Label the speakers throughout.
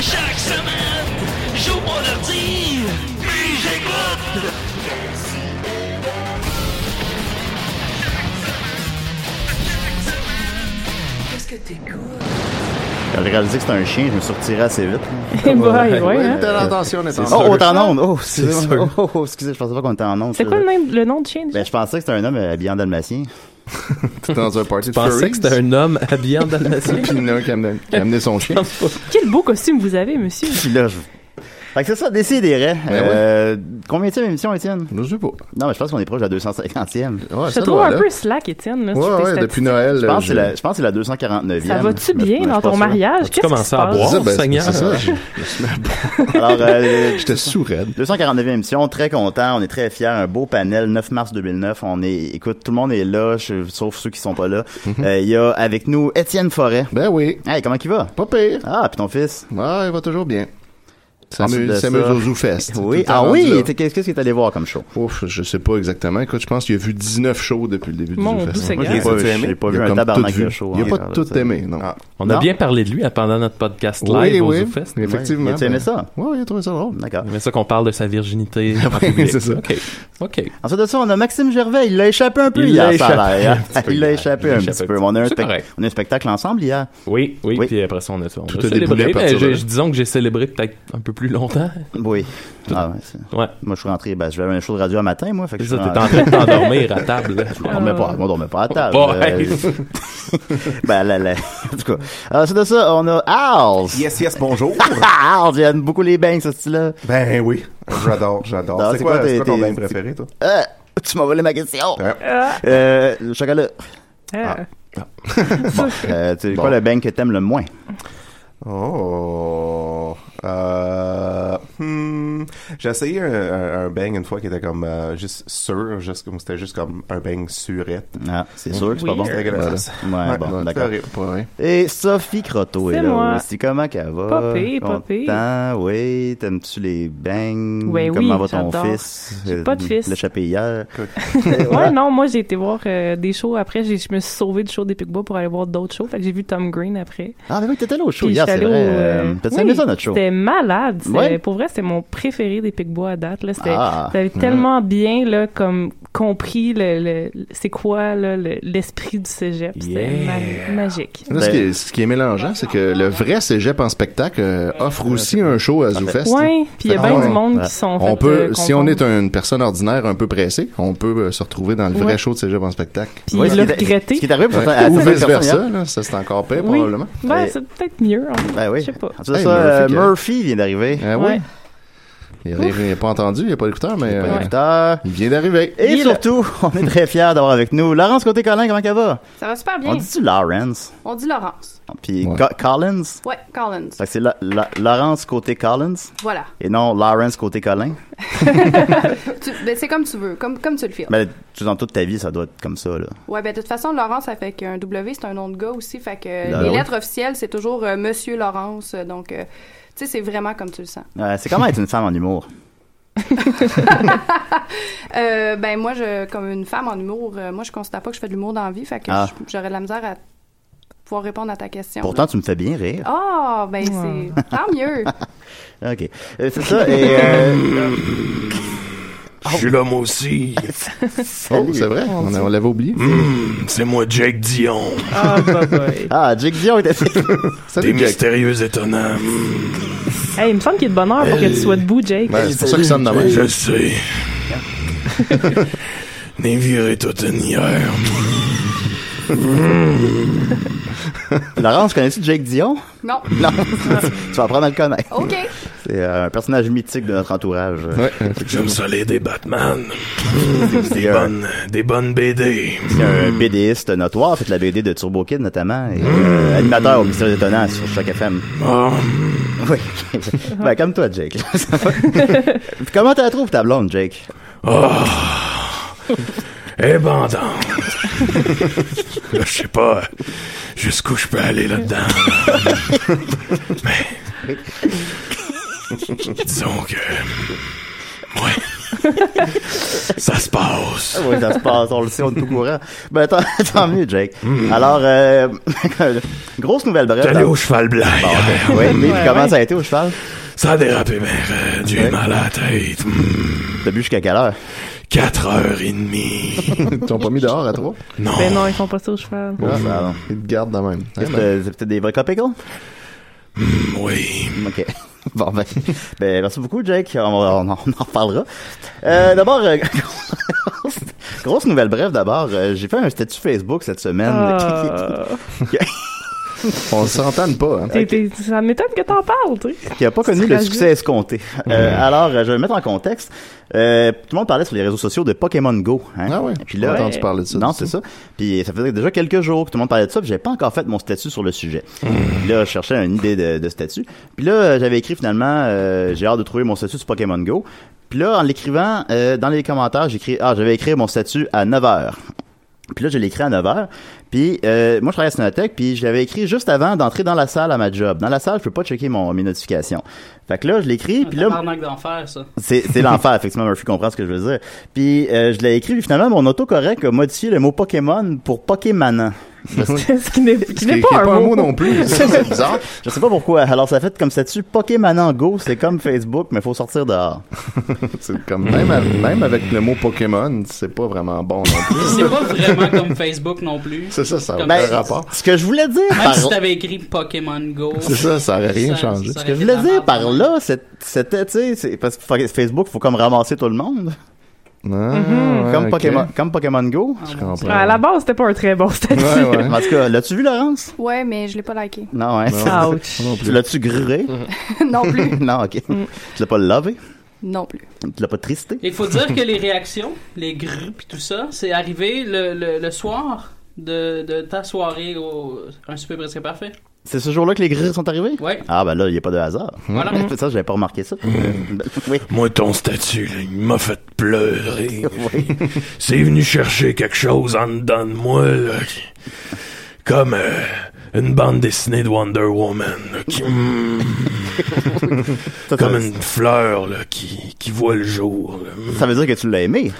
Speaker 1: Chaque semaine, j'ouvre mon ordi, puis j'écoute.
Speaker 2: Quand j'ai réalisé que c'était un chien, je me suis retiré assez vite.
Speaker 3: Eh boy, ouais, hein.
Speaker 4: Telle attention,
Speaker 2: Oh,
Speaker 4: Nathan.
Speaker 2: on est en onde! Oh, c'est
Speaker 4: C'est
Speaker 2: oh,
Speaker 4: sûr.
Speaker 2: oh, oh, excusez, je pensais pas qu'on était en onde.
Speaker 3: C'est quoi le, même, le nom de chien? déjà?
Speaker 2: Ben, je pensais que c'était un homme euh, habillé en dalmatien.
Speaker 4: T'es dans un party de
Speaker 5: Je pensais
Speaker 4: furries,
Speaker 5: que c'était un homme habillé en dalmatien.
Speaker 4: Puis il y en a un qui amenait, qui amenait son chien.
Speaker 3: Quel beau costume vous avez, monsieur.
Speaker 2: Puis là, je... Fait que c'est ça, décidérez. Euh, Combien de émission, Étienne?
Speaker 4: Ben Je sais pas.
Speaker 2: Non, mais je pense qu'on est proche de la 250e.
Speaker 3: Je
Speaker 4: Ouais,
Speaker 3: te
Speaker 4: ça
Speaker 3: trouve
Speaker 4: doit,
Speaker 3: un
Speaker 4: là.
Speaker 3: peu slack, Étienne. Là, si
Speaker 4: Ouais,
Speaker 3: tes
Speaker 4: ouais,
Speaker 3: statistiques.
Speaker 4: depuis Noël.
Speaker 2: Je pense que
Speaker 4: euh,
Speaker 2: c'est la, je pense que c'est la 249e.
Speaker 3: Ça va-tu
Speaker 2: Mais
Speaker 3: bien
Speaker 2: je- mais je
Speaker 3: dans
Speaker 2: suis pas
Speaker 3: ton
Speaker 2: sûr.
Speaker 3: mariage?
Speaker 5: Tu
Speaker 3: Ah, Qu'est-ce qui
Speaker 5: commences
Speaker 3: se
Speaker 5: à
Speaker 3: passe?
Speaker 5: boire?
Speaker 4: c'est- ben,
Speaker 5: Seigneur.
Speaker 4: C'est ça, j'ai-
Speaker 2: Alors, euh,
Speaker 4: j'étais sous raide.
Speaker 2: 249e émission, très content, on est très fiers, un beau panel, 9 mars 2009, on est, écoute, tout le monde est là, je- sauf ceux qui sont pas là. Euh, Il y a avec nous Étienne Forêt.
Speaker 4: Mhm. Ben oui,
Speaker 2: Hey, comment il va?
Speaker 4: pas pire.
Speaker 2: Ah, puis ton fils?
Speaker 4: Ouais, il va toujours bien.
Speaker 2: Ensuite de
Speaker 4: S'amuse s'amuse
Speaker 2: ça-
Speaker 4: au Zoo Fest.
Speaker 2: Oui,
Speaker 4: Tout le
Speaker 2: ah
Speaker 4: temps rendu
Speaker 2: oui,
Speaker 4: là.
Speaker 2: t'es- qu'est-ce qu'est-ce que t'es allé voir comme show?
Speaker 4: Ouf, je sais pas exactement. Écoute, je pense qu'il a vu 19 shows depuis le début du
Speaker 3: Mon
Speaker 4: Zoo
Speaker 3: Dieu,
Speaker 4: Fest.
Speaker 3: c'est
Speaker 2: Moi, je l'ai
Speaker 3: grave.
Speaker 2: pas,
Speaker 5: tu
Speaker 2: vu,
Speaker 5: aimé?
Speaker 2: je l'ai pas
Speaker 4: Il
Speaker 2: vu
Speaker 4: a
Speaker 2: un
Speaker 4: comme tout
Speaker 2: tabarnak de
Speaker 4: vu.
Speaker 2: show.
Speaker 4: Il a
Speaker 2: hein,
Speaker 4: pas tout
Speaker 2: ça.
Speaker 4: aimé, non.
Speaker 5: On a
Speaker 2: Non.
Speaker 5: bien parlé de lui à- pendant notre podcast live
Speaker 4: Oui,
Speaker 5: au
Speaker 4: oui,
Speaker 5: ZooFest.
Speaker 4: effectivement.
Speaker 2: Ouais, tu aimais ça?
Speaker 4: Ouais, il a trouvé ça drôle.
Speaker 2: Ben. D'accord.
Speaker 5: Mais ça qu'on parle de sa virginité en public.
Speaker 4: c'est ça.
Speaker 5: OK. OK.
Speaker 2: Ensuite de ça, on a Maxime Gervais. Il l'a échappé un peu
Speaker 5: Il
Speaker 2: hier,
Speaker 5: l'a
Speaker 2: ça a
Speaker 5: échappé
Speaker 2: l'air. hein.
Speaker 5: un petit peu
Speaker 2: Il l'a
Speaker 5: hier.
Speaker 2: échappé
Speaker 5: Il l'a
Speaker 2: un
Speaker 5: échappé
Speaker 2: petit
Speaker 5: un
Speaker 2: peu.
Speaker 5: petit
Speaker 2: On a, un
Speaker 5: peu. C'est
Speaker 2: spec-
Speaker 5: correct.
Speaker 2: on a un spectacle ensemble hier.
Speaker 5: Oui, oui,
Speaker 2: Oui.
Speaker 5: puis après ça, on a ça. On
Speaker 4: Tout
Speaker 5: a
Speaker 4: a
Speaker 5: célébré,
Speaker 4: déboulé à
Speaker 5: mais
Speaker 4: partir de
Speaker 5: j'ai-
Speaker 4: là.
Speaker 5: je- disons que j'ai célébré peut-être un peu plus longtemps.
Speaker 2: Oui. Ah, ouais, c'est-
Speaker 5: Ouais.
Speaker 2: moi, je suis rentré, ben, j'avais un show de radio un matin, moi. Fait que
Speaker 5: C'est
Speaker 2: je
Speaker 5: ça,
Speaker 2: suis
Speaker 5: t'es en
Speaker 2: rentré-
Speaker 5: train de t'endormir à table. là. Ah,
Speaker 2: On dormait pas, on dormait pas à table.
Speaker 5: Bon,
Speaker 2: Euh,
Speaker 5: hey.
Speaker 2: ben, là, là. En tout cas. Ensuite de ça, on a Arles.
Speaker 6: Yes, yes, bonjour.
Speaker 2: Arles, j'aime beaucoup les bangs, ce style-là.
Speaker 6: ben oui, j'adore, j'adore.
Speaker 2: Non, c'est
Speaker 6: c'est quoi,
Speaker 2: quoi
Speaker 6: c'est quoi
Speaker 2: tes-
Speaker 6: ton
Speaker 2: tes-
Speaker 6: bain préféré, toi?
Speaker 2: Euh, tu m'as volé ma question.
Speaker 6: Ouais.
Speaker 2: Euh, le chocolat.
Speaker 3: Ah.
Speaker 2: Bon, euh, tu sais quoi le bang que t'aimes le moins?
Speaker 6: Oh. Euh, hmm, J'ai essayé un, un, un bang une fois qui était comme euh, juste sûr, juste comme c'était juste comme un bang surette.
Speaker 2: Ah, c'est sûr que c'est pas bon.
Speaker 6: C'était dégueulasse.
Speaker 2: Ouais, bon,
Speaker 6: c'était
Speaker 2: d'accord.
Speaker 6: horrible.
Speaker 4: Pas vrai.
Speaker 2: Et Sophie Croteau est,
Speaker 3: C'est
Speaker 2: là
Speaker 3: moi.
Speaker 2: aussi. Comment qu'elle va?
Speaker 3: Pas pire, pas pire.
Speaker 2: Content? Oui, t'aimes-tu les bangs?
Speaker 3: Ouais,
Speaker 2: Comment
Speaker 3: oui,
Speaker 2: va ton
Speaker 3: j'adore.
Speaker 2: fils?
Speaker 3: J'ai pas de
Speaker 2: Euh,
Speaker 3: fils.
Speaker 2: L'échappé hier.
Speaker 3: Ouais, non, moi j'ai été voir euh, des shows après. J'ai- Je me suis sauvé du show des Picbois pour aller voir d'autres shows. Fait que j'ai vu Tom Green après.
Speaker 2: Ah, mais oui, t'étais là au show
Speaker 3: Puis
Speaker 2: hier,
Speaker 3: j'étais
Speaker 2: c'est
Speaker 3: allée
Speaker 2: vrai.
Speaker 3: au, euh,
Speaker 2: Euh, T'as
Speaker 3: oui,
Speaker 2: aimé ça, notre show?
Speaker 3: C'était malade. C'est-
Speaker 2: Ouais.
Speaker 3: Pour vrai, c'était mon préféré des Picbois à date. Là. C'était,
Speaker 2: Ah.
Speaker 3: T'avais tellement bien là, comme compris le, le- le- c'est quoi là, le- l'esprit du cégep. C'était
Speaker 5: Yeah.
Speaker 3: ma- magique.
Speaker 4: Là, ce, qui est, ce qui est mélangeant, c'est que
Speaker 2: Ah.
Speaker 4: le vrai cégep en spectacle euh, offre aussi un show à ZooFest.
Speaker 3: Ouais, puis il y a
Speaker 4: Fait que
Speaker 3: bien
Speaker 4: on-
Speaker 3: du monde
Speaker 2: ouais.
Speaker 3: qui sont
Speaker 4: On
Speaker 3: fait,
Speaker 4: peut,
Speaker 3: euh,
Speaker 4: si on est
Speaker 3: confondre.
Speaker 4: une personne ordinaire un peu pressée, on peut euh, se retrouver dans le vrai
Speaker 3: Ouais.
Speaker 4: show de cégep en spectacle.
Speaker 3: Puis
Speaker 2: Ouais,
Speaker 3: il
Speaker 2: ce
Speaker 3: l'a
Speaker 2: qui est-
Speaker 3: regretté.
Speaker 2: Ce qui est arrivé pour
Speaker 4: Ouais.
Speaker 2: certains- à
Speaker 4: Ou
Speaker 2: certaines
Speaker 4: vice
Speaker 2: personnes hier.
Speaker 4: versa, là, ça c'est encore pire
Speaker 3: Oui.
Speaker 4: probablement.
Speaker 3: Ouais,
Speaker 2: Et-
Speaker 3: c'est peut-être mieux. en-
Speaker 2: Ben oui.
Speaker 3: Je sais pas.
Speaker 2: Ensuite de
Speaker 4: Hey,
Speaker 2: ça, euh,
Speaker 4: Murphy,
Speaker 2: Murphy,
Speaker 4: que-
Speaker 2: vient d'arriver.
Speaker 4: Ah
Speaker 3: Ouais.
Speaker 4: oui. Il arrive- il n'est pas entendu, il n'y a pas d'écouteur, mais
Speaker 2: Pas
Speaker 4: euh,
Speaker 2: d'écouteur.
Speaker 4: il vient d'arriver.
Speaker 2: Et
Speaker 3: Il est là.
Speaker 2: surtout, on est très fiers d'avoir avec nous Laurence Côté-Colin, comment ça va?
Speaker 7: Ça va super bien.
Speaker 2: On dit-tu Lawrence?
Speaker 7: On dit Laurence.
Speaker 2: Puis
Speaker 4: Ouais.
Speaker 2: Co- Collins?
Speaker 7: Ouais, Collins.
Speaker 2: Fait que c'est la, La- Laurence Côté-Collins
Speaker 7: Voilà.
Speaker 2: et non Lawrence Côté-Colin.
Speaker 7: Tu- ben, c'est comme tu veux, comme, comme tu le files.
Speaker 2: Ben, tu dans toute ta vie, ça doit être comme ça, là.
Speaker 7: Ouais, ben de toute façon, Laurence, ça fait qu'un W, c'est un nom de gars aussi. Fait que euh,
Speaker 2: Là,
Speaker 7: les
Speaker 2: ouais.
Speaker 7: lettres officielles, c'est toujours euh, Monsieur Laurence. euh, Donc, euh, tu sais, c'est vraiment comme tu le sens.
Speaker 2: Euh, c'est comment être une femme en humour?
Speaker 7: Euh, ben moi, je comme une femme en humour, euh, moi, je considère pas que je fais de l'humour dans la vie. Fait que
Speaker 2: Ah.
Speaker 7: je- j'aurais de la misère à pouvoir répondre à ta question.
Speaker 2: Pourtant, tu me fais bien rire.
Speaker 7: Ah, ben
Speaker 3: Ouais.
Speaker 7: c'est tant mieux.
Speaker 2: OK. Euh, c'est ça, et... euh,
Speaker 8: Je suis là, moi aussi.
Speaker 4: Oh, c'est vrai, on, a- on l'avait oublié.
Speaker 8: Hmm, C'est moi, Jake Dion.
Speaker 3: Ah, bah, ouais.
Speaker 2: Ah, Jake Dion était...
Speaker 8: Des
Speaker 4: Salut Jack.
Speaker 8: mystérieux étonnants. Mm.
Speaker 3: Hey, il me semble qu'il est de bonheur pour que tu sois debout, Jake.
Speaker 4: Ben, c'est pour ça qu'il sonne demain.
Speaker 8: Je sais. Néviré toute une hier.
Speaker 2: Laurence, connais-tu Jake Dion?
Speaker 7: Non.
Speaker 2: Non. tu vas apprendre à le connaître.
Speaker 7: OK.
Speaker 2: C'est euh, un personnage mythique de notre entourage.
Speaker 4: Ouais.
Speaker 8: J'aime ça les des Batman. Hmm,
Speaker 2: C'est
Speaker 8: Des
Speaker 2: un,
Speaker 8: bonnes, des bonnes Hmm. BD.
Speaker 2: c'est un BDiste notoire, fait la BD de Turbo Kid notamment, et euh, animateur au Mystère étonnant sur chaque FM.
Speaker 8: Hmm. Ah, mm.
Speaker 2: Oui. ben, comme toi, Jake. là, ça va. Puis Comment t'as trouvé ta blonde, Jake?
Speaker 8: Oh! Eh ben, attends. Là, je sais pas jusqu'où je peux aller là-dedans. Mais. Disons que. Ouais. Ça se passe.
Speaker 2: Ah Oui, ça se passe, on le sait, on est tout courant. Ben, tant, tant mieux, Jake. Alors, euh, grosse nouvelle brève.
Speaker 8: J'allais
Speaker 2: dans-
Speaker 8: Hmm. au cheval blanc. hier.
Speaker 2: ben, Oui, mais
Speaker 3: Ouais,
Speaker 2: comment
Speaker 3: ouais.
Speaker 2: ça a été au cheval?
Speaker 8: Ça a dérapé, mais euh, Dieu est mal à la tête. Hmm.
Speaker 2: T'as bu jusqu'à quelle heure?
Speaker 8: 4h30.
Speaker 4: Ils t'ont pas mis dehors à trois?
Speaker 8: Non.
Speaker 3: Ben non, ils font pas ça au cheval.
Speaker 2: Ah, pardon.
Speaker 4: Ils te gardent de même.
Speaker 2: Qu'est-ce que- C'est peut-être des vrais copécos?
Speaker 8: Oui.
Speaker 2: OK. Bon, ben, ben, merci beaucoup, Jake. On, on- on en reparlera. Euh, d'abord, euh, grosse- grosse nouvelle brève, d'abord. Euh, j'ai fait un statut Facebook cette semaine.
Speaker 3: Ah,
Speaker 4: On s'entend pas, hein.
Speaker 3: t'es- t'es- ça m'étonne que t'en parles, tu sais.
Speaker 2: qui a pas connu le
Speaker 3: Tragique.
Speaker 2: succès escompté. Euh, Alors, euh, je vais le mettre en contexte. Euh, tout le monde parlait sur les réseaux sociaux de Pokémon Go. Hein?
Speaker 4: Ah ouais.
Speaker 2: Puis là,
Speaker 4: J'ai entendu parler de ça.
Speaker 2: non,
Speaker 4: du
Speaker 2: c'est
Speaker 4: tout.
Speaker 2: ça. Puis ça faisait déjà quelques jours que tout le monde parlait de ça, puis j'avais pas encore fait mon statut sur le sujet. Puis là, je cherchais une idée de, de statut. Puis là, euh, j'avais écrit finalement, euh, j'ai hâte de trouver mon statut sur Pokémon Go. Puis là, en l'écrivant, euh, dans les commentaires, j'écris, ah, j'avais écrit mon statut à 9 h puis là, je l'ai écrit à 9h. Puis euh, moi, je travaille à Synothèque, puis je l'avais écrit juste avant d'entrer dans la salle à ma job. Dans la salle, je peux pas checker mon, mes notifications. Fait que là, je l'écris, puis là...
Speaker 9: d'enfer, ça.
Speaker 2: C'est c'est l'enfer, effectivement, Murphy comprend ce que je veux dire. Puis euh, je l'ai écrit, puis finalement, mon autocorrect a modifié le mot Pokémon pour Pokémanant.
Speaker 3: Ce qui n'est qui
Speaker 4: Qui
Speaker 3: n'est
Speaker 4: est-
Speaker 3: pas,
Speaker 4: qui est
Speaker 3: un mot.
Speaker 4: non plus. Ça, c'est bizarre.
Speaker 2: Je sais pas pourquoi. Alors, ça fait comme statut Pokémanant Go, c'est comme Facebook, mais faut sortir dehors.
Speaker 4: C'est comme, même, à- même avec le mot Pokémon, c'est pas vraiment bon non plus.
Speaker 9: C'est pas vraiment comme Facebook non plus.
Speaker 4: C'est ça, ça n'a
Speaker 9: Comme-
Speaker 4: aucun
Speaker 9: Ben,
Speaker 4: rapport.
Speaker 2: Ce que je voulais dire
Speaker 9: Même
Speaker 2: par...
Speaker 9: si t'avais écrit Pokémon Go.
Speaker 4: C'est ça, ça aurait rien
Speaker 9: ça-
Speaker 4: changé.
Speaker 9: ça
Speaker 2: Ce que je voulais
Speaker 9: aurait été
Speaker 2: dire
Speaker 9: la
Speaker 2: par
Speaker 9: merde.
Speaker 2: là, c'est- c'était, tu sais, c'est- parce que fa- Facebook, faut comme ramasser tout le monde.
Speaker 4: Ah,
Speaker 3: Mhm.
Speaker 4: ouais,
Speaker 2: Comme,
Speaker 4: ok.
Speaker 2: Pokémon, comme Pokémon Go.
Speaker 9: Ah,
Speaker 4: Je
Speaker 9: bon.
Speaker 4: comprends.
Speaker 3: À la base, c'était pas un très bon statut.
Speaker 4: Ouais, ouais.
Speaker 2: En tout cas, l'as-tu vu, Laurence?
Speaker 7: Ouais, mais je l'ai pas liké.
Speaker 2: Non, hein?
Speaker 3: Ouch. Mm.
Speaker 4: Non plus.
Speaker 2: Tu l'as-tu gruré?
Speaker 7: non plus.
Speaker 2: non, ok. Tu l'as pas lavé?
Speaker 7: Non plus.
Speaker 2: Tu l'as pas tristé?
Speaker 9: Il faut dire que les réactions, les groupes et tout ça, c'est arrivé le, le, le soir de, de ta soirée au Un Super Presque Parfait.
Speaker 2: C'est ce jour-là que les grurés sont arrivés?
Speaker 9: Ouais.
Speaker 2: Ah, ben là, il n'y a pas de hasard.
Speaker 9: Voilà.
Speaker 2: Ça, j'avais pas remarqué ça. oui.
Speaker 8: Moi, ton statut, là, il m'a fait pleurer. C'est venu chercher quelque chose en dedans de moi, là, qui- comme euh, une bande dessinée de Wonder Woman, là, qui- mm,
Speaker 2: Ça,
Speaker 8: comme
Speaker 2: ça,
Speaker 8: une fleur là, qui, qui voit le jour. là. Mm.
Speaker 2: ça veut dire que tu l'as aimé.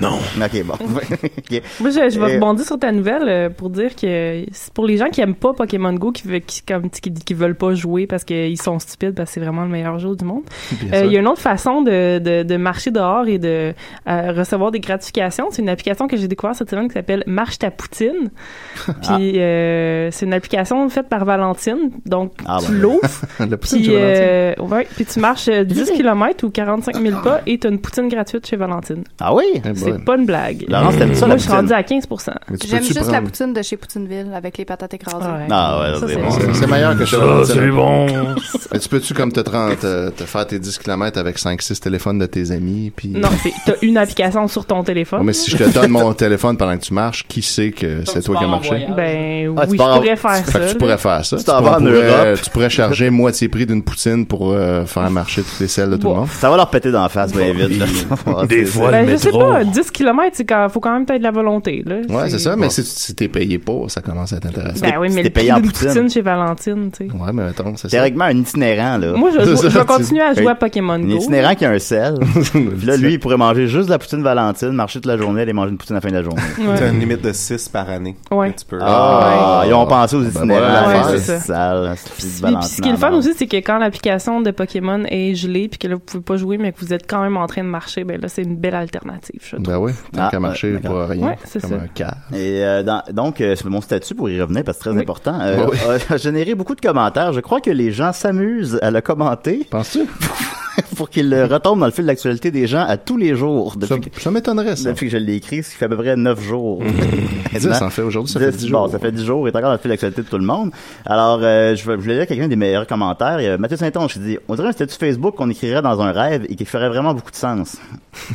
Speaker 8: Non.
Speaker 2: Ok, bon. Ok.
Speaker 3: Moi, je, je vais
Speaker 2: Et-
Speaker 3: rebondir sur ta nouvelle euh, pour dire que c'est pour les gens qui aiment pas Pokémon Go, qui, veulent- qui, comme, qui, qui veulent pas jouer parce qu'ils sont stupides, parce que c'est vraiment le meilleur jeu du monde, euh, il y a une autre façon de, de, de marcher dehors et de euh, recevoir des gratifications. C'est une application que j'ai découverte cette semaine qui s'appelle Marche ta poutine. Puis euh, c'est une application faite par Valentine. Donc,
Speaker 2: Ah,
Speaker 3: tu
Speaker 2: bon.
Speaker 3: l'ouvres,
Speaker 4: Le petit
Speaker 3: puis,
Speaker 4: Joe Valentine.
Speaker 3: euh, ouais, puis tu marches euh, 10 km ou 45 000 pas et tu as une poutine gratuite chez Valentine.
Speaker 2: Ah oui?
Speaker 4: Eh
Speaker 3: C'est
Speaker 4: boy.
Speaker 3: pas une blague.
Speaker 2: Laurence, t'aimes ça, la
Speaker 3: Moi, je suis rendue
Speaker 2: poutine?
Speaker 3: à 15
Speaker 4: Mais tu
Speaker 7: J'aime juste
Speaker 4: peux-tu
Speaker 7: la
Speaker 4: prendre-
Speaker 7: poutine de chez Poutineville avec les patates écrasées.
Speaker 3: Ah ouais.
Speaker 2: Ah ouais,
Speaker 3: Ça,
Speaker 2: c'est
Speaker 3: c'est
Speaker 2: bon.
Speaker 3: bon.
Speaker 4: C'est c'est meilleur que
Speaker 8: Ça,
Speaker 4: ça.
Speaker 8: c'est bon.
Speaker 4: Mais tu peux-tu comme te, tran- te, te faire tes 10 km avec 5-6 téléphones de tes amis? Puis...
Speaker 3: Non, c'est- t'as une application sur ton
Speaker 4: Ouais,
Speaker 3: téléphone.
Speaker 4: Ah, mais si je te donne mon téléphone pendant que tu marches, qui sait que
Speaker 9: Comme
Speaker 4: c'est
Speaker 9: tu
Speaker 4: toi qui as
Speaker 9: pars en
Speaker 4: marché?
Speaker 9: voyage.
Speaker 3: Ben
Speaker 2: Ah, tu
Speaker 3: oui, je
Speaker 2: pars en-
Speaker 3: pourrais faire
Speaker 4: Fait que
Speaker 3: ça.
Speaker 4: tu
Speaker 3: là.
Speaker 4: pourrais faire ça.
Speaker 2: Tu t'en vas en
Speaker 4: pourrais, euh,
Speaker 2: Europe.
Speaker 4: tu pourrais charger moitié prix d'une poutine pour euh, faire marcher toutes les selles de tout le monde.
Speaker 2: Ça va leur péter dans la face, bien vite. là. Ah,
Speaker 8: Des fois,
Speaker 3: Ben,
Speaker 8: le
Speaker 3: je sais
Speaker 8: métro.
Speaker 3: pas, 10 km, c'est quand, faut quand même être de la volonté. Là.
Speaker 4: Ouais, c'est ça, mais si tu- si t'es payé pour, ça commence à t'intéresser.
Speaker 3: Ben oui,
Speaker 2: si
Speaker 3: mais
Speaker 2: t'es
Speaker 3: le
Speaker 2: payé
Speaker 3: prix
Speaker 2: en
Speaker 3: d'une
Speaker 2: poutine.
Speaker 3: poutine chez Valentine, tu sais.
Speaker 4: Ouais, mais attends, c'est
Speaker 2: C'est
Speaker 4: ça.
Speaker 2: réglement un itinérant, là.
Speaker 3: Moi, je, je-
Speaker 4: C'est
Speaker 3: je
Speaker 4: ça,
Speaker 3: vais
Speaker 4: tu-
Speaker 3: continuer à jouer à
Speaker 2: Hey,
Speaker 3: Pokémon
Speaker 2: Un
Speaker 3: Go.
Speaker 2: itinérant qui a un sel. Puis là, lui, il pourrait manger juste de la poutine Valentine, marcher toute la journée, aller manger une poutine à la fin de la journée.
Speaker 3: Ouais.
Speaker 6: T'as une limite de 6 par année.
Speaker 3: Ouais.
Speaker 6: que tu peux-
Speaker 2: Ah,
Speaker 4: Ouais.
Speaker 2: ils ont pensé aux
Speaker 4: Ben
Speaker 2: itinérants.
Speaker 3: voilà,
Speaker 2: c'est
Speaker 3: ouais, c'est ça.
Speaker 2: sale.
Speaker 3: Puis,
Speaker 2: c'est
Speaker 3: puis ce qui est le fun aussi, c'est que quand l'application de Pokémon est gelée, puis que là, vous pouvez pas jouer, mais que vous êtes quand même en train de marcher, ben là, c'est une belle alternative, je trouve.
Speaker 4: Ben oui, tant
Speaker 2: Ah,
Speaker 4: qu'à
Speaker 2: ouais,
Speaker 4: marcher
Speaker 2: d'accord.
Speaker 4: pour rien.
Speaker 3: Ouais, c'est
Speaker 4: comme
Speaker 3: ça.
Speaker 4: un cas.
Speaker 2: Et euh, dans- donc, euh, sur mon statut, pour y revenir, parce que c'est très
Speaker 3: Oui.
Speaker 2: important, euh,
Speaker 4: Oui.
Speaker 2: a généré beaucoup de commentaires. Je crois que les gens s'amusent à le commenter
Speaker 4: Penses-tu?
Speaker 2: pour qu'il euh, retombe dans le fil d'actualité des gens à tous les jours.
Speaker 4: Ça,
Speaker 2: Depuis, que,
Speaker 4: ça m'étonnerait, ça.
Speaker 2: depuis que je l'ai écrit, ce qui fait à peu près 9 jours.
Speaker 4: 10,
Speaker 2: Maintenant.
Speaker 4: en fait, aujourd'hui, ça fait 10 jours.
Speaker 2: Bon, ça fait 10 jours, il est encore dans le fil d'actualité de tout le monde. Alors, euh, je, vais- je voulais lire quelqu'un des meilleurs commentaires. Il y a Mathieu Saint-Onge qui dit On dirait un statut Facebook qu'on écrirait dans un rêve et qui ferait vraiment beaucoup de sens.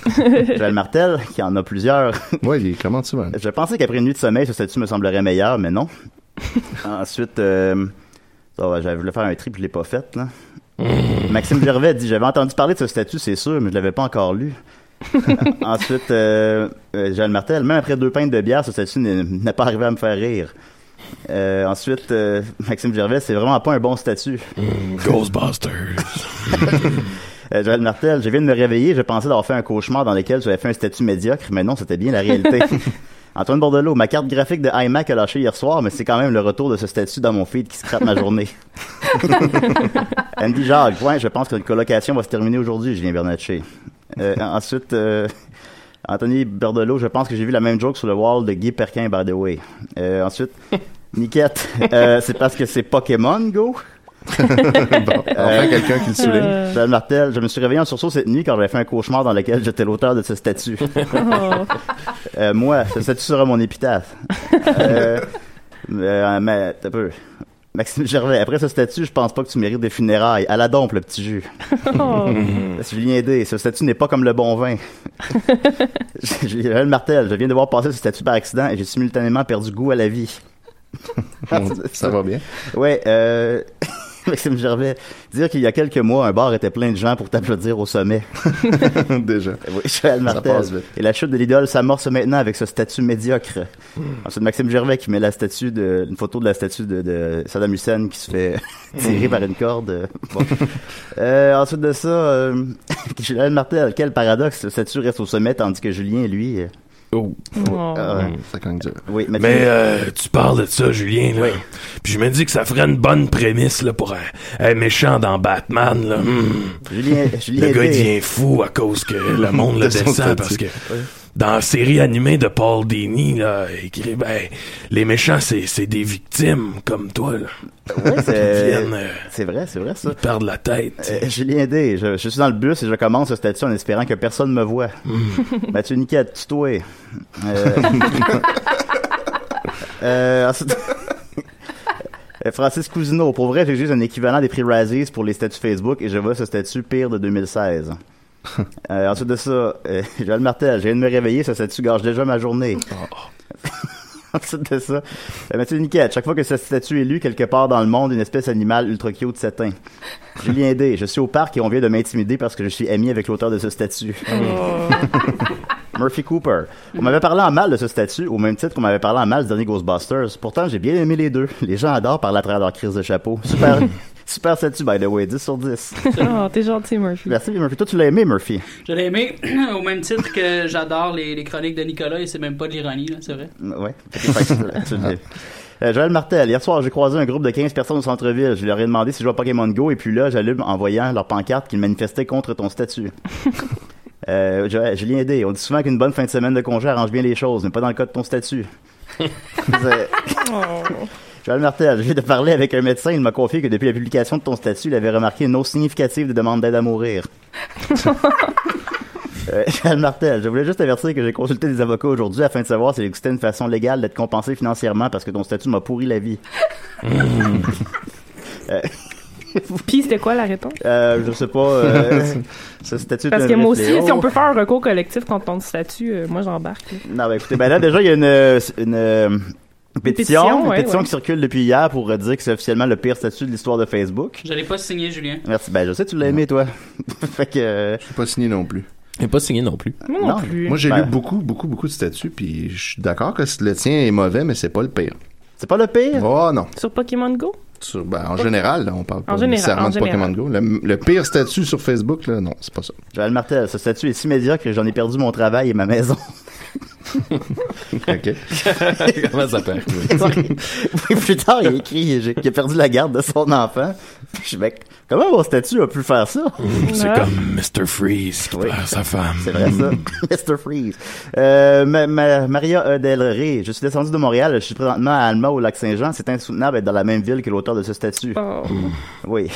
Speaker 2: Joël Martel, qui en a plusieurs.
Speaker 4: Ouais, il est- comment tu vas?
Speaker 2: Je pensais qu'après une nuit de sommeil, ce statut me semblerait meilleur, mais non. Ensuite, euh, Ça, ouais, j'avais voulu faire un tri, puis je l'ai pas fait, là. Maxime Gervais dit J'avais entendu parler de ce statut, c'est sûr, mais je l'avais pas encore lu. Ensuite, euh, euh, Jeanne Martel, même après deux pintes de bière, ce statut n'est n'est pas arrivé à me faire rire. Euh, ensuite, euh, Maxime Gervais, c'est vraiment pas un bon statut.
Speaker 8: Ghostbusters.
Speaker 2: Euh, Joël Martel, je viens de me réveiller, je pensais d'avoir fait un cauchemar dans lequel j'avais fait un statut médiocre, mais non, c'était bien la réalité. Antoine Bordelot, ma carte graphique de iMac a lâché hier soir, mais c'est quand même le retour de ce statut dans mon feed qui scrape ma journée. Andy Jacques, ouais, je pense que notre colocation va se terminer aujourd'hui, Julien Bernatchez. Euh, ensuite, euh, Anthony Bordelot, je pense que j'ai vu la même joke sur le wall de Guy Perquin, by the way. Euh, ensuite, Niquette, euh, c'est parce que c'est Pokémon Go?
Speaker 4: Bon, enfin, quelqu'un qui le souligne.
Speaker 2: Euh. Joël Martel, je me suis réveillé en sursaut cette nuit quand j'avais fait un cauchemar dans lequel j'étais l'auteur de ce statut. Euh, moi, ce statut sera mon épitaphe. Euh, euh, mais, t'as peu. Maxime Gervais, après ce statut, je pense pas que tu mérites des funérailles. À la dompe, le petit jus.
Speaker 1: Oh.
Speaker 2: Julien D, ce statut n'est pas comme le bon vin. Joël Martel, je viens de voir passer ce statut par accident et j'ai simultanément perdu goût à la vie.
Speaker 4: Ça va bien.
Speaker 2: Ah, Ouais, euh... Maxime Gervais, dire qu'il y a quelques mois, un bar était plein de gens pour t'applaudir au sommet.
Speaker 4: Déjà.
Speaker 2: Oui, Joël Martel.
Speaker 4: passe vite.
Speaker 2: Et la chute de l'idole s'amorce maintenant avec ce statut médiocre.
Speaker 4: Hmm.
Speaker 2: Ensuite, Maxime Gervais qui met la statue de, une photo de la statue de, de Saddam Hussein qui se fait tirer par une corde. Bon. Euh, ensuite de ça, euh, Joël Martel, quel paradoxe, ce statut reste au sommet tandis que Julien, lui... euh, Ah ouais.
Speaker 4: Oh. Ça cogne dur.
Speaker 2: Oui, Mathieu-
Speaker 8: Mais euh, tu parles de ça, Julien. Là. Puis je me dis que ça ferait une bonne prémisse là, pour un, un méchant dans Batman. Là. Hmm.
Speaker 2: Julien, Julien
Speaker 8: le gars il
Speaker 2: D.
Speaker 8: devient fou à cause que le monde le
Speaker 4: De son
Speaker 8: descend
Speaker 4: statut.
Speaker 8: parce que dans la série animée de Paul Dini, là, il écrit ben, les méchants c'est, c'est des victimes comme toi. Là.
Speaker 2: Ouais, c'est-
Speaker 8: Ils viennent, euh,
Speaker 2: c'est vrai, c'est vrai ça.
Speaker 8: ils perdent la tête.
Speaker 2: Euh, Julien D, je, je suis dans le bus et je commence ce statut en espérant que personne me voit.
Speaker 8: Hmm.
Speaker 2: Mathieu Niquette, tutoé. Euh, euh, ensuite- Euh, Francis Cousineau, pour vrai, j'ai juste un équivalent des prix Razzies pour les statuts Facebook et je vois ce statut pire de 2016. Euh, ensuite de ça, euh, Joël Martel, je viens de me réveiller, ce statut gâche déjà ma journée.
Speaker 8: Oh.
Speaker 2: ensuite de ça, euh, Mathieu Niquette, chaque fois que ce statut est lu quelque part dans le monde, une espèce animale ultra cute s'éteint. Julien D. Je suis au parc et on vient de m'intimider parce que je suis ami avec l'auteur de ce statut.
Speaker 3: Oh.
Speaker 2: Murphy Cooper. On m'avait parlé en mal de ce statut, au même titre qu'on m'avait parlé en mal du dernier Ghostbusters. Pourtant, j'ai bien aimé les deux. Les gens adorent parler à travers leur crise de chapeau. Super, super statut, by the way. 10 sur 10.
Speaker 3: Oh, t'es gentil, Murphy.
Speaker 2: Merci, Murphy. Toi, tu l'as aimé, Murphy.
Speaker 9: Je l'ai aimé au même titre que j'adore les, les chroniques de Nicolas et c'est même pas de l'ironie, là, c'est vrai.
Speaker 2: Ouais. Euh, Joël Martel, hier soir, j'ai croisé un groupe de 15 personnes au centre-ville. Je leur ai demandé si je jouais à Pokémon Go, et puis là, j'allume en voyant leur pancarte qu'ils manifestaient contre ton statut. euh, Joël- Julien D, on dit souvent qu'une bonne fin de semaine de congé arrange bien les choses, mais pas dans le cas de ton statut. C'est- Joël Martel, je viens de parler avec un médecin, il m'a confié que depuis la publication de ton statut, il avait remarqué une hausse significative de demandes d'aide à mourir. Euh, Charles Martel, je voulais juste avertir que j'ai consulté des avocats aujourd'hui afin de savoir s'il existait une façon légale d'être compensé financièrement parce que ton statut m'a pourri la vie.
Speaker 3: Mm. Puis c'était quoi la réponse?
Speaker 2: Euh, je sais pas. euh, ce statut est
Speaker 3: Parce
Speaker 2: un
Speaker 3: que moi aussi,
Speaker 2: fléau.
Speaker 3: si on peut faire un recours collectif contre ton statut, euh, moi j'embarque. là.
Speaker 2: Non, ben écoutez, ben là déjà il y a une, euh, une, euh, pétition,
Speaker 3: pétition,
Speaker 2: une
Speaker 3: ouais,
Speaker 2: pétition
Speaker 3: ouais.
Speaker 2: qui circule depuis hier pour euh, dire que c'est officiellement le pire statut de l'histoire de Facebook.
Speaker 9: Je l'ai pas signé, Julien.
Speaker 2: Merci. Ben je sais que tu l'as aimé toi. fait que euh,
Speaker 4: Je suis pas signé non plus.
Speaker 5: Il n'est pas signé non plus.
Speaker 3: Moi non,
Speaker 2: Non,
Speaker 3: plus.
Speaker 4: Moi, j'ai
Speaker 2: Ben.
Speaker 4: lu beaucoup, beaucoup, beaucoup de statuts, puis je suis d'accord que le tien est mauvais, mais c'est pas le pire.
Speaker 2: c'est pas le pire.
Speaker 4: Oh non.
Speaker 3: Sur Pokémon Go?
Speaker 4: Sur- ben, en général, là, on parle pas
Speaker 3: général,
Speaker 4: nécessairement
Speaker 3: en
Speaker 4: de Pokémon Go. Le, le pire statut sur Facebook, là, non, c'est pas ça.
Speaker 2: Joël Martel, ce statut est si médiocre que j'en ai perdu mon travail et ma maison.
Speaker 4: OK.
Speaker 5: Comment ça peut arriver?
Speaker 2: Oui, plus tard, il a écrit j'ai- qu'il a perdu la garde de son enfant. Je suis mec, comment mon statut a pu faire ça?
Speaker 8: C'est
Speaker 3: Ouais.
Speaker 8: comme Mr. Freeze qui
Speaker 2: Oui.
Speaker 8: perd sa femme.
Speaker 2: C'est vrai ça. Mr. Freeze. Euh, ma- ma- Maria E. Del Rey, je suis descendu de Montréal, je suis présentement à Alma au lac Saint-Jean. C'est insoutenable d'être dans la même ville que l'auteur de ce statut.
Speaker 3: Oh.
Speaker 2: Oui.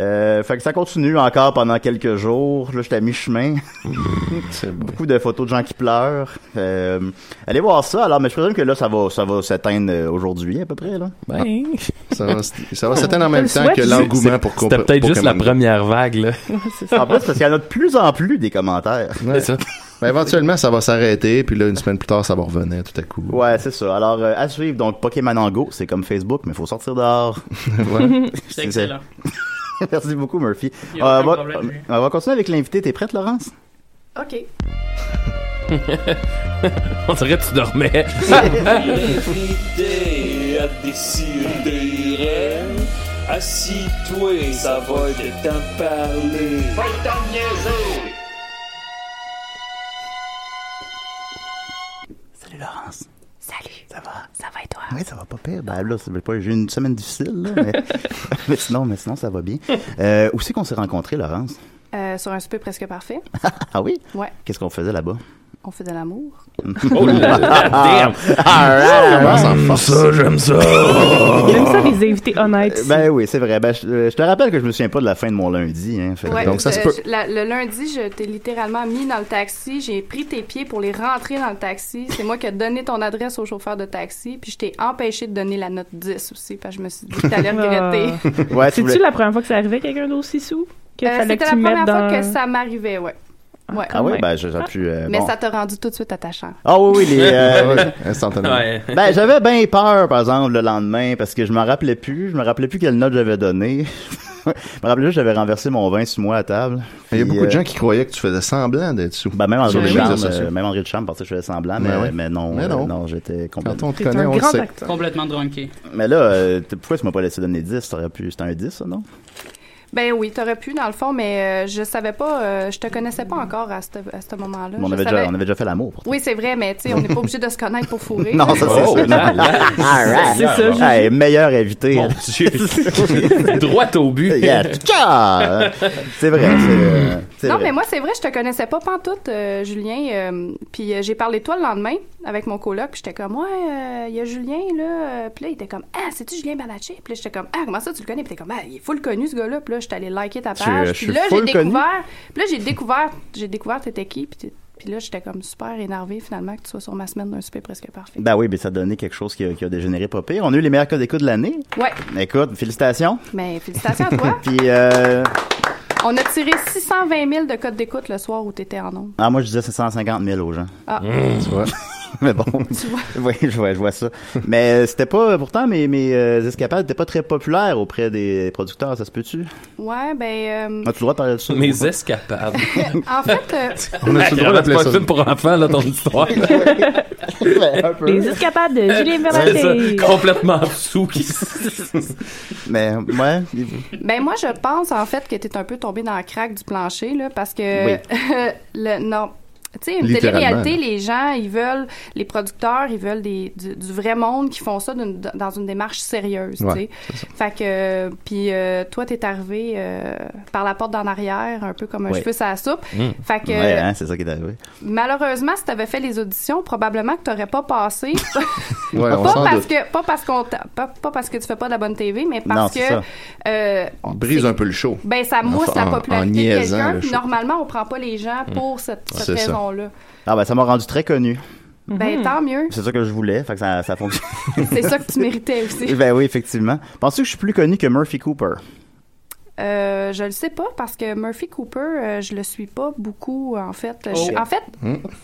Speaker 2: Euh, fait que ça continue encore pendant quelques jours. Là, j'étais à mi-chemin.
Speaker 4: Mm-hmm. C'est bon.
Speaker 2: Beaucoup de photos de gens qui pleurent. Euh, allez voir ça. Alors, mais je présume que là, ça va, ça va s'éteindre euh, aujourd'hui à peu près. Là.
Speaker 5: Ben,
Speaker 4: Ça va, ça va s'éteindre en
Speaker 3: On
Speaker 4: même
Speaker 3: te le
Speaker 4: temps
Speaker 3: souhaite.
Speaker 4: que l'engouement pour
Speaker 5: c'était
Speaker 4: Copa-
Speaker 5: peut-être juste la
Speaker 4: Pokémon Go.
Speaker 5: première vague, là.
Speaker 3: Ouais, c'est
Speaker 2: En
Speaker 3: ça.
Speaker 2: plus, parce qu'il y en a de plus en plus des commentaires.
Speaker 5: C'est ça.
Speaker 4: Mais Ben, éventuellement, ça va s'arrêter, puis là, une semaine plus tard, ça va revenir tout à coup.
Speaker 2: Ouais, c'est ça. Alors, euh, à suivre, donc Pokémon en Go, c'est comme Facebook, mais il faut sortir dehors.
Speaker 4: Ouais.
Speaker 9: C'est excellent.
Speaker 2: Merci beaucoup, Murphy. Euh,
Speaker 9: Il y
Speaker 2: On
Speaker 9: a aucun
Speaker 2: va,
Speaker 9: problème, j'ai-
Speaker 2: on va continuer avec l'invité. T'es prête, Laurence?
Speaker 7: OK.
Speaker 5: On dirait que tu dormais.
Speaker 1: L'idée à décider. Assis-toi, ça va être temps de parler. Va t'en niaiser!
Speaker 2: Salut, Laurence.
Speaker 7: Salut.
Speaker 2: Ça va?
Speaker 7: Ça va et toi?
Speaker 2: Oui, ça va pas pire. Ben là, ça veut pas- j'ai eu une semaine difficile, là, mais, mais sinon, mais sinon, ça va bien. Euh, où c'est qu'on s'est rencontrés, Laurence?
Speaker 7: Euh, sur un souper presque parfait.
Speaker 2: Ah oui?
Speaker 7: Ouais.
Speaker 2: Qu'est-ce qu'on faisait là-bas?
Speaker 7: On fait de l'amour.
Speaker 2: Oh là là, damn! All right!
Speaker 4: J'aime ça, j'aime ça.
Speaker 3: J'aime ça, les invités honnêtes.
Speaker 2: Ben oui, c'est vrai. Ben, je, euh, je te rappelle que je me souviens pas de la fin de mon lundi. Hein, fait que-
Speaker 7: Ouais,
Speaker 4: Ben, Donc, ça
Speaker 7: euh,
Speaker 4: se peut.
Speaker 7: je- la- le lundi, je t'ai littéralement mis dans le taxi. J'ai pris tes pieds pour les rentrer dans le taxi. C'est moi qui ai donné ton adresse au chauffeur de taxi. Puis je t'ai empêché de donner la note 10 aussi. Parce que je me suis dit que t'allais regretter.
Speaker 3: Ah.
Speaker 2: Ouais, tu
Speaker 3: C'est-tu
Speaker 2: voulais-
Speaker 3: la première fois que ça arrivait, quelqu'un d'aussi sous? Que
Speaker 7: Euh,
Speaker 3: fallait
Speaker 7: C'était
Speaker 3: que
Speaker 7: la
Speaker 3: tu mettes
Speaker 7: première
Speaker 3: dans...
Speaker 7: fois que ça m'arrivait, ouais. Ouais.
Speaker 2: Ah oui, ben j'aurais pu. euh,
Speaker 7: Mais
Speaker 2: bon.
Speaker 7: ça t'a rendu tout de suite attachant.
Speaker 2: Ah oui, oui, les. euh,
Speaker 4: Ouais, instantanément.
Speaker 5: Ouais.
Speaker 2: Ben, j'avais bien peur, par exemple, le lendemain, parce que je me rappelais plus. Je me rappelais plus quelle note j'avais donnée. je me rappelais juste que j'avais renversé mon vin sur moi à table.
Speaker 4: Il y a
Speaker 2: Puis,
Speaker 4: beaucoup de
Speaker 2: euh,
Speaker 4: gens qui croyaient que tu faisais semblant d'être sous.
Speaker 2: Ben, même André
Speaker 4: Sur
Speaker 2: de
Speaker 4: les
Speaker 2: Chambre,
Speaker 4: réseaux sociaux.
Speaker 2: euh, même André de Chambre pensait que je faisais semblant, mais,
Speaker 4: Ben ouais.
Speaker 2: mais non,
Speaker 4: Mais
Speaker 2: euh, non.
Speaker 4: non.
Speaker 2: j'étais
Speaker 4: Quand
Speaker 2: complètement.
Speaker 4: on te
Speaker 3: T'es
Speaker 4: connaît,
Speaker 3: un
Speaker 4: on le
Speaker 3: grand
Speaker 4: sait.
Speaker 3: acteur.
Speaker 9: Complètement drunké.
Speaker 2: Mais là, euh, t- pourquoi tu m'as pas laissé donner 10? T'aurais pu... C'était un 10, ça, non?
Speaker 7: Ben oui, t'aurais pu dans le fond, mais euh, je savais pas, euh, je te connaissais pas encore à ce, à ce moment-là.
Speaker 2: Mais on,
Speaker 7: Je
Speaker 2: avait
Speaker 7: savais-
Speaker 2: déjà, on avait déjà fait l'amour, pourtant.
Speaker 7: Oui, c'est vrai, mais tu sais, on n'est pas obligé de se connaître pour fourrer.
Speaker 2: Non, ça,
Speaker 5: Oh,
Speaker 2: c'est sûr. All right.
Speaker 3: C'est ça, Juju.
Speaker 2: Hey, meilleur invité.
Speaker 5: Mon Dieu. Droit au but.
Speaker 2: Yeah. Tcha! c'est vrai. c'est, euh, c'est
Speaker 7: Non,
Speaker 2: vrai.
Speaker 7: mais moi, c'est vrai, je te connaissais pas pantoute, euh, Julien. euh, puis euh, j'ai parlé de toi le lendemain avec mon coloc, puis j'étais comme, ouais, euh, il y a Julien, là. euh, Puis là, il était comme, ah, c'est-tu Julien Banaché? Puis là, j'étais comme, ah, comment ça, tu le connais? Puis t'es comme, ah, il est full connu, ce gars-là. Puis là, j'étais allée liker ta
Speaker 4: Tu-
Speaker 7: page.
Speaker 4: je
Speaker 7: Puis
Speaker 4: suis
Speaker 7: là, j'ai
Speaker 4: full connu?
Speaker 7: découvert, puis là, j'ai découvert, j'ai découvert t'étais qui, puis t'es- puis là, j'étais comme super énervée, finalement, que tu sois sur ma semaine d'un souper presque parfait.
Speaker 2: Ben oui, mais ça donnait quelque chose qui a, qui a dégénéré pas pire. On a eu les meilleurs codes d'écoute de l'année.
Speaker 7: Ouais,
Speaker 2: Écoute, félicitations.
Speaker 7: mais félicitations à toi.
Speaker 2: Puis, euh,
Speaker 7: On a tiré 620 000 de codes d'écoute le soir où t'étais en ondes.
Speaker 2: ah, moi, je disais 750 000 aux gens.
Speaker 7: Ah.
Speaker 4: Mmh. Tu vois.
Speaker 2: mais bon. oui, je vois, je vois ça. Mais euh, c'était pas, pourtant, mes, mes euh, escapades n'étaient pas très populaires auprès des producteurs, ça se peut-tu?
Speaker 7: Ouais, ben, euh,
Speaker 2: As-tu le droit de parler de ça?
Speaker 5: Mes escapades.
Speaker 4: Ah,
Speaker 5: Ah,
Speaker 7: en fait, euh,
Speaker 4: On a tout le droit
Speaker 5: C'est
Speaker 4: d'appeler
Speaker 5: pas
Speaker 4: ça.
Speaker 5: un film pour enfants, là, ton histoire.
Speaker 2: Un peu.
Speaker 3: Les escapades de Julien
Speaker 5: C'est ça,
Speaker 3: Bernatté.
Speaker 5: complètement sous qui
Speaker 2: Mais, ouais.
Speaker 7: Ben moi, je pense en fait que t'es un peu tombé dans le crack du plancher là, parce que
Speaker 2: Oui.
Speaker 7: le non. Tu sais, une
Speaker 4: Littéralement,
Speaker 7: télé-réalité, les gens, ils veulent, les producteurs, ils veulent des, du, du vrai monde qui font ça d'une- dans une démarche sérieuse,
Speaker 4: Ouais,
Speaker 7: tu sais. Fait que, euh, puis euh, toi, t'es arrivé euh, par la porte d'en arrière, un peu comme un
Speaker 2: Ouais.
Speaker 7: cheveu sur la soupe.
Speaker 4: Mmh.
Speaker 7: Fait que,
Speaker 2: Ouais, hein, c'est ça qui est arrivé.
Speaker 7: malheureusement, si t'avais fait les auditions, probablement que t'aurais pas passé.
Speaker 4: Ouais, on
Speaker 7: pas,
Speaker 4: s'en
Speaker 7: parce
Speaker 4: doute.
Speaker 7: que, pas parce qu'on t'a- pas, pas parce que tu fais pas de la bonne TV, mais parce
Speaker 2: Non, c'est
Speaker 7: que
Speaker 2: ça.
Speaker 7: euh,
Speaker 4: On brise un peu le show.
Speaker 7: ben, ça mousse
Speaker 4: Enfin,
Speaker 7: la
Speaker 4: en- en
Speaker 7: popularité de
Speaker 4: niaisant,
Speaker 7: quelqu'un.
Speaker 4: là,
Speaker 7: puis
Speaker 4: je-
Speaker 7: Normalement, on prend pas les gens
Speaker 2: Mm.
Speaker 7: pour cette, cette
Speaker 4: Mmh. C'est ça.
Speaker 7: raison-là.
Speaker 2: Ah, ben, ça m'a rendu très connu.
Speaker 9: Mhm.
Speaker 7: Ben, tant mieux.
Speaker 2: C'est ça que je voulais, fait que ça, ça fonctionne.
Speaker 7: C'est ça que tu méritais aussi.
Speaker 2: ben oui, effectivement. Penses-tu que je suis plus connu que Murphy Cooper?
Speaker 7: Euh, je le sais pas parce que Murphy Cooper, euh, je le suis pas beaucoup, en fait. Je
Speaker 9: Oh.
Speaker 7: suis- en fait,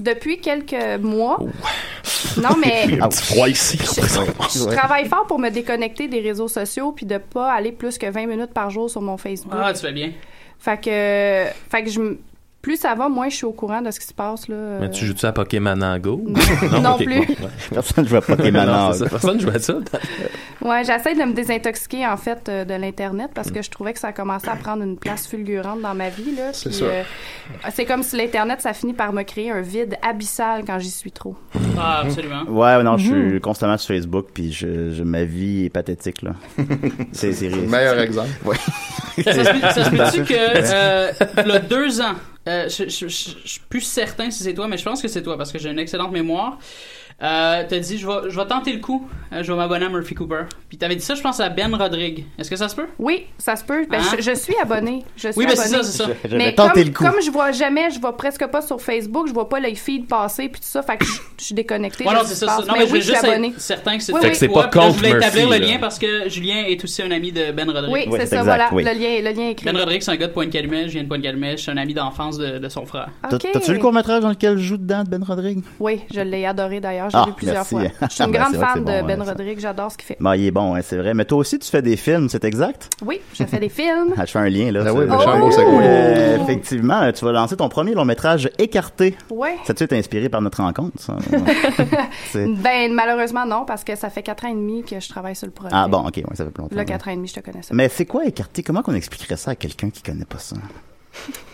Speaker 7: depuis quelques mois. Non, mais
Speaker 2: Ah,
Speaker 8: Froid ici.
Speaker 7: je travaille fort pour me déconnecter des réseaux sociaux puis de pas aller plus que 20 minutes par jour sur mon Facebook.
Speaker 9: Ah, tu fais bien.
Speaker 7: Fait que, fait que je, m- plus ça va, moins je suis au courant de ce qui se passe là.
Speaker 5: Mais tu joues-tu à Pokémon en Go?
Speaker 7: Non,
Speaker 5: ok,
Speaker 7: plus.
Speaker 5: bon, ouais.
Speaker 2: personne ne joue à Pokémon.
Speaker 5: Non,
Speaker 2: en-
Speaker 5: c'est ça. Personne joue à ça.
Speaker 7: Ouais, j'essaie de me désintoxiquer en fait euh, de l'internet parce que je trouvais que ça commençait à prendre une place fulgurante dans ma vie là.
Speaker 4: C'est
Speaker 7: Puis, euh,
Speaker 4: sûr.
Speaker 7: c'est comme si l'internet ça finit par me créer un vide abyssal quand j'y suis trop.
Speaker 9: Ah, absolument.
Speaker 2: Ouais, non, je
Speaker 9: Mhm.
Speaker 2: suis constamment sur Facebook, puis je, je- ma vie est pathétique, là. c'est c'est rire.
Speaker 4: Meilleur exemple.
Speaker 9: Ça se peut- ça se peut-tu que, euh, là, deux ans, euh, je, je- je- je suis plus certain si c'est toi, mais je pense que c'est toi parce que j'ai une excellente mémoire. Euh, t'as dit, je vais, je vais tenter le coup, euh, je vais m'abonner à Murphy Cooper. Puis t'avais dit ça, je pense, à Ben Rodrigue. Est-ce que ça se peut?
Speaker 7: Oui, ça se peut. Ben,
Speaker 9: Hein?
Speaker 7: je, je suis abonnée. Je suis
Speaker 9: Oui, ben, c'est
Speaker 7: abonnée.
Speaker 9: ça, c'est ça. Je- je
Speaker 7: Mais
Speaker 9: vais tenter
Speaker 7: comme,
Speaker 9: le coup.
Speaker 7: comme je vois jamais, je vois presque pas sur Facebook, je vois pas les feed passer puis tout ça, fait que je, je suis déconnectée.
Speaker 9: Ouais,
Speaker 7: de
Speaker 9: non,
Speaker 7: ce
Speaker 9: c'est
Speaker 7: qui
Speaker 9: ça.
Speaker 7: se passe.
Speaker 9: c'est- Non,
Speaker 7: mais
Speaker 9: mais je
Speaker 7: oui,
Speaker 9: veux
Speaker 7: je suis
Speaker 9: juste
Speaker 7: abonnée.
Speaker 9: être certain que c'est
Speaker 7: Oui,
Speaker 5: Fait que
Speaker 7: oui.
Speaker 5: c'est pas
Speaker 9: Puis là, Je
Speaker 5: contre
Speaker 9: voulais établir le
Speaker 5: Murphy.
Speaker 9: lien
Speaker 5: là.
Speaker 9: parce que Julien est aussi un ami de Ben Rodrigue.
Speaker 7: Oui, c'est ça, voilà. Le, lien, le lien est écrit.
Speaker 9: Ben Rodrigue, c'est un gars de Pointe-Calumet. Je viens de Pointe-Calumet. Je suis un ami d'enfance de, de son frère.
Speaker 2: T'as-
Speaker 7: Ah, Ok.
Speaker 2: T'as-tu vu le court-métrage dans lequel je joue dedans de Ben Rodrigue?
Speaker 7: Oui, je l'ai adoré d'ailleurs, j'ai
Speaker 2: Ah,
Speaker 7: vu plusieurs
Speaker 2: merci.
Speaker 7: fois. Je suis une
Speaker 2: Ben,
Speaker 7: grande
Speaker 2: c'est vrai que
Speaker 7: fan de
Speaker 2: c'est bon,
Speaker 7: Ben
Speaker 2: hein, ça.
Speaker 7: Rodrigue, j'adore ce qu'il fait.
Speaker 2: Bah, il est bon, hein, c'est vrai. Mais toi aussi, tu fais des films, c'est exact?
Speaker 7: Oui, je fais des films.
Speaker 2: Ah, je fais un lien, là. Ah
Speaker 4: Ben oui, mais je fais un beau segway.
Speaker 2: effectivement, euh, tu vas lancer ton premier long-métrage Écarté.
Speaker 7: Ouais.
Speaker 2: Ça tu été inspiré par notre rencontre, ça? C'est-
Speaker 7: Ben, malheureusement, non, parce que ça fait 4 ans et demi que je travaille sur le projet.
Speaker 2: Ah bon, ok, ouais, ça fait plus longtemps.
Speaker 7: Là, 4 ans et demi, je te connaissais.
Speaker 2: Mais c'est quoi Écarté? Comment qu'on expliquerait ça à quelqu'un qui connaît pas ça?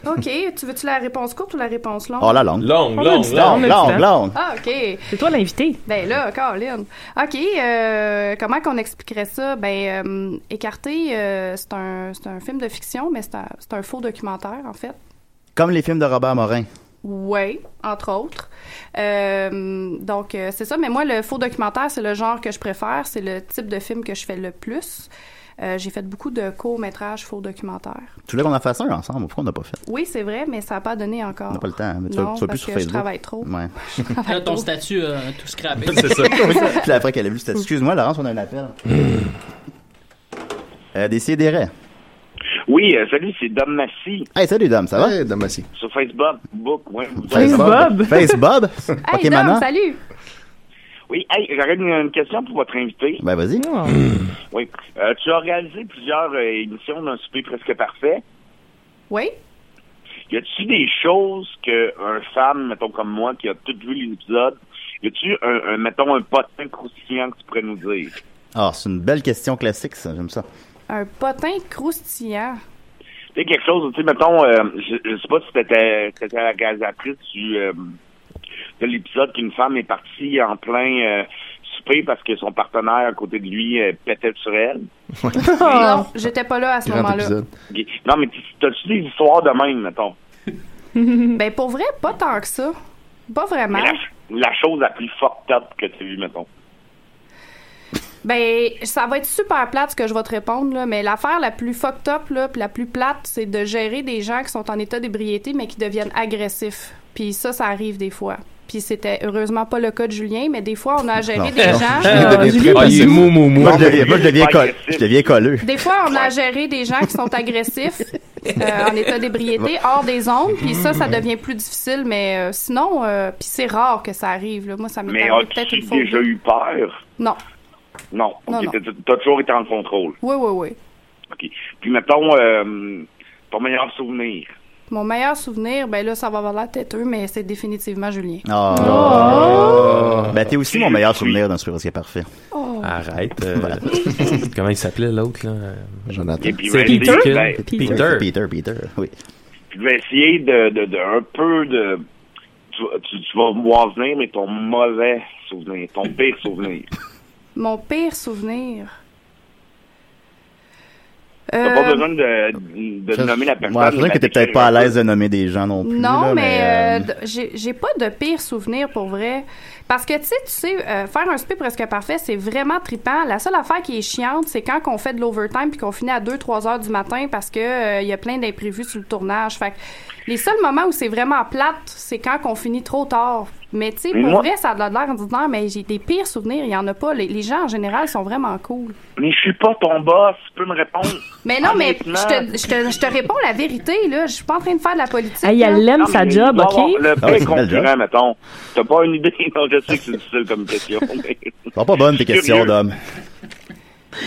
Speaker 7: OK, tu veux-tu la réponse courte ou la réponse longue?
Speaker 2: Oh, la longue.
Speaker 7: On
Speaker 2: Longue,
Speaker 7: a
Speaker 2: longue,
Speaker 7: du temps,
Speaker 2: longue,
Speaker 7: on a du temps.
Speaker 2: longue, longue.
Speaker 7: Ah, OK.
Speaker 3: C'est toi l'invité.
Speaker 7: Ben là, Caroline. OK, euh, comment qu'on expliquerait ça? Ben, euh, Écarté, euh, c'est un, c'est un film de fiction, mais c'est un, c'est un faux documentaire, en fait.
Speaker 2: Comme les films de Robert Morin.
Speaker 7: Oui, entre autres. Euh, donc, euh, c'est ça. Mais moi, le faux documentaire, c'est le genre que je préfère. C'est le type de film que je fais le plus. Euh, J'ai fait beaucoup de courts-métrages faux documentaires.
Speaker 2: Tu voulais qu'on en fasse un ensemble, pourquoi on n'a pas fait?
Speaker 7: Oui, c'est vrai, mais ça n'a pas donné encore.
Speaker 2: On n'a pas le temps, mais tu,
Speaker 7: non,
Speaker 2: vas- tu vas plus
Speaker 7: parce
Speaker 2: sur
Speaker 7: que
Speaker 2: Facebook.
Speaker 7: je travaille trop.
Speaker 2: Ouais.
Speaker 7: Ah,
Speaker 9: Là, ton statut euh, tout scrapé.
Speaker 2: Puis après qu'elle a vu le statut. Excuse-moi, Laurence, on a un appel.
Speaker 7: Hmm.
Speaker 2: Euh, des raies.
Speaker 10: Oui, euh, salut, c'est Dom Massy
Speaker 2: Hey, salut, Dom, ça va? Hey,
Speaker 4: Dom, merci.
Speaker 10: sur Facebook. Book, ouais, vous
Speaker 2: Face
Speaker 10: êtes-
Speaker 2: Bob. Face Bob.
Speaker 7: Hey,
Speaker 2: Pokémon.
Speaker 7: Dom, salut!
Speaker 10: Oui, hey, j'aurais une, une question pour votre invité.
Speaker 2: Ben, vas-y.
Speaker 7: Oh.
Speaker 10: Oui. Euh, tu as réalisé plusieurs euh, émissions d'un souper presque parfait.
Speaker 7: Oui?
Speaker 10: Y a-tu des choses qu'un femme, mettons comme moi, qui a tout vu l'épisode, y a-tu un, un, mettons, un potin croustillant que tu pourrais nous dire?
Speaker 2: Ah, c'est une belle question classique, ça. J'aime ça.
Speaker 7: Un potin croustillant.
Speaker 10: Tu sais, quelque chose, tu sais, mettons, euh, je, je sais pas si t'étais, t'étais la réalisatrice du, euh, de l'épisode qu'une femme est partie en plein euh, souper parce que son partenaire à côté de lui euh, pétait sur elle.
Speaker 7: non, j'étais pas là à ce
Speaker 10: Grand
Speaker 7: moment-là.
Speaker 10: épisode. Ok. Non, mais tu- t'as-tu des histoires de même, mettons?
Speaker 7: ben, pour vrai, pas tant que ça. Pas vraiment.
Speaker 10: Mais la, la chose la plus fucked up que tu as vue, mettons.
Speaker 7: Ben, ça va être super plate ce que je vais te répondre, là, mais l'affaire la plus fucked up, là, puis la plus plate, c'est de gérer des gens qui sont en état d'ébriété, mais qui deviennent agressifs. Puis ça, ça arrive des fois. Puis c'était heureusement pas le cas de Julien, mais des fois, on a géré
Speaker 2: Non.
Speaker 7: des
Speaker 2: Non,
Speaker 7: gens.
Speaker 2: je deviens très
Speaker 5: Ah, il est
Speaker 2: passif.
Speaker 5: mou, mou, mou.
Speaker 2: Moi, je deviens,
Speaker 5: Non,
Speaker 2: moi, je deviens
Speaker 5: il est
Speaker 2: col-
Speaker 5: agressif.
Speaker 2: je deviens colleux.
Speaker 7: Des fois, on a géré des gens qui sont agressifs euh, en état d'ébriété, hors des ondes, puis ça, ça devient plus difficile, mais euh, sinon, euh, puis c'est rare que ça arrive. Là. Moi, ça m'est
Speaker 10: Mais
Speaker 7: arrivé Ah, peut-être
Speaker 10: as-tu
Speaker 7: une fois. ou
Speaker 10: déjà
Speaker 7: deux.
Speaker 10: eu peur?
Speaker 7: Non.
Speaker 10: Non.
Speaker 7: Non,
Speaker 10: Ok,
Speaker 7: non.
Speaker 10: t'as- T'as toujours été en contrôle.
Speaker 7: Oui, oui, oui.
Speaker 10: Ok. Puis, mettons, euh, ton meilleur souvenir.
Speaker 7: Mon meilleur souvenir, ben là, ça va avoir la têteux, mais c'est définitivement Julien.
Speaker 2: Oh. Ah. Ben, t'es aussi mon meilleur souvenir d'un Super Risque Parfait.
Speaker 7: Oh.
Speaker 5: Arrête. euh, Comment il s'appelait l'autre, là?
Speaker 2: Jonathan.
Speaker 10: Et puis, Randy, ben,
Speaker 2: Peter. Peter. Peter, Peter, oui.
Speaker 10: Puis, je vais essayer de, de, de- un peu de. Tu, tu- tu vas me voir venir, mais ton mauvais souvenir, ton pire souvenir.
Speaker 7: Mon pire souvenir.
Speaker 10: T'as
Speaker 7: Euh,
Speaker 10: pas besoin de, de
Speaker 2: Ça,
Speaker 10: nommer la
Speaker 2: Ouais,
Speaker 10: personne.
Speaker 2: je sais que
Speaker 10: mais
Speaker 2: t'es peut-être pas à l'aise de nommer des gens non plus.
Speaker 7: Non,
Speaker 2: là,
Speaker 7: mais,
Speaker 2: euh,
Speaker 7: euh, d- j'ai- j'ai pas de pire souvenir pour vrai. Parce que, tu sais, tu sais, euh, faire un spé presque parfait, c'est vraiment trippant. La seule affaire qui est chiante, c'est quand on fait de l'overtime puis qu'on finit à 2-3 heures du matin parce que euh, il y a plein d'imprévus sur le tournage. Fait que les seuls moments où c'est vraiment plate, c'est quand on finit trop tard. Mais, tu sais,
Speaker 10: Mais
Speaker 7: pour
Speaker 10: moi-
Speaker 7: vrai, ça a de l'air en disant, mais j'ai des pires souvenirs, il y en a pas. Les, les gens, en général, sont vraiment cool.
Speaker 10: Mais je suis pas ton boss, tu peux me répondre.
Speaker 7: Mais non, mais je
Speaker 10: Honnêtement.
Speaker 7: te, je te- je te réponds la vérité, là. Je suis pas en train de faire de la politique.
Speaker 3: Hey, elle
Speaker 7: là.
Speaker 3: l'aime, sa job,
Speaker 10: Bon,
Speaker 3: OK?
Speaker 10: Le
Speaker 2: Ah ouais,
Speaker 10: pire
Speaker 2: c'est une belle
Speaker 10: concurrent,
Speaker 2: job.
Speaker 10: mettons. T'as pas une idée, non, je sais que c'est difficile comme question. mais-
Speaker 2: sont pas bonnes tes
Speaker 10: Curieux.
Speaker 2: questions, Dom.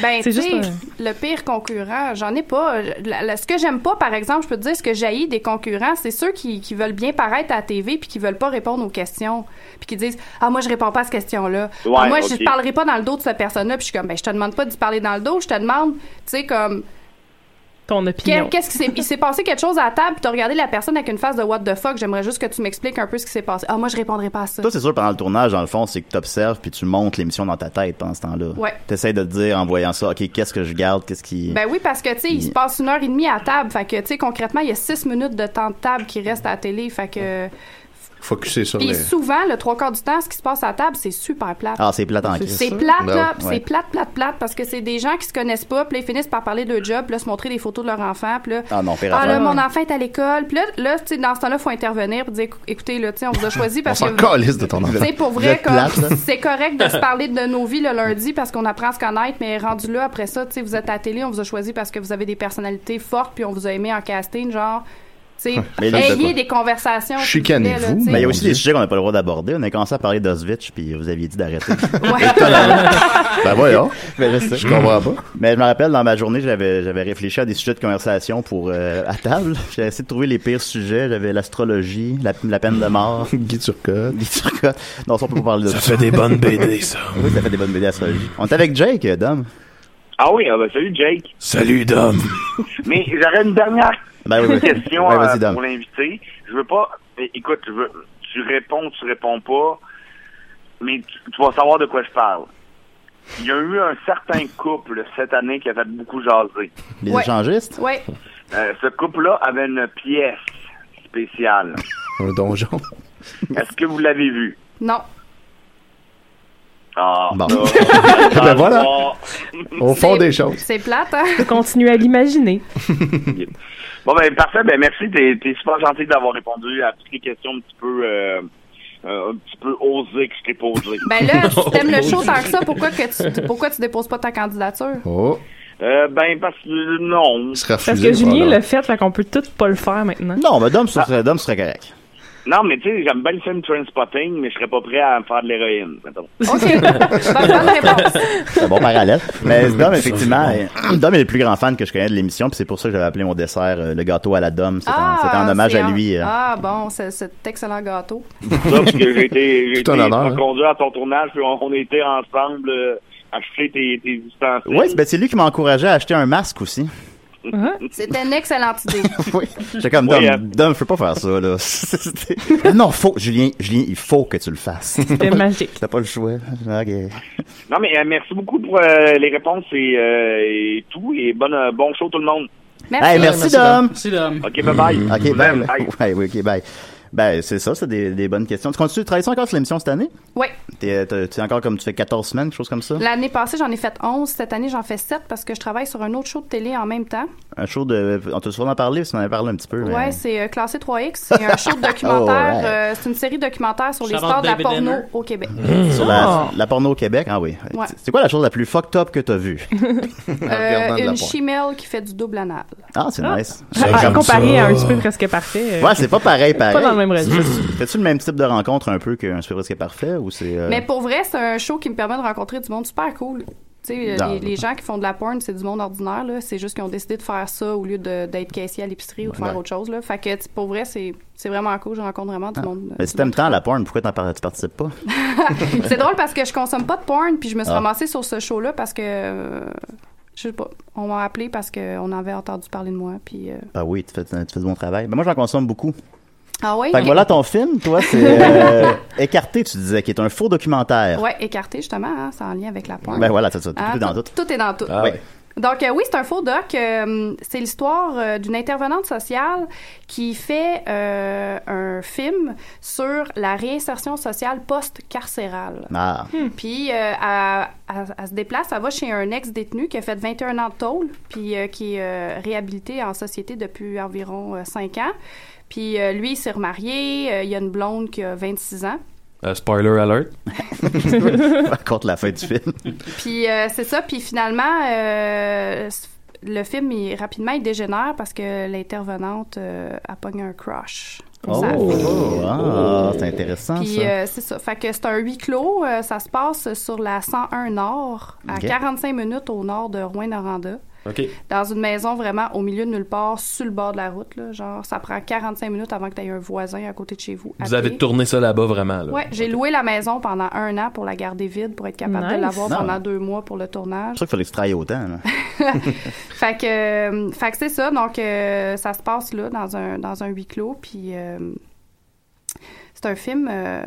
Speaker 7: Ben,
Speaker 3: C'est
Speaker 7: tu
Speaker 3: juste
Speaker 7: sais,
Speaker 3: un-
Speaker 7: le pire concurrent, j'en ai pas. La- la- ce que j'aime pas, par exemple, je peux te dire, ce que j'haïs des concurrents, c'est ceux qui, qui veulent bien paraître à la TV puis qui veulent pas répondre aux questions. Puis qui disent Ah, moi, je réponds pas à cette question-là. Ah,
Speaker 11: Ouais,
Speaker 7: moi, je
Speaker 11: ok.
Speaker 7: parlerai pas dans le dos de cette personne-là. Puis je suis comme Ben, je te demande pas d'y parler dans le dos. Je te demande, tu sais, comme.
Speaker 3: Ton
Speaker 7: Qu'est-
Speaker 3: opinion.
Speaker 7: Qu'est-ce qui s'est il s'est passé quelque chose à la table, puis t'as regardé la personne avec une face de what the fuck, j'aimerais juste que tu m'expliques un peu ce qui s'est passé. Ah moi je répondrai pas à ça.
Speaker 2: Toi, c'est sûr, pendant le tournage, dans le fond, c'est que t'observes puis tu montes l'émission dans ta tête pendant ce temps-là.
Speaker 7: Ouais.
Speaker 2: T'essayes de te dire en voyant ça, OK, qu'est-ce que je garde, qu'est-ce qui.
Speaker 7: Ben oui, parce que, tu sais, il se passe une heure et demie à table. Fait que, tu sais, concrètement, il y a six minutes de temps de table qui reste à la télé. Fait que,
Speaker 4: focusser sur
Speaker 7: Puis
Speaker 4: les...
Speaker 7: souvent, le trois quarts du temps, ce qui se passe à la table, c'est super plate.
Speaker 4: Ah, c'est plate en crise.
Speaker 7: C'est
Speaker 4: C'est
Speaker 7: plate,
Speaker 4: ça?
Speaker 7: là.
Speaker 4: Ben
Speaker 7: puis
Speaker 4: oui.
Speaker 7: C'est plate, plate, plate, parce que c'est des gens qui se connaissent pas, puis là, ils finissent par parler de leur job, puis là, se montrer des photos de leur enfant, puis là...
Speaker 2: Ah non, pire
Speaker 7: Ah
Speaker 2: affaire.
Speaker 7: là, mon enfant est à l'école. Puis là, là tu sais, dans ce temps-là, faut intervenir puis dire, écou- écoutez, là, tu sais, on vous a choisi
Speaker 4: On
Speaker 7: parce que...
Speaker 4: s'en calisse de ton
Speaker 7: Tu
Speaker 4: enfant.
Speaker 7: sais, pour
Speaker 4: Vous
Speaker 7: vrai,
Speaker 4: êtes
Speaker 7: comme,
Speaker 4: plate, là.
Speaker 7: c'est correct de se parler de nos vies le lundi parce qu'on apprend à se connaître, mais rendu là, après ça, tu sais, vous êtes à la télé, on vous a choisi parce que vous avez des personnalités fortes puis on vous a aimé en casting, genre, tu sais,
Speaker 2: Mais là, c'est
Speaker 7: ayez
Speaker 2: quoi?
Speaker 7: des conversations. s'il vous plaît, là, tu sais.
Speaker 2: Mais il y a aussi des sujets qu'on n'a pas le droit d'aborder. On a commencé à parler d'Auschwitz, puis vous aviez dit d'arrêter.
Speaker 4: ben voyons. Je comprends pas.
Speaker 2: Mais je me rappelle, dans ma journée, j'avais j'avais réfléchi à des sujets de conversation pour euh, à table. J'avais essayé de trouver les pires sujets. J'avais l'astrologie, la, la peine de mort.
Speaker 4: Guy Turcotte.
Speaker 2: Guy Turcotte. Non, ça, on peut pas parler de ça.
Speaker 8: Ça fait des bonnes BD, ça.
Speaker 2: oui, ça fait des bonnes BD astrologie. On est avec Jake, euh, Dom.
Speaker 10: Ah oui, ah ben, salut Jake.
Speaker 8: Salut, Dom.
Speaker 10: Mais j'aurais une dernière
Speaker 2: Ben oui, oui.
Speaker 10: question
Speaker 2: Ouais,
Speaker 10: euh,
Speaker 2: vas-y, Dom.
Speaker 10: pour l'invité. Je veux pas. é- Écoute, je veux- tu réponds, tu réponds pas, mais tu, tu vas savoir de quoi je parle. Il y a eu un certain couple cette année qui a fait beaucoup jaser.
Speaker 2: Les échangistes.
Speaker 7: Ouais.
Speaker 10: Euh, ce couple-là avait une pièce spéciale.
Speaker 4: Un donjon.
Speaker 10: Est-ce que vous l'avez vu?
Speaker 7: Non.
Speaker 10: Ah,
Speaker 4: Bon.
Speaker 10: ça-
Speaker 4: Ben voilà.
Speaker 10: Ah.
Speaker 4: Au fond des choses.
Speaker 7: C'est plate, hein?
Speaker 3: Je continue à l'imaginer.
Speaker 10: Bon, ben, parfait. Ben, merci. T'es, t'es super gentil d'avoir répondu à toutes les questions un petit peu, euh, euh, un petit peu osées que je t'ai posées.
Speaker 7: Ben là, si t'aimes le show tant que ça, pourquoi, que tu, pourquoi tu déposes pas ta candidature?
Speaker 4: Oh.
Speaker 10: Euh, ben, parce que euh, non.
Speaker 3: Parce que Julien l'a fait, fait qu'on peut tout pas le faire maintenant.
Speaker 2: Non, mais Dom,
Speaker 7: Ah.
Speaker 2: ça serait, Dom serait correct.
Speaker 10: Non, mais tu sais, j'aime bien le film Trainspotting, mais je serais pas prêt à me faire de l'héroïne. mettons.
Speaker 2: C'est un bon parallèle. Mais Dom, effectivement, euh, Dom est le plus grand fan que je connais de l'émission, puis c'est pour ça que j'avais appelé mon dessert euh, le gâteau à la Dom. C'était en- c'était en, hommage
Speaker 7: Ah, c'est
Speaker 2: à
Speaker 7: un-
Speaker 2: lui. euh.
Speaker 7: Ah bon, c'est cet excellent gâteau.
Speaker 10: C'est ça, parce que j'ai été, j'ai
Speaker 2: Tout un
Speaker 10: été
Speaker 2: honneur, hein.
Speaker 10: conduit à ton tournage, puis on, on était ensemble euh, acheter tes, tes distances.
Speaker 2: Oui, c'est- ben, c'est lui qui m'a encouragé à acheter un masque aussi.
Speaker 7: C'était une excellente idée.
Speaker 2: J'étais comme, Dom,
Speaker 10: Oui, euh.
Speaker 2: Dom, faut pas faire ça, là. C'était- non, faut, Julien, Julien, il faut que tu le fasses. C'était
Speaker 3: magique.
Speaker 2: T'as pas le choix. Ok.
Speaker 10: Non, mais euh, merci beaucoup pour euh, les réponses et, euh, et tout. Et bonne, euh, bon show, tout le monde.
Speaker 2: Merci. Hey, merci,
Speaker 3: Ben.
Speaker 2: Merci, Dom. Dom. Merci,
Speaker 10: Dom. OK, bye-bye.
Speaker 2: Ok,
Speaker 10: Bye.
Speaker 2: ben, ouais, oui, ok, bye. Ben, c'est ça, c'est des, des bonnes questions. Tu continues de travailler ça encore sur l'émission cette année?
Speaker 7: Oui.
Speaker 2: T'es, t'es- t'es encore comme tu fais 14 semaines, quelque chose comme ça?
Speaker 7: L'année passée, j'en ai fait 11. Cette année, j'en fais 7 parce que je travaille sur un autre show de télé en même temps.
Speaker 2: Un show de, on t'a souvent parlé, parce qu'on en avait parlé un petit peu. mais-
Speaker 7: Ouais, c'est euh, classé 3X. C'est un show de documentaire.
Speaker 2: Oh, ouais.
Speaker 7: euh, c'est une série documentaire sur les
Speaker 9: Charlotte
Speaker 7: stars de la
Speaker 9: David
Speaker 7: porno
Speaker 9: Denner.
Speaker 7: au Québec.
Speaker 2: Sur la, la porno au Québec, ah oui.
Speaker 7: Ouais.
Speaker 2: C'est quoi la chose la plus fucked up que t'as vue?
Speaker 7: Euh,
Speaker 2: regardant de la
Speaker 7: une
Speaker 2: porno.
Speaker 7: chimelle qui fait du double anal.
Speaker 2: Ah, c'est nice.
Speaker 3: Ah, comparé à un petit peu presque parfait. euh,
Speaker 2: Ouais, c'est pas pareil, pareil.
Speaker 3: Pas dans le même registre.
Speaker 2: Fais-tu le même type de rencontre un peu qu'un Super Risque Parfait ou c'est. euh,
Speaker 7: Mais pour vrai, c'est un show qui me permet de rencontrer du monde super cool. Tu sais, euh,
Speaker 2: Non.
Speaker 7: les, les gens qui font de la porn, c'est du monde ordinaire, là. C'est juste qu'ils ont décidé de faire ça au lieu de- d'être caissier à l'épicerie ou de faire
Speaker 2: Ouais.
Speaker 7: autre chose, là. Fait que, tu- pour vrai, c'est c'est vraiment cool. Je rencontre vraiment du monde.
Speaker 2: Ah. Mais si t'aimes tant la porn, pourquoi t'en par- tu participes pas?
Speaker 7: c'est drôle parce que je consomme pas de porn, puis je me suis
Speaker 2: Ah.
Speaker 7: ramassée sur ce show-là parce que. euh, je sais pas. On m'a appelé parce qu'on avait entendu parler de moi, puis. euh,
Speaker 2: Ah oui, tu fais, tu fais du bon travail. Mais moi, j'en consomme beaucoup.
Speaker 7: Ah ouais?
Speaker 2: Fait que voilà ton film, toi, c'est euh, Écarté, tu disais, qui est un faux documentaire.
Speaker 7: Ouais, écarté, justement, hein, c'est en lien avec la porn.
Speaker 2: Ben voilà, c'est ça,
Speaker 3: Ah,
Speaker 2: tout
Speaker 7: Hein,
Speaker 2: est dans tout.
Speaker 7: est dans tout.
Speaker 2: Ah ouais.
Speaker 7: Donc euh, oui, c'est un faux doc. Euh, c'est l'histoire euh, d'une intervenante sociale qui fait euh, un film sur la réinsertion sociale post-carcérale.
Speaker 2: Ah.
Speaker 7: Puis euh, elle, elle- elle se déplace, elle va chez un ex-détenu qui a fait 21 ans de tôle, puis euh, qui est euh, réhabilité en société depuis environ 5 ans. Puis euh, lui, il s'est remarié, euh, il y a une blonde qui a 26 ans.
Speaker 5: Euh, spoiler alert.
Speaker 2: Raconte la fin du film.
Speaker 7: Puis euh, c'est ça. Puis finalement, euh, le film, il- rapidement, il dégénère parce que l'intervenante euh, a pogné un crush.
Speaker 2: Oh,
Speaker 7: Ça a fini.
Speaker 2: ah, c'est intéressant
Speaker 7: Puis
Speaker 2: ça.
Speaker 7: euh, c'est ça. Fait que c'est un huis clos. Euh, ça se passe sur la 101 Nord, à
Speaker 2: Ok.
Speaker 7: 45 minutes au nord de Rouen-Noranda.
Speaker 5: OK.
Speaker 7: Dans une maison vraiment au milieu de nulle part, sur le bord de la route. Là. Genre, ça prend 45 minutes avant que tu aies un voisin à côté de chez vous. à
Speaker 5: Vous avez
Speaker 7: pied.
Speaker 5: tourné ça là-bas vraiment, là.
Speaker 7: Ouais, j'ai loué la maison pendant un an pour la garder vide, pour être capable
Speaker 2: Nice.
Speaker 7: de l'avoir
Speaker 2: Non.
Speaker 7: pendant deux mois pour le tournage.
Speaker 2: C'est sûr qu'il fallait que tu travailles autant. Là.
Speaker 7: Fait que, euh, fait que c'est ça. Donc, euh, ça se passe là, dans un, dans un huis clos. Puis, euh, c'est un film. euh,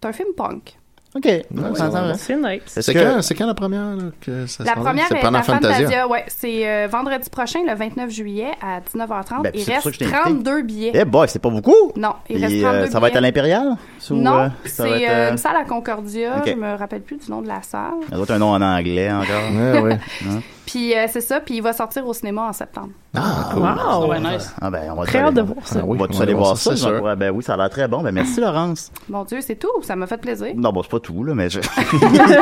Speaker 7: c'est un film punk.
Speaker 2: OK. ça
Speaker 4: ouais.
Speaker 2: semble-
Speaker 3: C'est nice.
Speaker 4: C'est quand, c'est quand la première? là, que ça
Speaker 7: La
Speaker 4: se passe?
Speaker 7: première
Speaker 4: C'est
Speaker 7: est
Speaker 4: pendant
Speaker 7: à Fantasia.
Speaker 4: Fantasia.
Speaker 7: ouais. C'est euh, vendredi prochain, le 29 juillet, à 19h30.
Speaker 2: Ben,
Speaker 7: il
Speaker 2: c'est pour ça
Speaker 7: reste
Speaker 2: que je t'ai invité.
Speaker 7: 32 billets.
Speaker 2: Eh boy, c'est pas beaucoup.
Speaker 7: Non, il
Speaker 2: Et,
Speaker 7: reste
Speaker 2: euh,
Speaker 7: 32
Speaker 2: ça va être à
Speaker 7: billets.
Speaker 2: l'Impérial? Ou, euh,
Speaker 7: Non,
Speaker 2: ça va
Speaker 7: c'est
Speaker 2: être,
Speaker 7: euh,
Speaker 2: euh,
Speaker 7: une salle à Concordia.
Speaker 2: ok.
Speaker 7: Je me rappelle plus du nom de la salle.
Speaker 2: Ça doit être un nom en anglais encore. Hein?
Speaker 7: Ouais, ouais. Puis euh, c'est ça. Puis il va sortir au cinéma en septembre.
Speaker 2: Ah,
Speaker 7: cool. Wow. Ouais, nice.
Speaker 2: Ah, ben, on va
Speaker 7: Très
Speaker 2: tous
Speaker 7: hâte de
Speaker 2: aller-
Speaker 7: voir ça.
Speaker 2: on va
Speaker 4: on
Speaker 2: tous
Speaker 4: va
Speaker 2: aller
Speaker 4: voir
Speaker 2: voir
Speaker 4: ça, c'est
Speaker 2: ça. je vais
Speaker 4: sûr.
Speaker 2: pouvoir- Ben oui, ça a l'air très bon. Ben merci, Laurence.
Speaker 7: Mon Dieu, c'est tout. Ça m'a fait plaisir.
Speaker 2: Non, bon, c'est pas tout, là, mais je...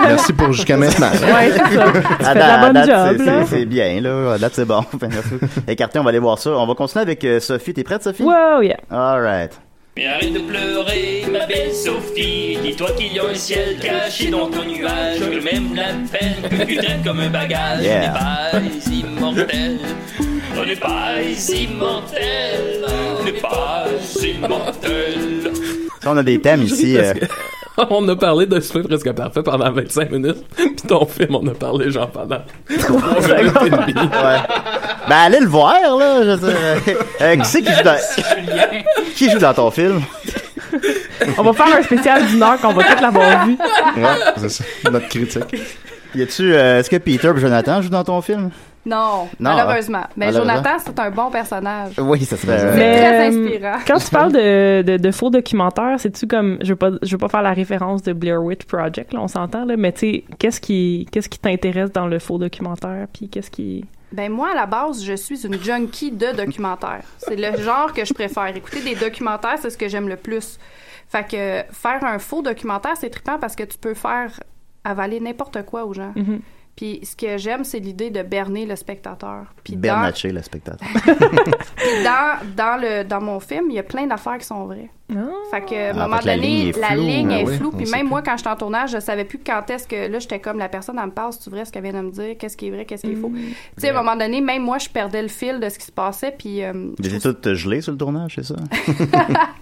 Speaker 4: Merci pour jusqu'à maintenant.
Speaker 7: Ouais, c'est ça. Tu fais de la
Speaker 2: date-
Speaker 7: bonne
Speaker 2: Ah, date,
Speaker 7: job,
Speaker 2: c'est-
Speaker 7: là.
Speaker 2: c'est- C'est bien, là. À date, c'est bon. Ben, merci. Écarté, on va aller voir ça. On va continuer avec euh, Sophie. T'es prête, Sophie?
Speaker 3: Wow, yeah.
Speaker 2: All right.
Speaker 11: Mais arrête de pleurer, ma belle Sophie. Dis-toi qu'il y a un ciel caché dans ton nuage. Que même la peine que tu traînes comme un bagage
Speaker 2: Yeah.
Speaker 11: n'est pas immortel. On n'est pas immortel. On n'est pas immortel.
Speaker 2: Ça, on a des thèmes ici. euh,
Speaker 5: On a parlé de ce film presque parfait pendant 25 minutes, puis ton film, on a parlé genre pendant 3 minutes et demie.
Speaker 2: Ben, allez le voir, là. Je veux dire. Euh, qui c'est qui joue dans... qui joue dans ton film?
Speaker 3: On va faire un spécial d'une heure qu'on va peut-être l'avoir vu.
Speaker 2: Ouais, c'est ça. Notre critique. Y a-tu... euh, Est-ce que Peter et Jonathan jouent dans ton film?
Speaker 7: Non,
Speaker 2: Non, hein?
Speaker 7: malheureusement. Mais
Speaker 2: malheureusement.
Speaker 7: Jonathan, c'est un bon personnage.
Speaker 2: Oui, ça serait...
Speaker 7: C'est
Speaker 2: euh,
Speaker 7: très
Speaker 3: euh,
Speaker 7: inspirant.
Speaker 3: Quand tu parles de, de, de faux documentaires, c'est-tu comme. Je veux, pas, je veux pas faire la référence de Blair Witch Project, là, on s'entend, là, mais tu sais, qu'est-ce qui, qu'est-ce qui t'intéresse dans le faux documentaire? Puis qu'est-ce qui.
Speaker 7: Ben moi, à la base, je suis une junkie de documentaires. C'est le genre que je préfère. Écouter des documentaires, c'est ce que j'aime le plus. Fait que euh, faire un faux documentaire, c'est trippant parce que tu peux faire avaler n'importe quoi aux gens.
Speaker 3: Mhm.
Speaker 7: Puis ce que j'aime, c'est l'idée de berner le spectateur. Puis dans,
Speaker 2: Bernatchez, le spectateur.
Speaker 7: puis dans, dans, le, dans mon film, il y a plein d'affaires qui sont vraies. Fait que, à un
Speaker 2: Ah,
Speaker 7: moment
Speaker 2: fait que la ligne
Speaker 7: donné,
Speaker 2: est
Speaker 7: la
Speaker 2: floue,
Speaker 7: ligne
Speaker 2: ben
Speaker 7: est
Speaker 2: oui,
Speaker 7: floue.
Speaker 2: on
Speaker 7: Puis
Speaker 2: sait
Speaker 7: même moi, quand j'étais en tournage, je savais plus quand est-ce que. Là, j'étais comme la personne, elle me parle, c'est vrai ce qu'elle vient de me dire, qu'est-ce qui est vrai, qu'est-ce qui est faux. Tu sais, à un moment donné, même moi, je perdais le fil de ce qui se passait. Puis. euh,
Speaker 2: Vous étiez toutes gelées sur le tournage, c'est ça?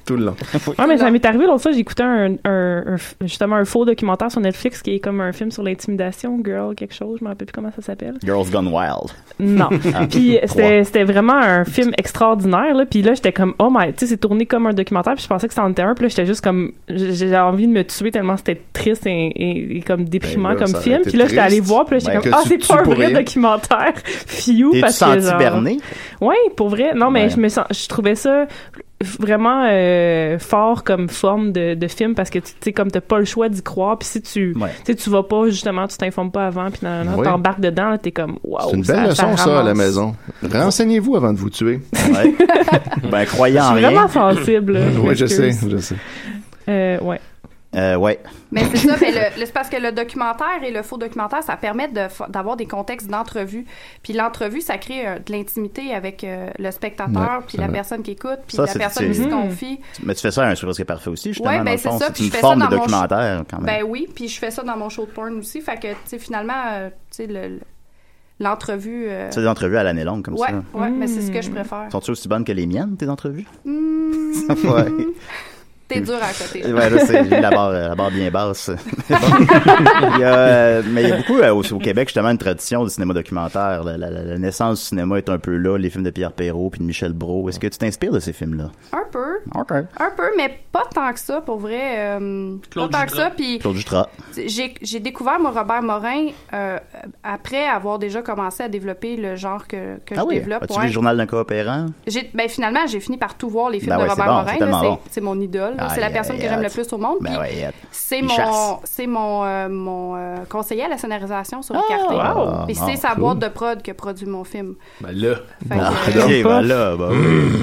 Speaker 4: Tout le long.
Speaker 3: Ouais, Ah, mais ça m'est arrivé l'autre fois, j'écoutais un, un- un f- justement un faux documentaire sur Netflix qui est comme un film sur l'intimidation, Girl, quelque chose, je me rappelle plus comment ça s'appelle.
Speaker 2: Girls Gone Wild.
Speaker 3: Non.
Speaker 2: Ah.
Speaker 3: Puis euh,
Speaker 2: Trois.
Speaker 3: c'était c'était vraiment un film extraordinaire. Là. Puis là, j'étais comme, oh my, tu sais, c'est tourné comme un documentaire. Puis je pensais que c'était en était un. Puis là, j'étais juste comme, j'ai j'ai envie de me tuer tellement c'était triste et, et- et comme déprimant
Speaker 2: Ben là, ça
Speaker 3: comme
Speaker 2: aurait
Speaker 3: film.
Speaker 2: été
Speaker 3: Puis là, j'étais
Speaker 2: triste.
Speaker 3: allé voir. Puis là, j'étais
Speaker 2: Ben,
Speaker 3: comme,
Speaker 2: que
Speaker 3: ah,
Speaker 2: tu
Speaker 3: c'est
Speaker 2: tues
Speaker 3: pas un
Speaker 2: pour
Speaker 3: vrai
Speaker 2: rien.
Speaker 3: documentaire. Fiou,
Speaker 2: T'es-tu
Speaker 3: parce que.
Speaker 2: senti
Speaker 3: genre-
Speaker 2: berné?
Speaker 3: Ouais, pour vrai. Non, mais
Speaker 2: Ouais.
Speaker 3: je me sens, je trouvais ça vraiment euh, fort comme forme de, de film parce que tu tu sais comme t'as pas le choix d'y croire puis si tu tu sais tu vas pas justement tu t'informes pas avant puis nan, nan, nan,
Speaker 4: Ouais.
Speaker 3: t'embarques dedans là, t'es comme waouh
Speaker 4: C'est une belle leçon, ça, à la maison. Renseignez-vous avant de vous tuer.
Speaker 2: ben, croyez
Speaker 3: Je
Speaker 2: en
Speaker 3: suis
Speaker 2: rien.
Speaker 3: vraiment sensible. là.
Speaker 4: Oui, je sais,
Speaker 3: m'excuse.
Speaker 4: je sais.
Speaker 3: Euh, ouais.
Speaker 2: Euh, ouais.
Speaker 7: Mais c'est ça, mais le, le- c'est parce que le documentaire et le faux documentaire, ça permet de fa- d'avoir des contextes d'entrevue. Puis l'entrevue, ça crée euh, de l'intimité avec euh, le spectateur,
Speaker 2: Ouais,
Speaker 7: puis
Speaker 2: c'est
Speaker 7: la
Speaker 2: vrai.
Speaker 7: personne qui écoute, puis
Speaker 2: Ça,
Speaker 7: la
Speaker 2: c'est-
Speaker 7: personne qui
Speaker 3: Hmm.
Speaker 7: se
Speaker 2: c'est-
Speaker 7: confie.
Speaker 2: Mais tu fais ça à un sourire qui est parfait aussi, justement,
Speaker 7: Ouais,
Speaker 2: dans
Speaker 7: ben,
Speaker 2: le
Speaker 7: c'est
Speaker 2: fond.
Speaker 7: ça,
Speaker 2: C'est
Speaker 7: puis
Speaker 2: une
Speaker 7: je fais
Speaker 2: forme
Speaker 7: ça
Speaker 2: de
Speaker 7: dans mon
Speaker 2: documentaire, quand même.
Speaker 7: Ben oui, puis je fais ça dans mon show de porn aussi. Fait que, tu sais, finalement, euh, tu sais, le- l'entrevue. euh,
Speaker 2: Tu fais des entrevues à l'année longue, comme
Speaker 7: ouais,
Speaker 2: ça.
Speaker 7: ouais, mais c'est ce que je préfère.
Speaker 2: Sont-tu aussi bonnes que les miennes, tes entrevues?
Speaker 7: Hmm,
Speaker 2: ouais.
Speaker 7: T'es dur à côté.
Speaker 2: Ouais, là, c'est j'ai la barre, euh, la barre bien basse. Il y a, euh, mais il y a beaucoup, euh, au, au Québec, justement, une tradition du cinéma documentaire. La, la- la- la naissance du cinéma est un peu là. Les films de Pierre Perrault puis de Michel Brault. Est-ce que tu t'inspires de ces films-là?
Speaker 7: Un peu.
Speaker 2: OK.
Speaker 7: Un peu, mais pas tant que ça, pour vrai. euh,
Speaker 2: Claude
Speaker 7: pas tant que
Speaker 2: Jutras.
Speaker 7: ça, puis.
Speaker 2: Claude Jutras.
Speaker 7: J'ai j'ai découvert mon Robert Morin euh, après avoir déjà commencé à développer le genre que, que je
Speaker 2: ah oui.
Speaker 7: développe.
Speaker 2: As-tu
Speaker 7: ouais.
Speaker 2: vu le journal d'un coopérant?
Speaker 7: J'ai- ben, finalement, j'ai fini par tout voir les films
Speaker 2: Ben ouais,
Speaker 7: de
Speaker 2: c'est
Speaker 7: Robert
Speaker 2: bon,
Speaker 7: Morin.
Speaker 2: c'est
Speaker 7: là,
Speaker 2: tellement bon.
Speaker 7: c'est mon idole. là.
Speaker 2: Aïe,
Speaker 7: c'est la personne
Speaker 2: aïe,
Speaker 7: que j'aime
Speaker 2: aïe.
Speaker 7: le plus au monde.
Speaker 2: Ben
Speaker 7: puis
Speaker 2: ouais, Yad.
Speaker 7: c'est
Speaker 2: Il
Speaker 7: mon,
Speaker 2: chasse.
Speaker 7: c'est mon, euh, mon euh, conseiller à la scénarisation sur
Speaker 2: wow.
Speaker 7: Écarté.
Speaker 2: Ah,
Speaker 7: Puis
Speaker 2: bon,
Speaker 7: c'est sa
Speaker 2: cool.
Speaker 7: boîte de prod qui a produit mon film.
Speaker 5: Ben là.
Speaker 2: Ah,
Speaker 7: que-
Speaker 2: ok,
Speaker 7: Puff.
Speaker 2: ben là, ben oui.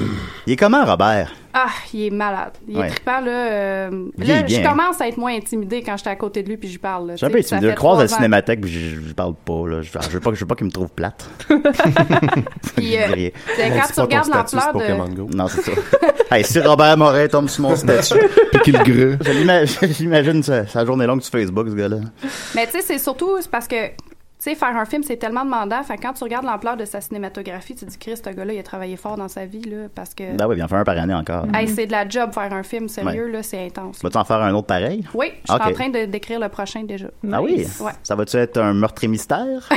Speaker 2: Il est comment, Robert?
Speaker 7: Ah, il est malade. Il
Speaker 2: Ouais.
Speaker 7: est trippant, là. euh,
Speaker 2: Il
Speaker 7: là,
Speaker 2: est
Speaker 7: je
Speaker 2: bien.
Speaker 7: commence à être moins intimidée quand j'étais à côté de lui puis je lui parle. là,
Speaker 2: Je suis un
Speaker 7: Ben, tu
Speaker 2: peu
Speaker 7: sais, ça
Speaker 2: intimidé. Je
Speaker 7: fait
Speaker 2: croise à la
Speaker 7: trois ans.
Speaker 2: cinémathèque, puis je, je parle pas. Là. Je, je veux pas, je veux pas qu'il me trouve plate.
Speaker 7: Puis, euh,
Speaker 2: Rien.
Speaker 7: c'est quand tu regardes l'ampleur de.
Speaker 2: Non, c'est ça. hey, si Robert Morin tombe sur mon statut, puis qu'il grue. Je l'imagine- J'imagine sa, sa journée longue sur Facebook, ce gars-là.
Speaker 7: Mais tu sais, c'est surtout c'est parce que. Tu sais, faire un film, c'est tellement demandant. Fait que quand tu regardes l'ampleur de sa cinématographie, tu te dis, Chris, ce gars-là, il a travaillé fort dans sa vie, là, parce que.
Speaker 2: Ben oui, il en fait un par année encore.
Speaker 7: Hey, c'est de la job faire un film sérieux, là, c'est intense.
Speaker 2: Vas-tu en faire un autre pareil?
Speaker 7: Oui, je suis
Speaker 2: Ok.
Speaker 7: en train de décrire le prochain déjà.
Speaker 2: Ah oui?
Speaker 7: Ouais.
Speaker 2: Ça va-tu être un meurtre et mystère?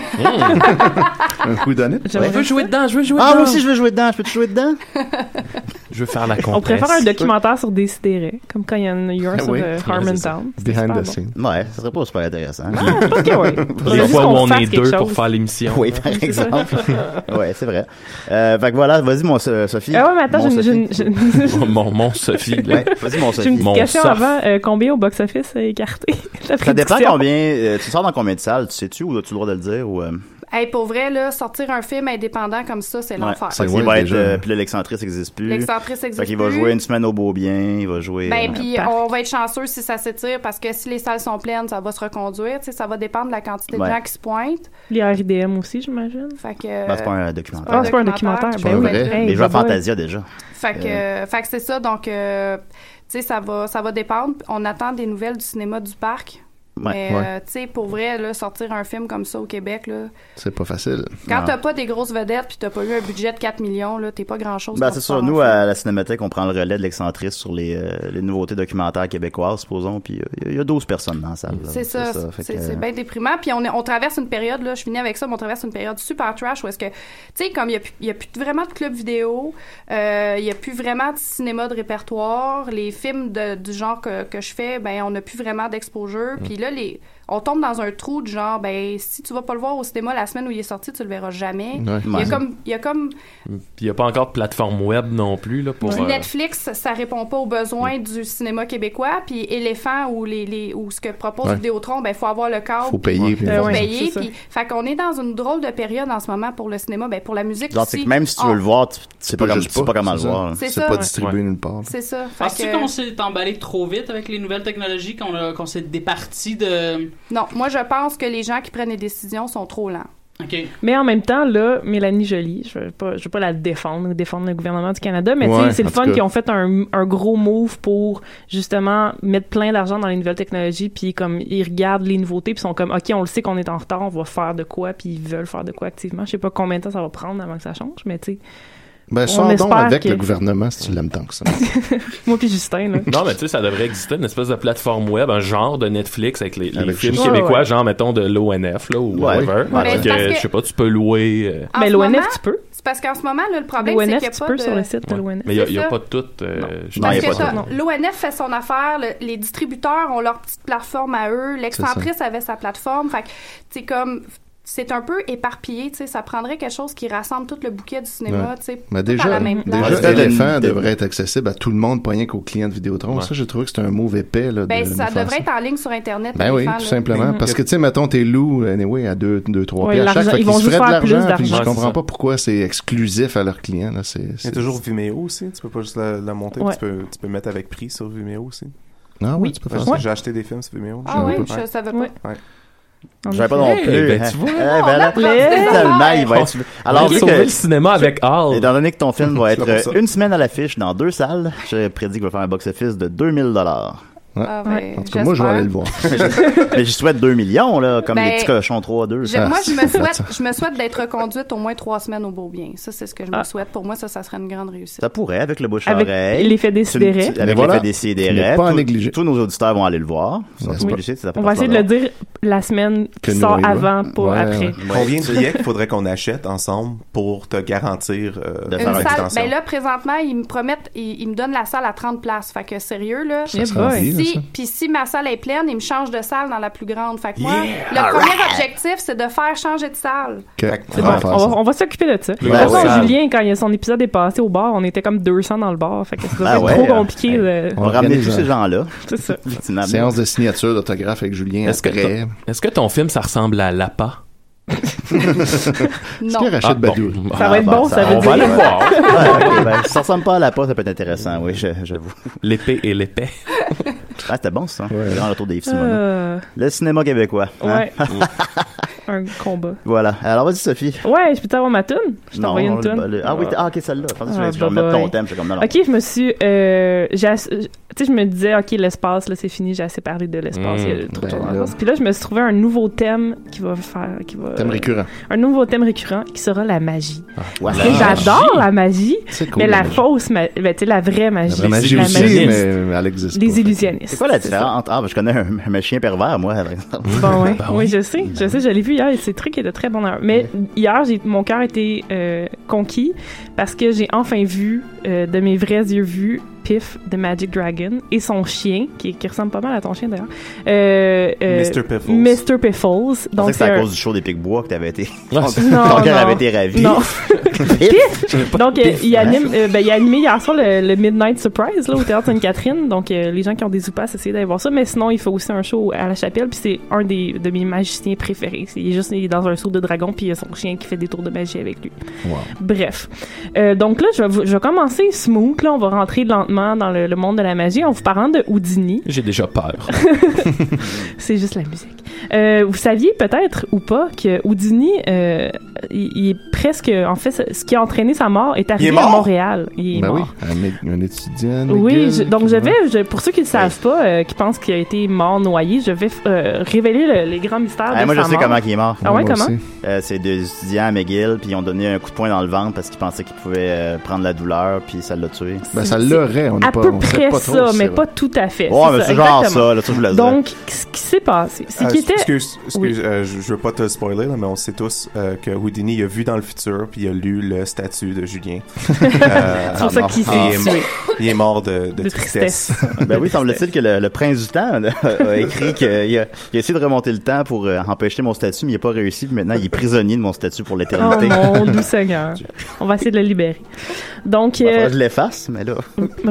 Speaker 4: Un coup d'année?
Speaker 6: Mmh.
Speaker 2: J'aimerais
Speaker 5: Je veux jouer dedans, je veux jouer
Speaker 2: Ah,
Speaker 5: dedans.
Speaker 2: moi aussi, je veux jouer dedans. Je peux-tu jouer dedans?
Speaker 6: Je veux faire la
Speaker 3: On
Speaker 6: compresse.
Speaker 3: préfère un documentaire sur Décideret, comme quand il y en a eu un
Speaker 6: Ah
Speaker 3: sur
Speaker 6: oui,
Speaker 3: euh,
Speaker 6: c'est
Speaker 3: Harmontown. C'était super bon.
Speaker 2: Ouais, ça serait pas super intéressant.
Speaker 3: Ah, ok, ouais.
Speaker 5: Les Juste fois qu'on où on fasse est quelque deux pour chose. faire l'émission.
Speaker 2: Oui, par
Speaker 5: Oui, c'est ça.
Speaker 2: exemple. ouais, c'est vrai. Euh, fait que voilà, vas-y, mon So- Sophie.
Speaker 3: Ah ouais, mais attends,
Speaker 2: Mon
Speaker 3: j'ai
Speaker 2: Sophie.
Speaker 3: une- j'ai une- j'ai une-
Speaker 5: Mon, mon Sophie. là.
Speaker 2: Ouais, vas-y, mon
Speaker 3: j'ai une
Speaker 2: Sophie.
Speaker 3: petite question avant. euh, combien au box-office euh, écarté? La
Speaker 2: Ça dépend
Speaker 3: prédiction.
Speaker 2: combien. euh, tu sors dans combien de salles, tu sais-tu, ou as-tu le droit de le dire ou, euh,
Speaker 7: Hey, pour vrai, là, sortir un film indépendant comme ça, c'est
Speaker 2: ouais.
Speaker 7: l'enfer.
Speaker 2: Fait qu'il va être, euh, Puis là, l'excentrice n'existe plus.
Speaker 7: L'excentrice
Speaker 2: Fait
Speaker 7: existe
Speaker 2: qu'il va
Speaker 7: plus.
Speaker 2: jouer une semaine au beau bien, il va jouer.
Speaker 7: Ben,
Speaker 2: euh,
Speaker 7: puis on va être chanceux si ça s'étire parce que si les salles sont pleines, ça va se reconduire. Tu sais, ça va dépendre de la quantité de
Speaker 2: Ouais.
Speaker 7: gens qui se pointent.
Speaker 3: Les RIDM aussi, j'imagine.
Speaker 7: Fait que.
Speaker 2: Ben, c'est pas un documentaire.
Speaker 3: Ah, c'est pas un documentaire.
Speaker 2: C'est
Speaker 3: Ben oui.
Speaker 2: pas vrai.
Speaker 3: Hey,
Speaker 2: Les gens à
Speaker 3: bye bye.
Speaker 2: Fantasia déjà.
Speaker 7: Fait que, euh, fait que c'est ça. Donc, euh, tu sais, ça va, ça va dépendre. On attend des nouvelles du cinéma du parc. Mais,
Speaker 4: Ouais. Ouais.
Speaker 7: euh, tu sais, pour vrai, là, sortir un film comme ça au Québec, là,
Speaker 4: C'est pas facile.
Speaker 7: quand
Speaker 2: Ah.
Speaker 7: t'as pas des grosses vedettes puis t'as pas eu un budget de 4 millions, là, t'es pas grand-chose.
Speaker 2: Ben,
Speaker 7: quand
Speaker 2: c'est
Speaker 7: tu
Speaker 2: sûr.
Speaker 7: sors
Speaker 2: Nous,
Speaker 7: un film.
Speaker 2: à la Cinémathèque, on prend le relais de l'excentrice sur les, euh, les nouveautés documentaires québécoises, supposons. Puis euh, il y a 12 personnes dans la salle. là.
Speaker 7: C'est ça,
Speaker 2: Fait
Speaker 7: c'est
Speaker 2: que,
Speaker 7: c'est bien déprimant. Puis on, est- on traverse une période, là, je finis avec ça, mais on traverse une période super trash où est-ce que, tu sais, comme il n'y a, plus- il y a plus vraiment de clubs vidéo, euh, il n'y a plus vraiment de cinéma de répertoire, les films de- du genre que, que je fais, ben on n'a plus vraiment d'exposure.
Speaker 2: Mm.
Speaker 7: Puis là, les, on tombe dans un trou de genre, ben si tu vas pas le voir au cinéma la semaine où il est sorti, tu le verras jamais.
Speaker 5: Ouais.
Speaker 7: Il y a
Speaker 5: Ouais.
Speaker 7: comme... Il y a comme
Speaker 5: Puis il n'y a pas encore de plateforme web non plus là, pour.
Speaker 7: du
Speaker 5: euh,
Speaker 7: Netflix, ça répond pas aux besoins du cinéma québécois, puis Éléphant ou les, les ou ce que propose
Speaker 4: Ouais.
Speaker 7: Vidéotron, ben faut avoir le câble.
Speaker 4: Faut payer, puis-
Speaker 7: Faut
Speaker 4: Ben ouais,
Speaker 7: payer,
Speaker 4: c'est ça.
Speaker 7: puis fait qu'on est dans une drôle de période en ce moment pour le cinéma, ben pour la musique
Speaker 2: euh, Genre,
Speaker 7: aussi.
Speaker 2: c'est que même si tu
Speaker 7: On-
Speaker 2: veux le voir, tu tu sais pas, comme- tu sais pas comment le
Speaker 4: c'est ça.
Speaker 2: voir.
Speaker 7: C'est C'est ça, pas ouais. distribué
Speaker 4: nulle part.
Speaker 7: C'est ça. Fait
Speaker 9: Penses-tu
Speaker 7: que-
Speaker 9: qu'on s'est emballé trop vite avec les nouvelles technologies, qu'on a- qu'on s'est départi de.
Speaker 7: Non, moi je pense que les gens qui prennent des décisions sont trop lents.
Speaker 9: OK.
Speaker 3: Mais en même temps, là, Mélanie Joly, je veux pas, je veux pas la défendre ou défendre le gouvernement du Canada, mais tu sais,
Speaker 9: Ouais,
Speaker 3: c'est le
Speaker 9: en tout
Speaker 3: fun
Speaker 9: cas.
Speaker 3: qu'ils ont fait un, un gros move pour justement mettre plein d'argent dans les nouvelles technologies, puis comme ils regardent les nouveautés, puis ils sont comme, ok, on le sait qu'on est en retard, on va faire de quoi, puis ils veulent faire de quoi activement. Je sais pas combien de temps ça va prendre avant que ça change, mais tu sais.
Speaker 4: Ben,
Speaker 3: on
Speaker 4: sors donc
Speaker 3: espère
Speaker 4: avec
Speaker 3: que-
Speaker 4: le gouvernement si tu l'aimes tant que ça.
Speaker 3: Moi puis Justin, là.
Speaker 5: Non, mais tu sais, ça devrait exister, une espèce de plateforme web, un genre de Netflix avec les, les
Speaker 4: Avec
Speaker 5: films
Speaker 4: juste-
Speaker 5: québécois,
Speaker 4: Ouais, ouais.
Speaker 5: genre, mettons, de l'ONF, là, ou
Speaker 4: Ouais.
Speaker 5: whatever.
Speaker 4: Ouais,
Speaker 5: Fait
Speaker 7: mais c'est parce
Speaker 5: que,
Speaker 7: que-
Speaker 5: je sais pas, tu peux louer. euh,
Speaker 7: En
Speaker 3: Mais
Speaker 7: ce
Speaker 3: l'ONF,
Speaker 7: moment-
Speaker 3: tu peux.
Speaker 7: C'est parce qu'en ce moment, là, le problème, c'est qu'il y a
Speaker 3: L'ONF,
Speaker 7: pas
Speaker 3: tu peux
Speaker 7: de...
Speaker 3: sur le site de l'ONF.
Speaker 5: mais il
Speaker 7: Ben, c'est
Speaker 5: n'y a,
Speaker 7: ça.
Speaker 5: pas de tout. euh, je
Speaker 7: Parce
Speaker 5: pense
Speaker 7: que
Speaker 5: pas
Speaker 7: t'as-
Speaker 5: de tout.
Speaker 7: l'ONF fait son affaire, le- les distributeurs ont leur petite plateforme à eux, l'excentrice avait sa plateforme. Fait que, tu sais, comme, c'est un peu éparpillé, tu sais, ça prendrait quelque chose qui rassemble tout le bouquet du cinéma,
Speaker 4: Ouais.
Speaker 7: tu sais.
Speaker 4: Mais
Speaker 7: tout à
Speaker 4: déjà,
Speaker 7: la même place.
Speaker 4: déjà
Speaker 2: Ouais.
Speaker 4: Elephant
Speaker 2: Ouais.
Speaker 4: devrait être accessible à tout le monde, pas rien qu'aux clients de Vidéotron.
Speaker 2: Ouais.
Speaker 4: Ça, j'ai trouvé que c'était un mauvais épais. Là, euh, de-
Speaker 7: Ben,
Speaker 4: de
Speaker 7: ça
Speaker 4: faire
Speaker 7: devrait être en ligne sur Internet.
Speaker 4: Ben
Speaker 7: les
Speaker 4: oui,
Speaker 7: fans,
Speaker 4: tout
Speaker 7: là.
Speaker 4: simplement. Parce que, tu sais, mettons, t'es loup, anyway, à 2, 3
Speaker 7: Ouais,
Speaker 4: pieds à
Speaker 7: l'argent-
Speaker 4: chaque. Fait
Speaker 7: ils
Speaker 4: qu'ils
Speaker 7: vont
Speaker 4: se
Speaker 7: juste
Speaker 4: feraient de
Speaker 7: faire plus
Speaker 4: l'argent. puis
Speaker 6: d'argent.
Speaker 4: Je comprends
Speaker 6: Ouais,
Speaker 4: pas pourquoi c'est exclusif à leurs clients. Là. C'est,
Speaker 6: Il y a
Speaker 4: c'est-
Speaker 6: toujours Vimeo aussi. Tu peux pas juste la, la monter.
Speaker 7: Ouais.
Speaker 6: Tu, peux, tu peux mettre avec prix sur Vimeo aussi.
Speaker 4: Ah oui, tu peux
Speaker 6: Ouais,
Speaker 4: faire ça.
Speaker 6: J'ai acheté des films sur Vimeo.
Speaker 7: Ah oui,
Speaker 6: Ouais.
Speaker 7: je savais pas.
Speaker 6: Ouais.
Speaker 3: En
Speaker 2: J'avais pas
Speaker 3: effet.
Speaker 2: non
Speaker 3: Hey,
Speaker 2: plus.
Speaker 5: ben,
Speaker 2: hein.
Speaker 5: tu vois.
Speaker 2: Eh,
Speaker 5: Non,
Speaker 2: ben,
Speaker 5: on
Speaker 2: là,
Speaker 5: apprend
Speaker 2: là,
Speaker 5: des
Speaker 2: finalement,
Speaker 5: affaires.
Speaker 2: il va être-
Speaker 5: On
Speaker 2: Alors,
Speaker 5: a
Speaker 2: vu
Speaker 5: sauvé
Speaker 2: que-
Speaker 5: le cinéma avec Hall.
Speaker 2: Étant donné que ton film va être
Speaker 5: C'est pour ça.
Speaker 2: euh, une semaine à l'affiche dans deux salles, je prédis qu'il va faire un box-office de 2000 dollars.
Speaker 7: Ah, ben,
Speaker 2: En tout cas, moi, je
Speaker 7: j'espère.
Speaker 2: vais aller le voir. Mais j'y souhaite 2 millions, là, comme
Speaker 7: Ben,
Speaker 2: les petits cochons 3-2.
Speaker 7: Je- moi, je me souhaite, je me souhaite d'être reconduite au moins trois semaines au beau bien. Ça, c'est ce que je
Speaker 4: Ah.
Speaker 7: me souhaite. Pour moi, ça, ça serait une grande réussite.
Speaker 2: Ça pourrait, avec le bouche à
Speaker 7: Avec
Speaker 2: oreille.
Speaker 7: l'effet décidéré.
Speaker 2: Tu- tu-
Speaker 7: Mais
Speaker 2: Avec
Speaker 7: voilà.
Speaker 2: l'effet décidéré.
Speaker 4: n'est pas à
Speaker 2: Tous- Tous nos auditeurs vont aller le voir. Ils sont obligés, c'est
Speaker 3: On va essayer de le dire la semaine qui sort avant, pas après.
Speaker 6: Combien de billets qu'il faudrait qu'on achète ensemble pour te garantir euh, de faire
Speaker 7: Une salle,
Speaker 6: une extension?
Speaker 7: ben là, présentement, ils me promettent, ils, ils me donnent la salle à 30 places. Fait que sérieux, là.
Speaker 6: Ça Eh sera boy. bien, ça.
Speaker 7: Si, puis si ma salle est pleine, ils me changent de salle dans la plus grande. Fait que moi,
Speaker 3: Yeah,
Speaker 7: le premier
Speaker 3: alright.
Speaker 7: objectif, c'est de faire changer de salle.
Speaker 2: Bah,
Speaker 3: C'est bon, on va, on va s'occuper de ça. De toute
Speaker 2: Ben
Speaker 3: façon,
Speaker 2: ouais.
Speaker 3: Julien, quand il- son épisode est passé au bar, on était comme 200 dans le bar. Fait que ça
Speaker 2: Ben
Speaker 3: devait être
Speaker 2: ouais,
Speaker 3: trop
Speaker 2: euh,
Speaker 3: compliqué. de-
Speaker 2: On va ramener tous ces gens-là.
Speaker 3: C'est ça.
Speaker 4: Séance de signature d'autographe avec Julien
Speaker 5: Est-ce que,
Speaker 4: après.
Speaker 5: ton- Euh, est-ce que ton film, ça ressemble à Lapa?
Speaker 7: Non.
Speaker 4: qu'il
Speaker 2: Ah,
Speaker 4: rachète Badou?
Speaker 3: Ça va être
Speaker 2: bah,
Speaker 3: bon, ça veut
Speaker 5: on va
Speaker 3: dire.
Speaker 5: aller voir.
Speaker 2: Ouais, ok, ben, si ça ressemble pas à la pâte, ça peut être intéressant, oui, je- j'avoue.
Speaker 5: L'épée et l'épée.
Speaker 2: Ah, c'était bon, ça. Dans le tour des Yves Simoneau.
Speaker 3: Euh,
Speaker 2: Le cinéma québécois. hein?
Speaker 3: Ouais. Un combat.
Speaker 2: Voilà. Alors, vas-y, Sophie.
Speaker 3: Ouais, je peux t'avoir ma toune? Je t'ai
Speaker 2: Non,
Speaker 3: envoyé une
Speaker 2: le-
Speaker 3: toune.
Speaker 2: le- ah oui, t- ah, ok, celle-là. Je pensais que tu voulais
Speaker 3: Ah,
Speaker 2: dire, je vais
Speaker 3: bye
Speaker 2: remettre ton
Speaker 3: bye.
Speaker 2: thème. Je suis comme, non, non.
Speaker 3: Ok, je me suis. euh, j'ai ass- Tu tu sais, je me disais, OK, l'espace, là, c'est fini, j'ai assez parlé de l'espace,
Speaker 4: Mm,
Speaker 3: il y a trop de
Speaker 4: ben
Speaker 3: choses dans
Speaker 4: là.
Speaker 3: l'espace. Puis là, je me suis trouvé un nouveau thème qui va faire. Qui va,
Speaker 4: Thème récurrent.
Speaker 3: Un nouveau thème récurrent qui sera la magie.
Speaker 4: wow.
Speaker 3: Parce
Speaker 4: La
Speaker 3: que j'adore
Speaker 4: magie.
Speaker 3: la magie,
Speaker 4: C'est cool,
Speaker 3: mais
Speaker 4: la
Speaker 3: la,
Speaker 4: magie.
Speaker 3: fausse, ma- ben, tu sais, la vraie magie.
Speaker 4: La vraie magie
Speaker 3: La
Speaker 4: aussi,
Speaker 3: magie.
Speaker 4: mais elle existe.
Speaker 3: Les illusionnistes.
Speaker 2: C'est quoi la différence? Ah, ben, je connais un, un chien pervers, moi, par exemple.
Speaker 3: Bon, ouais. oui, je sais, je
Speaker 2: Bah
Speaker 3: sais, je l'ai vu hier et c'est truc était très bon. d'ailleurs. Mais hier, j'ai, mon cœur était euh, conquis parce que j'ai enfin vu, euh, de mes vrais yeux vus, Piff de Magic Dragon et son chien, qui, qui ressemble pas mal à ton chien d'ailleurs. Euh, euh,
Speaker 2: Mr. Piffles.
Speaker 3: Mr. Piffles.
Speaker 2: Je pensais
Speaker 3: Donc,
Speaker 2: que c'était
Speaker 3: c'est
Speaker 2: à
Speaker 3: un-
Speaker 2: cause du show des Pic-Bois que t'avais été.
Speaker 3: Non,
Speaker 2: Ton cœur
Speaker 3: non.
Speaker 2: avait été ravi.
Speaker 3: Non.
Speaker 2: Pif!
Speaker 3: Donc, euh,
Speaker 2: Pif.
Speaker 3: il, anime, euh, ben, il a animé hier soir le, le Midnight Surprise là, au Théâtre Sainte-Catherine. Donc, euh, les gens qui ont des oupas, essayez d'aller voir ça. Mais sinon, il fait aussi un show à la chapelle. Puis, c'est un des, de mes magiciens préférés. C'est- Il est juste il est dans un saut de dragon. Puis, il y a son chien qui fait des tours de magie avec lui. Bref. Euh, donc, là, je vais, vous- je vais commencer smooth. Là, on va rentrer lentement dans le, le monde de la magie en vous parlant de Houdini.
Speaker 5: J'ai déjà peur.
Speaker 3: C'est juste la musique. Euh, vous saviez peut-être ou pas que Houdini, euh, il, il est presque, en fait, ce- ce qui a entraîné sa mort est arrivé
Speaker 4: est
Speaker 3: à
Speaker 4: mort?
Speaker 3: Montréal. Il est
Speaker 4: Ben oui,
Speaker 3: mort.
Speaker 4: un, mé- un étudiant.
Speaker 3: Oui,
Speaker 4: McGill,
Speaker 3: je- donc
Speaker 4: qui-
Speaker 3: je vais, je- pour ceux qui ne le savent pas, euh, qui pensent qu'il a été mort noyé, je vais euh, révéler le- les grands mystères
Speaker 2: Ah,
Speaker 3: de
Speaker 2: moi, je
Speaker 3: sa
Speaker 2: sais
Speaker 3: mort.
Speaker 2: comment il est mort.
Speaker 3: Ah ouais, comment?
Speaker 2: Euh, c'est deux étudiants à McGill, puis ils ont donné un coup de poing dans le ventre parce qu'ils pensaient qu'ils pouvaient euh, prendre la douleur, puis ça l'a tué.
Speaker 4: Ben, ça l'aurait, on
Speaker 3: à peu près ça, mais pas tout à fait.
Speaker 2: Ouais,
Speaker 3: C'est
Speaker 2: mais
Speaker 3: ça,
Speaker 2: c'est genre
Speaker 3: exactement.
Speaker 2: ça, là, ça, je voulais dire.
Speaker 3: Donc, ce qui s'est passé, c'est
Speaker 4: Ah,
Speaker 6: Euh,
Speaker 3: qu'il était...
Speaker 6: Excuse, excuse
Speaker 3: Oui.
Speaker 6: euh, je, je veux pas te spoiler, là, mais on sait tous euh, que Houdini il a vu dans le futur puis il a lu le statut de Julien. Euh,
Speaker 2: C'est pour ça qu'il s'est
Speaker 6: il est mort-
Speaker 2: tué.
Speaker 6: Il est mort de, de tristesse.
Speaker 2: ben oui, semble-t-il que le, le prince du temps là, a écrit qu'il a, il a essayé de remonter le temps pour euh, empêcher mon statut, mais il n'a pas réussi. puis Maintenant, il est prisonnier de mon statut pour
Speaker 3: Oh
Speaker 2: l'éternité.
Speaker 3: mon doux Seigneur. On va essayer de le libérer. Donc,
Speaker 2: Faudrait
Speaker 3: euh,
Speaker 2: que je l'efface, mais là.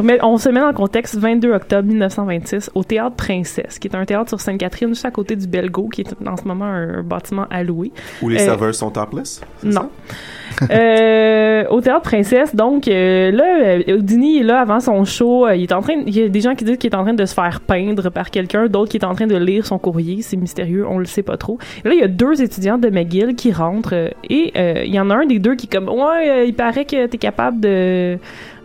Speaker 3: Mais on se met dans le contexte 22 octobre 1926 au Théâtre Princesse, qui est un théâtre sur Sainte-Catherine, juste à côté du Belgo, qui est en ce moment un, un bâtiment alloué.
Speaker 6: Où les
Speaker 3: Euh,
Speaker 6: serveurs sont topless.
Speaker 3: Non. Euh, au Théâtre Princesse, donc, euh, là, euh, Houdini est là avant son show. euh, il est en train, il y a des gens qui disent qu'il est en train de se faire peindre par quelqu'un, d'autres qui est en train de lire son courrier. C'est mystérieux, on le sait pas trop. Et là, il y a deux étudiants de McGill qui rentrent euh, et euh, il y en a un des deux qui est comme, ouais, euh, il paraît que t'es capable de,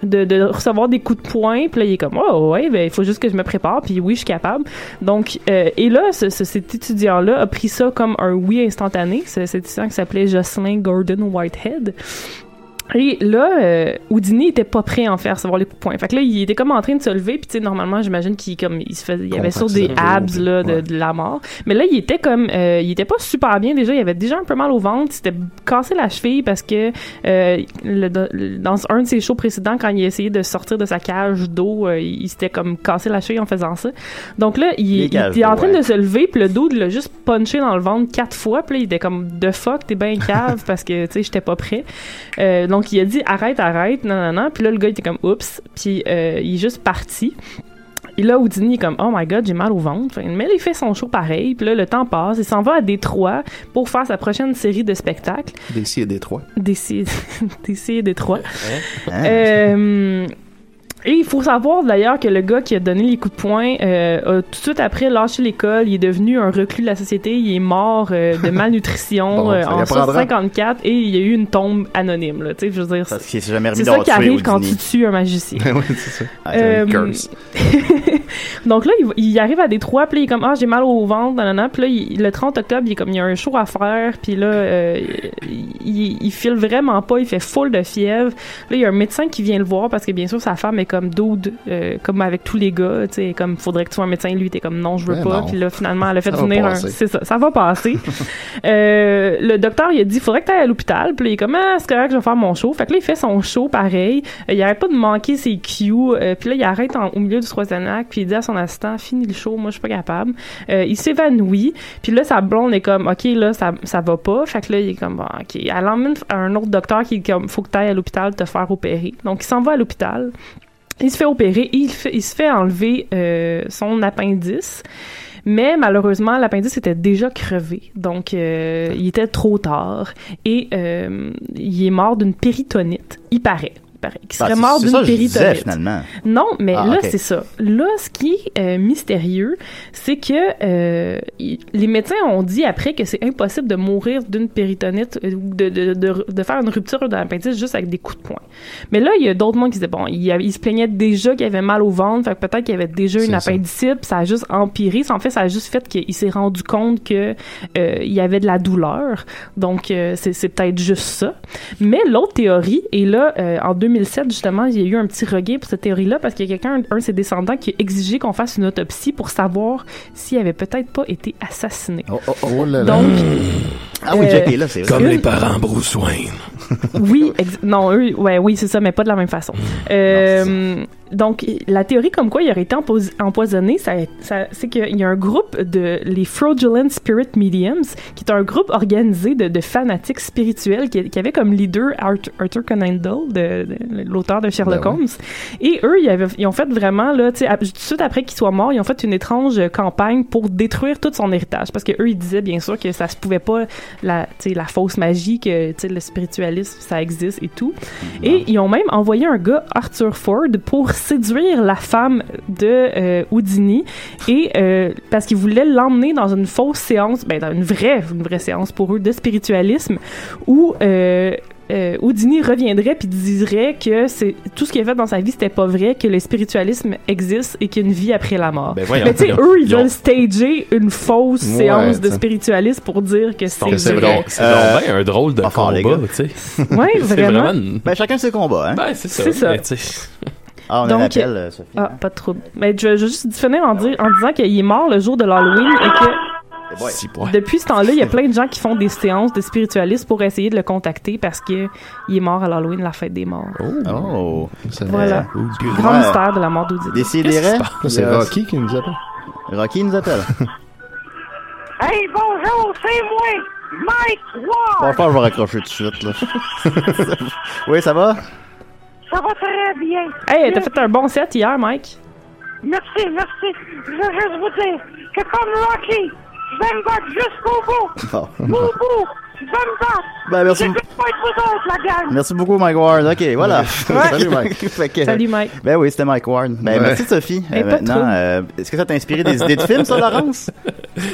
Speaker 3: de, de recevoir des coups de poing. Puis là, il est comme, oh ouais, ben, il faut juste que je me prépare. Puis oui, je suis capable. Donc, euh, et là, ce- ce- cet étudiant-là a pris ça comme un oui instantané. C'est- Cet étudiant qui s'appelait Jocelyn Gordon Whitehead. Et là, euh, Houdini était pas prêt en fait à recevoir les coups de poing. Fait que là, il était comme en train de se lever, puis tu sais, normalement, j'imagine qu'il comme il se faisait, il y avait sur des
Speaker 9: Contracté.
Speaker 3: abs là, de, de la mort. Mais là, il était comme, euh, il était pas super bien déjà. Il avait déjà un peu mal au ventre. Il s'était cassé la cheville parce que euh, le- le- dans un de ses shows précédents, quand il essayait de sortir de sa cage d'eau, euh, il s'était comme cassé la cheville en faisant ça. Donc là, il,
Speaker 2: Les
Speaker 3: il
Speaker 2: cages
Speaker 3: était en
Speaker 2: d'eau,
Speaker 3: train
Speaker 2: ouais.
Speaker 3: de se lever, puis le dude l'a juste punché dans le ventre quatre fois. Puis là, il était comme de fuck, t'es bien cave parce que tu sais, j'étais pas prêt. Euh, donc il a dit arrête, arrête, non, non, non. Puis là, le gars il était comme oups, puis euh, il est juste parti. Et là, Houdini est comme, oh my god, j'ai mal au ventre. Fait- Mais là, il fait son show pareil. Puis là, le temps passe. Il s'en va à Détroit pour faire sa prochaine série de spectacles.
Speaker 4: D'ici et Détroit.
Speaker 3: DC DC Détroit.
Speaker 4: Hein?
Speaker 3: Euh, et il faut savoir d'ailleurs que le gars qui a donné les coups de poing euh, a tout de suite après lâché l'école. Il est devenu un reclus de la société. Il est mort euh, de malnutrition
Speaker 2: Bon,
Speaker 3: euh,
Speaker 2: ça y
Speaker 3: en
Speaker 2: apprendra.
Speaker 3: 1954 et il y a eu une tombe anonyme. Là, tu sais, je veux dire,
Speaker 2: Parce qu'il s'est jamais remis
Speaker 3: c'est ça
Speaker 2: d'avoir
Speaker 3: qui
Speaker 2: tué
Speaker 3: arrive quand
Speaker 2: Houdini.
Speaker 3: tu tues un magicien.
Speaker 2: Ben oui, c'est ça. Ah, c'est
Speaker 3: Euh,
Speaker 2: une curse.
Speaker 3: donc là, il, va- il arrive à Détroit, puis là, il est comme ah j'ai mal au ventre, nanana. Puis là, il- le 30 octobre, il est comme il y a un show à faire, puis là, euh, il, il file vraiment pas, il fait full de fièvre. Là, il y a un médecin qui vient le voir parce que bien sûr sa femme est comme dude, euh, comme avec tous les gars, tu sais, comme faudrait que tu sois un médecin. Lui, t'es comme non, je veux
Speaker 9: Ben
Speaker 3: pas.
Speaker 9: non.
Speaker 3: Puis là, finalement, elle a fait
Speaker 9: Ça va
Speaker 3: venir un,
Speaker 9: passer.
Speaker 3: c'est ça, ça va passer. Euh, le docteur, il a dit, faudrait que t'ailles à l'hôpital. Puis là, il est comme, ah, c'est correct, je vais faire mon show. Fait que là, il fait son show pareil. Euh, il arrête pas de manquer ses cues. Euh, puis là, il arrête en- au milieu du troisième acte. Puis il dit à son assistant, finis le show, moi, je suis pas capable. Euh, il s'évanouit. Puis là, sa blonde est comme, OK, là, ça, ça va pas. Fait que là, il est comme, Bon, OK. Elle l'emmène à un autre docteur qui est comme, faut que t'ailles à l'hôpital te faire opérer. Donc, il s'en va à l'hôpital. Il se fait opérer, il, fait- il se fait enlever euh, son appendice. Mais malheureusement, l'appendice était déjà crevé, donc euh, il était trop tard et euh, il est mort d'une péritonite, il paraît. pareil, qui
Speaker 2: Ah,
Speaker 3: serait
Speaker 2: c'est-
Speaker 3: mort
Speaker 2: c'est
Speaker 3: d'une
Speaker 2: ça que je disais,
Speaker 3: péritonite.
Speaker 2: finalement.
Speaker 3: Non, mais
Speaker 2: Ah,
Speaker 3: là,
Speaker 2: ok.
Speaker 3: c'est ça. Là, ce qui est euh, mystérieux, c'est que euh, y- les médecins ont dit après que c'est impossible de mourir d'une péritonite euh, ou de, de, de, de faire une rupture de l'appendice juste avec des coups de poing. Mais là, il y a d'autres mondes qui disaient, bon, il, y avait- il se plaignait déjà qu'il avait mal au ventre, fait que peut-être qu'il avait déjà une appendicite, puis ça a juste empiré. En fait, ça a juste fait qu'il s'est rendu compte que euh, il y avait de la douleur. Donc, euh, c'est c'est peut-être juste ça. Mais l'autre théorie, et là, euh, en 2007, justement, il y a eu un petit regain pour cette théorie-là parce qu'il y a quelqu'un, un de ses descendants, qui a exigé qu'on fasse une autopsie pour savoir s'il avait peut-être pas été assassiné.
Speaker 4: Oh,
Speaker 3: Donc,
Speaker 2: Oh Ah oui,
Speaker 3: euh,
Speaker 2: Jack est là, c'est vrai.
Speaker 8: Comme les
Speaker 3: une-
Speaker 8: parents Bruce Wayne.
Speaker 3: oui, ex- non, eux, ouais, oui, c'est ça, mais pas de la même façon. Euh, donc, la théorie comme quoi il aurait été empos- empoisonné, ça, ça- c'est qu'il y a un groupe de les Fraudulent Spirit Mediums, qui est un groupe organisé de, de fanatiques spirituels qui, qui avait comme leader Arthur, Arthur Conan Doyle, de- de- l'auteur de Sherlock
Speaker 12: Ben ouais.
Speaker 3: Holmes. Et eux, ils, avaient- ils ont fait vraiment, là, tu sais, ap- tout de suite après qu'il soit mort, ils ont fait une étrange euh, campagne pour détruire tout son héritage. Parce que eux, ils disaient, bien sûr, que ça se pouvait pas, la, tu sais, la fausse magie, que, tu sais, le spiritualisme, ça existe et tout. Et ils ont même envoyé un gars, Arthur Ford, pour séduire la femme de euh, Houdini. Et, euh, parce qu'ils voulaient l'emmener dans une fausse séance, ben, dans une vraie, une vraie séance pour eux de spiritualisme, où, euh, euh, Houdini reviendrait puis dirait que c'est tout ce qu'il a fait dans sa vie c'était pas vrai que le spiritualisme existe et qu'il y a une vie après la mort.
Speaker 2: Ben voyons.
Speaker 3: Mais tu sais eux ils
Speaker 2: Ils ont-
Speaker 3: veulent stager une fausse
Speaker 2: Ouais,
Speaker 3: séance de
Speaker 2: t'sais.
Speaker 3: spiritualisme pour dire que c'est
Speaker 5: Donc, C'est
Speaker 3: vrai.
Speaker 5: donc- c'est
Speaker 4: Euh,
Speaker 2: Euh,
Speaker 5: donc bien un drôle de combat, tu sais.
Speaker 3: Ouais,
Speaker 5: C'est
Speaker 3: vraiment.
Speaker 5: une-
Speaker 2: Ben, chacun ses combats, hein?
Speaker 5: Ben, c'est ça.
Speaker 3: C'est ça.
Speaker 5: mais tu sais,
Speaker 2: Ah, on a
Speaker 3: Donc,
Speaker 2: un appel, euh, Sophie.
Speaker 3: Ah, pas de trouble. Mais je vais juste finir en, dire- en disant qu'il est mort le jour de l'Halloween et que
Speaker 2: Si,
Speaker 5: boy.
Speaker 3: Depuis ce temps-là, il y a plein de gens qui font des séances de spiritualistes pour essayer de le contacter parce que il est mort à l'Halloween, la fête des morts.
Speaker 2: Oh.
Speaker 3: Voilà. Grand mystère de la mort d'Audit.
Speaker 2: Décidérez.
Speaker 4: C'est Rocky qui nous appelle.
Speaker 2: Rocky nous appelle.
Speaker 13: Hey, bonjour, c'est moi, Mike
Speaker 2: Pas
Speaker 13: Ward.
Speaker 2: fort, je vais raccrocher tout de suite, là. oui, ça va?
Speaker 13: Ça va très bien.
Speaker 3: Hey, t'as
Speaker 13: Merci,
Speaker 3: fait un bon set hier, Mike.
Speaker 13: Merci, merci. Je veux juste vous dire que comme Rocky, je vais me battre jusqu'au bout.
Speaker 2: Bon.
Speaker 13: Au bout, je vais me battre.
Speaker 2: Ben, merci.
Speaker 13: Je vais pas être vous autres, la gang.
Speaker 2: Merci beaucoup, Mike Ward. OK, voilà.
Speaker 13: Ouais. Salut, Mike.
Speaker 2: Fait que-
Speaker 13: Salut, Mike.
Speaker 2: Ben oui, c'était Mike Ward. Ben,
Speaker 4: Ouais.
Speaker 2: merci, Sophie.
Speaker 3: Mais
Speaker 2: Euh,
Speaker 3: pas
Speaker 2: maintenant,
Speaker 3: trop.
Speaker 2: euh, est-ce que ça t'a inspiré des idées de films, ça, Laurence?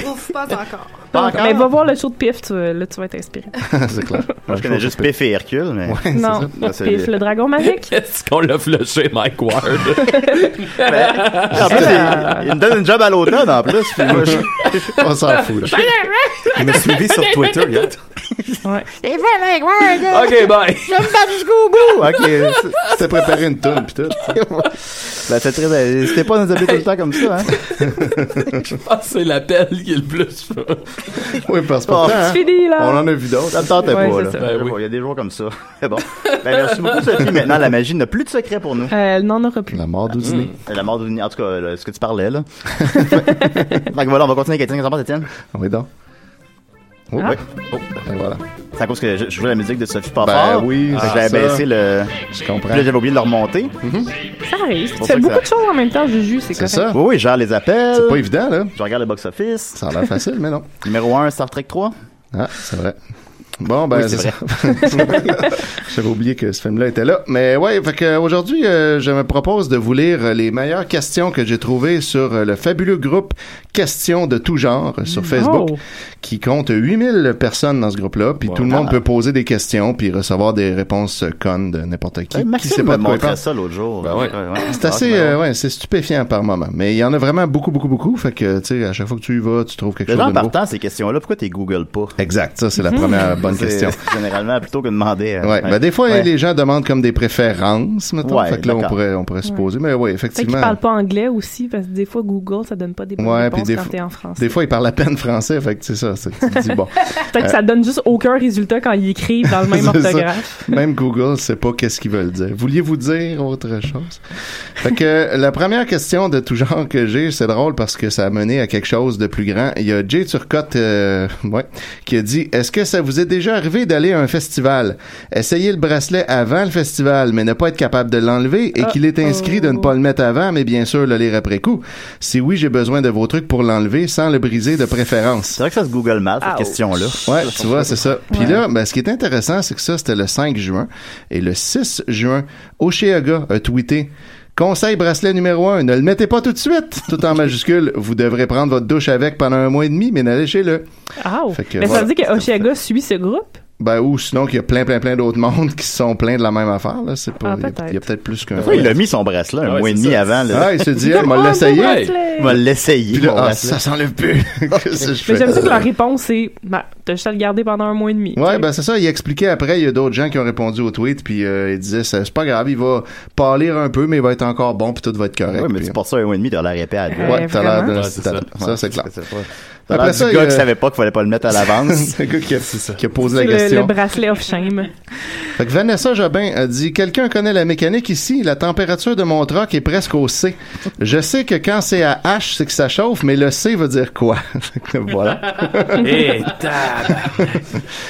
Speaker 7: Ouf, pas encore.
Speaker 2: Pas encore?
Speaker 3: Mais va voir le show de PF, tu, là, tu vas être inspiré.
Speaker 2: c'est clair. Moi, je connais juste Piff et Hercule, mais...
Speaker 3: non,
Speaker 4: Ah,
Speaker 3: PF, le dragon magique.
Speaker 5: Est-ce qu'on l'a flushé, Mike Ward?
Speaker 2: En plus,
Speaker 3: Euh.
Speaker 2: il, il me donne une job à l'automne, en plus. puis moi, je-
Speaker 4: On s'en fout, là.
Speaker 6: Il m'a suivi sur Twitter, hier.
Speaker 3: Ouais.
Speaker 13: Et voilà, Ward.
Speaker 5: OK, bye.
Speaker 13: Je vais me battre jusqu'au bout.
Speaker 4: Ok, c'était préparé une tonne pis tout.
Speaker 2: Ben, c'est très... N'hésitez pas à nous appeler tout le temps comme ça, hein?
Speaker 5: Je pense que c'est l'appel qui est le plus.
Speaker 4: oui, parce que pourtant,
Speaker 2: Ah,
Speaker 4: hein, On en a vu d'autres.
Speaker 2: Ça me tentait
Speaker 4: Ouais,
Speaker 2: pas,
Speaker 4: c'est
Speaker 2: là.
Speaker 4: ça.
Speaker 2: Ben oui. Il y a des jours comme ça. bon. Ben, merci beaucoup, Sophie. Maintenant, la magie n'a plus de secret pour nous.
Speaker 3: Euh, Elle n'en aura plus.
Speaker 4: La mort
Speaker 2: d'Houdini. La mort d'Houdini. En tout cas, là, ce que tu parlais, là. Donc voilà, on va continuer avec Étienne. Qu'est-ce que t'en penses, Étienne?
Speaker 4: Oui, donc.
Speaker 2: Oh,
Speaker 4: Ah.
Speaker 2: oui.
Speaker 4: Et voilà.
Speaker 2: C'est à cause que je, je jouais la musique de Sophie Papa.
Speaker 4: Ben oui,
Speaker 2: Fait que
Speaker 4: c'est
Speaker 2: j'avais
Speaker 4: ça.
Speaker 2: baissé le.
Speaker 4: Je comprends. Mm-hmm.
Speaker 2: Puis là, j'avais oublié de le remonter.
Speaker 3: Ça arrive. Tu
Speaker 2: pour
Speaker 3: fais
Speaker 2: ça que
Speaker 3: beaucoup
Speaker 2: ça-
Speaker 3: de choses en même temps, Juju, c'est correct.
Speaker 2: Oui, oui, je gère les appels.
Speaker 4: C'est pas évident, là.
Speaker 2: Je regarde le box-office. Ça
Speaker 4: a l'air facile, mais non.
Speaker 2: Numéro 1, Star Trek 3.
Speaker 4: Ah, c'est vrai. Bon, ben,
Speaker 2: Oui, c'est Eh,
Speaker 4: ça. J'avais oublié que ce film-là était là. Mais ouais, fait que, euh, aujourd'hui, euh, je me propose de vous lire euh, les meilleures questions que j'ai trouvées sur euh, le fabuleux groupe Questions de tout genre euh, sur Facebook,
Speaker 2: Oh.
Speaker 4: qui compte 8000 personnes dans ce groupe-là. Puis tout le monde
Speaker 2: Ah.
Speaker 4: peut poser des questions puis recevoir des réponses euh, connes de n'importe qui.
Speaker 2: Eh,
Speaker 4: qui sait pas de
Speaker 2: Maxime me
Speaker 4: quoi il
Speaker 2: montrait
Speaker 4: parle.
Speaker 2: ça l'autre jour. Ouais, ouais.
Speaker 4: C'est assez, euh, ouais, c'est stupéfiant par moment. Mais il y en a vraiment beaucoup, beaucoup, beaucoup. Fait que, tu sais, à chaque fois que tu y vas, tu trouves quelque
Speaker 2: Déjà,
Speaker 4: chose
Speaker 2: en
Speaker 4: de nouveau.
Speaker 2: partant ces questions-là, pourquoi t'es Google pas?
Speaker 4: Exact, ça, c'est la première bonne
Speaker 2: C'est-
Speaker 4: question.
Speaker 2: Généralement, plutôt que de demander. euh,
Speaker 4: Ouais. Ben, des fois,
Speaker 2: Ouais.
Speaker 4: les gens demandent comme des préférences, mettons.
Speaker 2: Ouais,
Speaker 4: fait que là, on
Speaker 2: d'accord.
Speaker 4: pourrait, on pourrait supposer. Mais oui,
Speaker 3: Fait qu'ils
Speaker 4: effectivement.
Speaker 3: parlent pas anglais aussi, parce que des fois, Google, ça donne pas des bonnes
Speaker 4: Ouais, puis
Speaker 3: réponses
Speaker 4: des,
Speaker 3: quand
Speaker 4: fois-
Speaker 3: t'es en France.
Speaker 4: des fois, ils parlent à peine français. Fait que c'est ça. c'est- Tu te dis, bon. Euh,
Speaker 3: Peut-être que ça donne juste aucun résultat quand ils écrivent dans le même
Speaker 4: C'est ça.
Speaker 3: orthographe.
Speaker 4: Même Google sait pas qu'est-ce qu'ils veulent dire. Vouliez-vous dire autre chose? Fait que euh, la première question de tout genre que j'ai, c'est drôle parce que ça a mené à quelque chose de plus grand. Il y a Jay Turcotte, euh, ouais, qui a dit, est-ce que ça vous est déjà arrivé d'aller à un festival, essayer le bracelet avant le festival, mais ne pas être capable de l'enlever
Speaker 3: Ah,
Speaker 4: et qu'il
Speaker 3: oh.
Speaker 4: est inscrit de ne pas le mettre avant, mais bien sûr le lire après coup? Si oui, j'ai besoin de vos trucs pour l'enlever sans le briser de préférence. C'est
Speaker 2: vrai que ça se Google mal, cette
Speaker 4: Ouch.
Speaker 2: question-là.
Speaker 4: Ouais, tu vois, c'est ça. Puis là, ben, ce qui est intéressant, c'est que ça, c'était le 5 juin. Et le 6 juin, Oceaga a tweeté Conseil bracelet numéro 1, ne le mettez pas tout de suite, tout en majuscule. Vous devrez prendre votre douche avec pendant un mois et demi, mais n'allez chez le.
Speaker 3: Ah,
Speaker 4: Fait que
Speaker 3: mais ça
Speaker 4: voilà.
Speaker 3: veut dire que Oshiaga suit ce groupe?
Speaker 4: Ben, ou sinon qu'il y a plein, plein, plein d'autres mondes qui sont pleins de la même affaire, là. C'est pas,
Speaker 3: Ah,
Speaker 4: il y a-
Speaker 3: peut-être.
Speaker 4: il y a, peut-être plus qu'un.
Speaker 2: Des fois, il a mis son bracelet un
Speaker 4: Ouais,
Speaker 2: mois et
Speaker 4: c'est
Speaker 2: demi
Speaker 4: ça.
Speaker 2: avant. là.
Speaker 4: Ah, il s'est dit, Hey, moi, l'essayer.
Speaker 2: Il va l'essayer.
Speaker 4: Puis là,
Speaker 2: mon
Speaker 4: ah,
Speaker 2: bracelet.
Speaker 4: ça s'enlève plus. Qu'est-ce que je
Speaker 3: Mais
Speaker 4: fais?
Speaker 3: j'aime ça que leur réponse, c'est ben, t'as juste à le garder pendant un mois et demi.
Speaker 4: Ouais, ben c'est ça. Il expliquait après, il y a d'autres gens qui ont répondu au tweet, puis euh, il disait c'est c'est pas grave, il va pâlir un peu, mais il va être encore bon, puis tout va être correct.
Speaker 2: Ouais, mais
Speaker 4: Puis-
Speaker 2: tu portes ça un mois et demi, t'as l'air épais à deux.
Speaker 4: Ouais, t'as l'air de-
Speaker 2: Ouais,
Speaker 4: t'as- ça, c'est clair.
Speaker 2: T'as l'air
Speaker 4: Après
Speaker 2: du
Speaker 4: ça,
Speaker 2: gars
Speaker 4: il-
Speaker 2: qui savait pas qu'il fallait pas le mettre à l'avance.
Speaker 4: C'est le gars qui a, qui a posé
Speaker 3: C'est
Speaker 4: la
Speaker 3: le,
Speaker 4: question.
Speaker 3: le bracelet of shame.
Speaker 4: Fait que Vanessa Jobin a dit Quelqu'un connaît la mécanique ici, la température de mon troc est presque au C. Je sais que quand c'est à H, c'est que ça chauffe, mais le C veut dire quoi Fait que Voilà.
Speaker 5: Eh,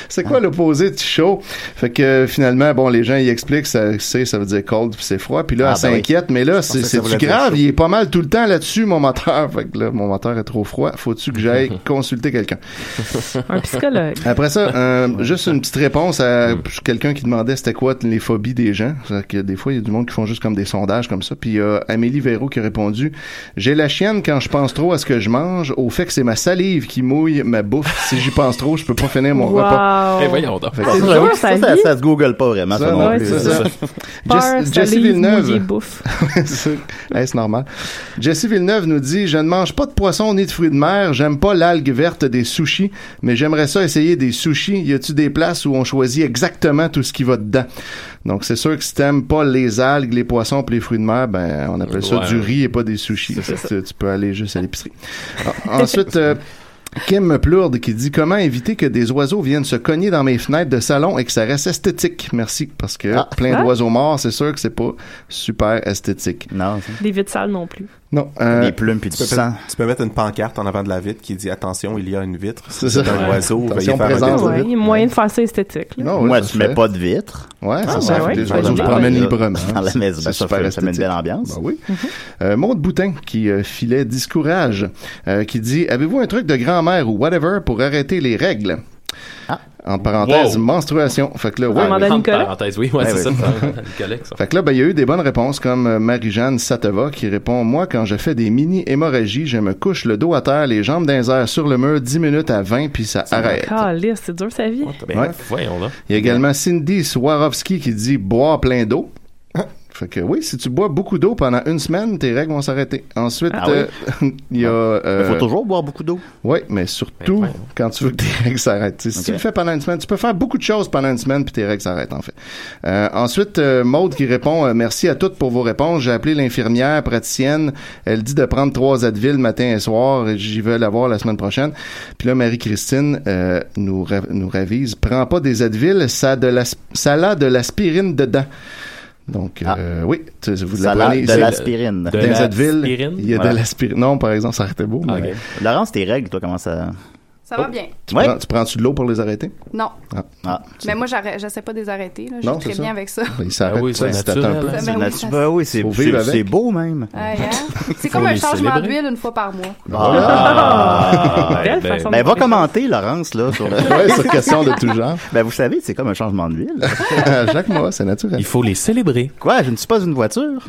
Speaker 4: c'est quoi l'opposé de chaud Fait que euh, finalement, bon, les gens ils expliquent ça, C, ça veut dire cold, puis c'est froid, puis là,
Speaker 2: Ah,
Speaker 4: elle
Speaker 2: ben oui.
Speaker 4: s'inquiète, mais là,
Speaker 2: Je pensais
Speaker 4: c'est
Speaker 2: que ça
Speaker 4: c'est
Speaker 2: voulait
Speaker 4: du
Speaker 2: dire
Speaker 4: grave,
Speaker 2: chaud.
Speaker 4: il est pas mal tout le temps là-dessus, mon moteur. Fait que là, mon moteur est trop froid, faut-tu que j'aille consulter quelqu'un
Speaker 3: Un psychologue.
Speaker 4: après ça, euh, juste une petite réponse à
Speaker 2: Mm.
Speaker 4: quelqu'un qui demandait c'était quoi les phobies des gens. C'est-à-dire que des fois, il y a du monde qui font juste comme des sondages comme ça. Puis il y a Amélie Véro qui a répondu J'ai la chienne quand je pense trop à ce que je mange, au fait que c'est ma salive qui mouille ma bouffe. Si j'y pense trop, je peux pas finir mon
Speaker 3: Wow.
Speaker 4: repas.
Speaker 3: Eh, voyons donc.
Speaker 4: Fait que-
Speaker 3: C'est
Speaker 2: Ça,
Speaker 3: dur,
Speaker 2: ça,
Speaker 3: sa
Speaker 2: ça,
Speaker 3: vie.
Speaker 2: ça se Google pas vraiment, ça,
Speaker 4: Ça,
Speaker 2: non
Speaker 4: ouais,
Speaker 2: plus.
Speaker 4: c'est
Speaker 2: c'est
Speaker 4: ça.
Speaker 3: Peur,
Speaker 4: Jess- Jesse
Speaker 3: salive, mouillé,
Speaker 4: Villeneuve.
Speaker 3: bouffe.
Speaker 4: Ouais, c'est ouais, c'est normal. Jesse Villeneuve nous dit Je ne mange pas de poisson ni de fruits de mer. J'aime pas l'algue verte des sushis, mais j'aimerais ça essayer des sushis. Y a-tu des places où on choisit exactement tout ce qui va dedans Donc, c'est sûr que si t'aimes pas les algues, les poissons pis les fruits de mer, ben, on appelle ça
Speaker 8: Ouais.
Speaker 4: du riz et pas des sushis. Fait que Tu, tu peux aller juste à l'épicerie. En- Ensuite. euh, Kim Plourde qui dit comment éviter que des oiseaux viennent se cogner dans mes fenêtres de salon et que ça reste esthétique. Merci parce que plein
Speaker 3: Ah.
Speaker 4: d'oiseaux morts, c'est sûr que c'est pas super esthétique.
Speaker 2: Non.
Speaker 3: Des vides sales non plus.
Speaker 4: Non. euh,
Speaker 6: Des
Speaker 2: plumes puis
Speaker 6: tu
Speaker 2: du
Speaker 6: peux
Speaker 2: sang.
Speaker 6: mettre- tu peux mettre une pancarte en avant de la vitre qui dit attention, il y a une vitre.
Speaker 4: C'est ça.
Speaker 6: un
Speaker 4: Ouais. Attention,
Speaker 6: oiseau. veuillez faire un
Speaker 4: présence.
Speaker 6: détour.
Speaker 3: Ouais, il y a moyen de faire ça esthétique. là.
Speaker 4: Non, ouais,
Speaker 2: Moi,
Speaker 4: ça
Speaker 2: tu
Speaker 4: se
Speaker 2: mets
Speaker 4: fait.
Speaker 2: pas de vitre.
Speaker 4: Ouais,
Speaker 3: Ah,
Speaker 4: ça, ça
Speaker 3: ouais,
Speaker 4: fait
Speaker 3: ouais,
Speaker 4: que les
Speaker 3: je
Speaker 4: oiseaux
Speaker 3: vais
Speaker 4: se
Speaker 3: le
Speaker 4: promènent
Speaker 2: mettre.
Speaker 4: librement.
Speaker 2: Dans la
Speaker 4: C'est-
Speaker 2: maison,
Speaker 4: c'est
Speaker 2: ça
Speaker 4: super
Speaker 2: fait- ça met une
Speaker 4: esthétique.
Speaker 2: belle ambiance.
Speaker 4: Ben
Speaker 3: Mhm.
Speaker 4: oui. Euh, Maude Boutin qui euh, filait Discourage, euh, qui dit Avez-vous un truc de grand-mère ou whatever pour arrêter les règles
Speaker 2: Ah.
Speaker 4: En parenthèse,
Speaker 5: Wow. Ah,
Speaker 4: menstruation. Fait que là, ouais. Ben
Speaker 5: Entre parenthèses, oui, ouais,
Speaker 4: Ouais,
Speaker 5: c'est
Speaker 4: ouais.
Speaker 5: ça. Nicolas, ça.
Speaker 4: Fait que là, ben, il y a eu des bonnes réponses, comme euh, Marie-Jeanne Sateva qui répond Moi, quand je fais des mini-hémorragies, je me couche le dos à terre, les jambes dans les airs sur le mur, 10 minutes à 20, puis ça arrête.
Speaker 3: Caliste, c'est dur sa vie.
Speaker 5: Ben,
Speaker 4: Ouais.
Speaker 5: voyons là.
Speaker 4: Il y a également Cindy Swarovski qui dit boire plein d'eau. Fait que oui, si tu bois beaucoup d'eau pendant une semaine, tes règles vont s'arrêter. Ensuite,
Speaker 2: Ah oui?
Speaker 4: euh, il y a.
Speaker 2: Il
Speaker 4: euh,
Speaker 2: faut toujours boire beaucoup d'eau.
Speaker 4: Oui, mais surtout quand tu veux que tes règles s'arrêtent. Tu sais, Si tu le fais pendant une semaine, tu peux faire beaucoup de choses pendant une semaine puis tes règles s'arrêtent en fait. Euh, ensuite, euh, Maude qui répond euh, merci à toutes pour vos réponses. J'ai appelé l'infirmière praticienne. Elle dit de prendre trois Advil matin et soir. et J'y vais la voir la semaine prochaine. Puis là, Marie-Christine euh, nous ra- nous ravise. Prends pas des Advil, ça a de l'as- ça a de l'aspirine dedans. Donc,
Speaker 2: Ah.
Speaker 4: euh, oui, tu- vous
Speaker 2: Ça a
Speaker 4: l'apprenez
Speaker 2: de
Speaker 4: ici.
Speaker 2: l'aspirine.
Speaker 4: euh, Dans
Speaker 2: De
Speaker 4: les Advil,
Speaker 2: l'aspirine?
Speaker 4: il y a
Speaker 2: Voilà.
Speaker 4: de l'aspirine. Non, par exemple, ça arrêtait beau. mais- Oh,
Speaker 2: Laurence, tes règles, toi, comment ça.
Speaker 7: Ça va bien.
Speaker 4: Tu
Speaker 2: Ouais.
Speaker 4: prends- tu prends-tu de l'eau pour les arrêter?
Speaker 7: Non.
Speaker 4: Ah.
Speaker 7: Mais moi, j'arrête- j'essaie pas de les arrêter. Là. Je
Speaker 4: Non,
Speaker 7: vis très
Speaker 4: c'est ça.
Speaker 7: bien avec ça.
Speaker 4: Ben, il s'arrête
Speaker 2: Ah oui,
Speaker 4: ça,
Speaker 2: c'est
Speaker 4: il s'attend
Speaker 2: naturel,
Speaker 4: un peu.
Speaker 7: hein. C'est Ben oui, naturel. ça-
Speaker 2: Ben oui, c'est
Speaker 4: Faut vivre avec.
Speaker 2: c'est- c'est beau même.
Speaker 7: Ah, yeah. C'est
Speaker 2: Faut
Speaker 7: comme un
Speaker 2: les
Speaker 7: changement
Speaker 2: célébrer.
Speaker 7: d'huile une fois par mois.
Speaker 2: Ah!
Speaker 7: Belle
Speaker 2: ben,
Speaker 7: façon
Speaker 2: ben,
Speaker 7: de
Speaker 2: va
Speaker 7: faire
Speaker 2: commenter, Laurence, là, sur,
Speaker 4: Eh Ouais, sur question de tout genre.
Speaker 2: Ben, vous savez, c'est comme un changement d'huile.
Speaker 4: Jacques Morin, c'est naturel.
Speaker 2: Il faut les célébrer. Quoi? Je ne suis pas une voiture.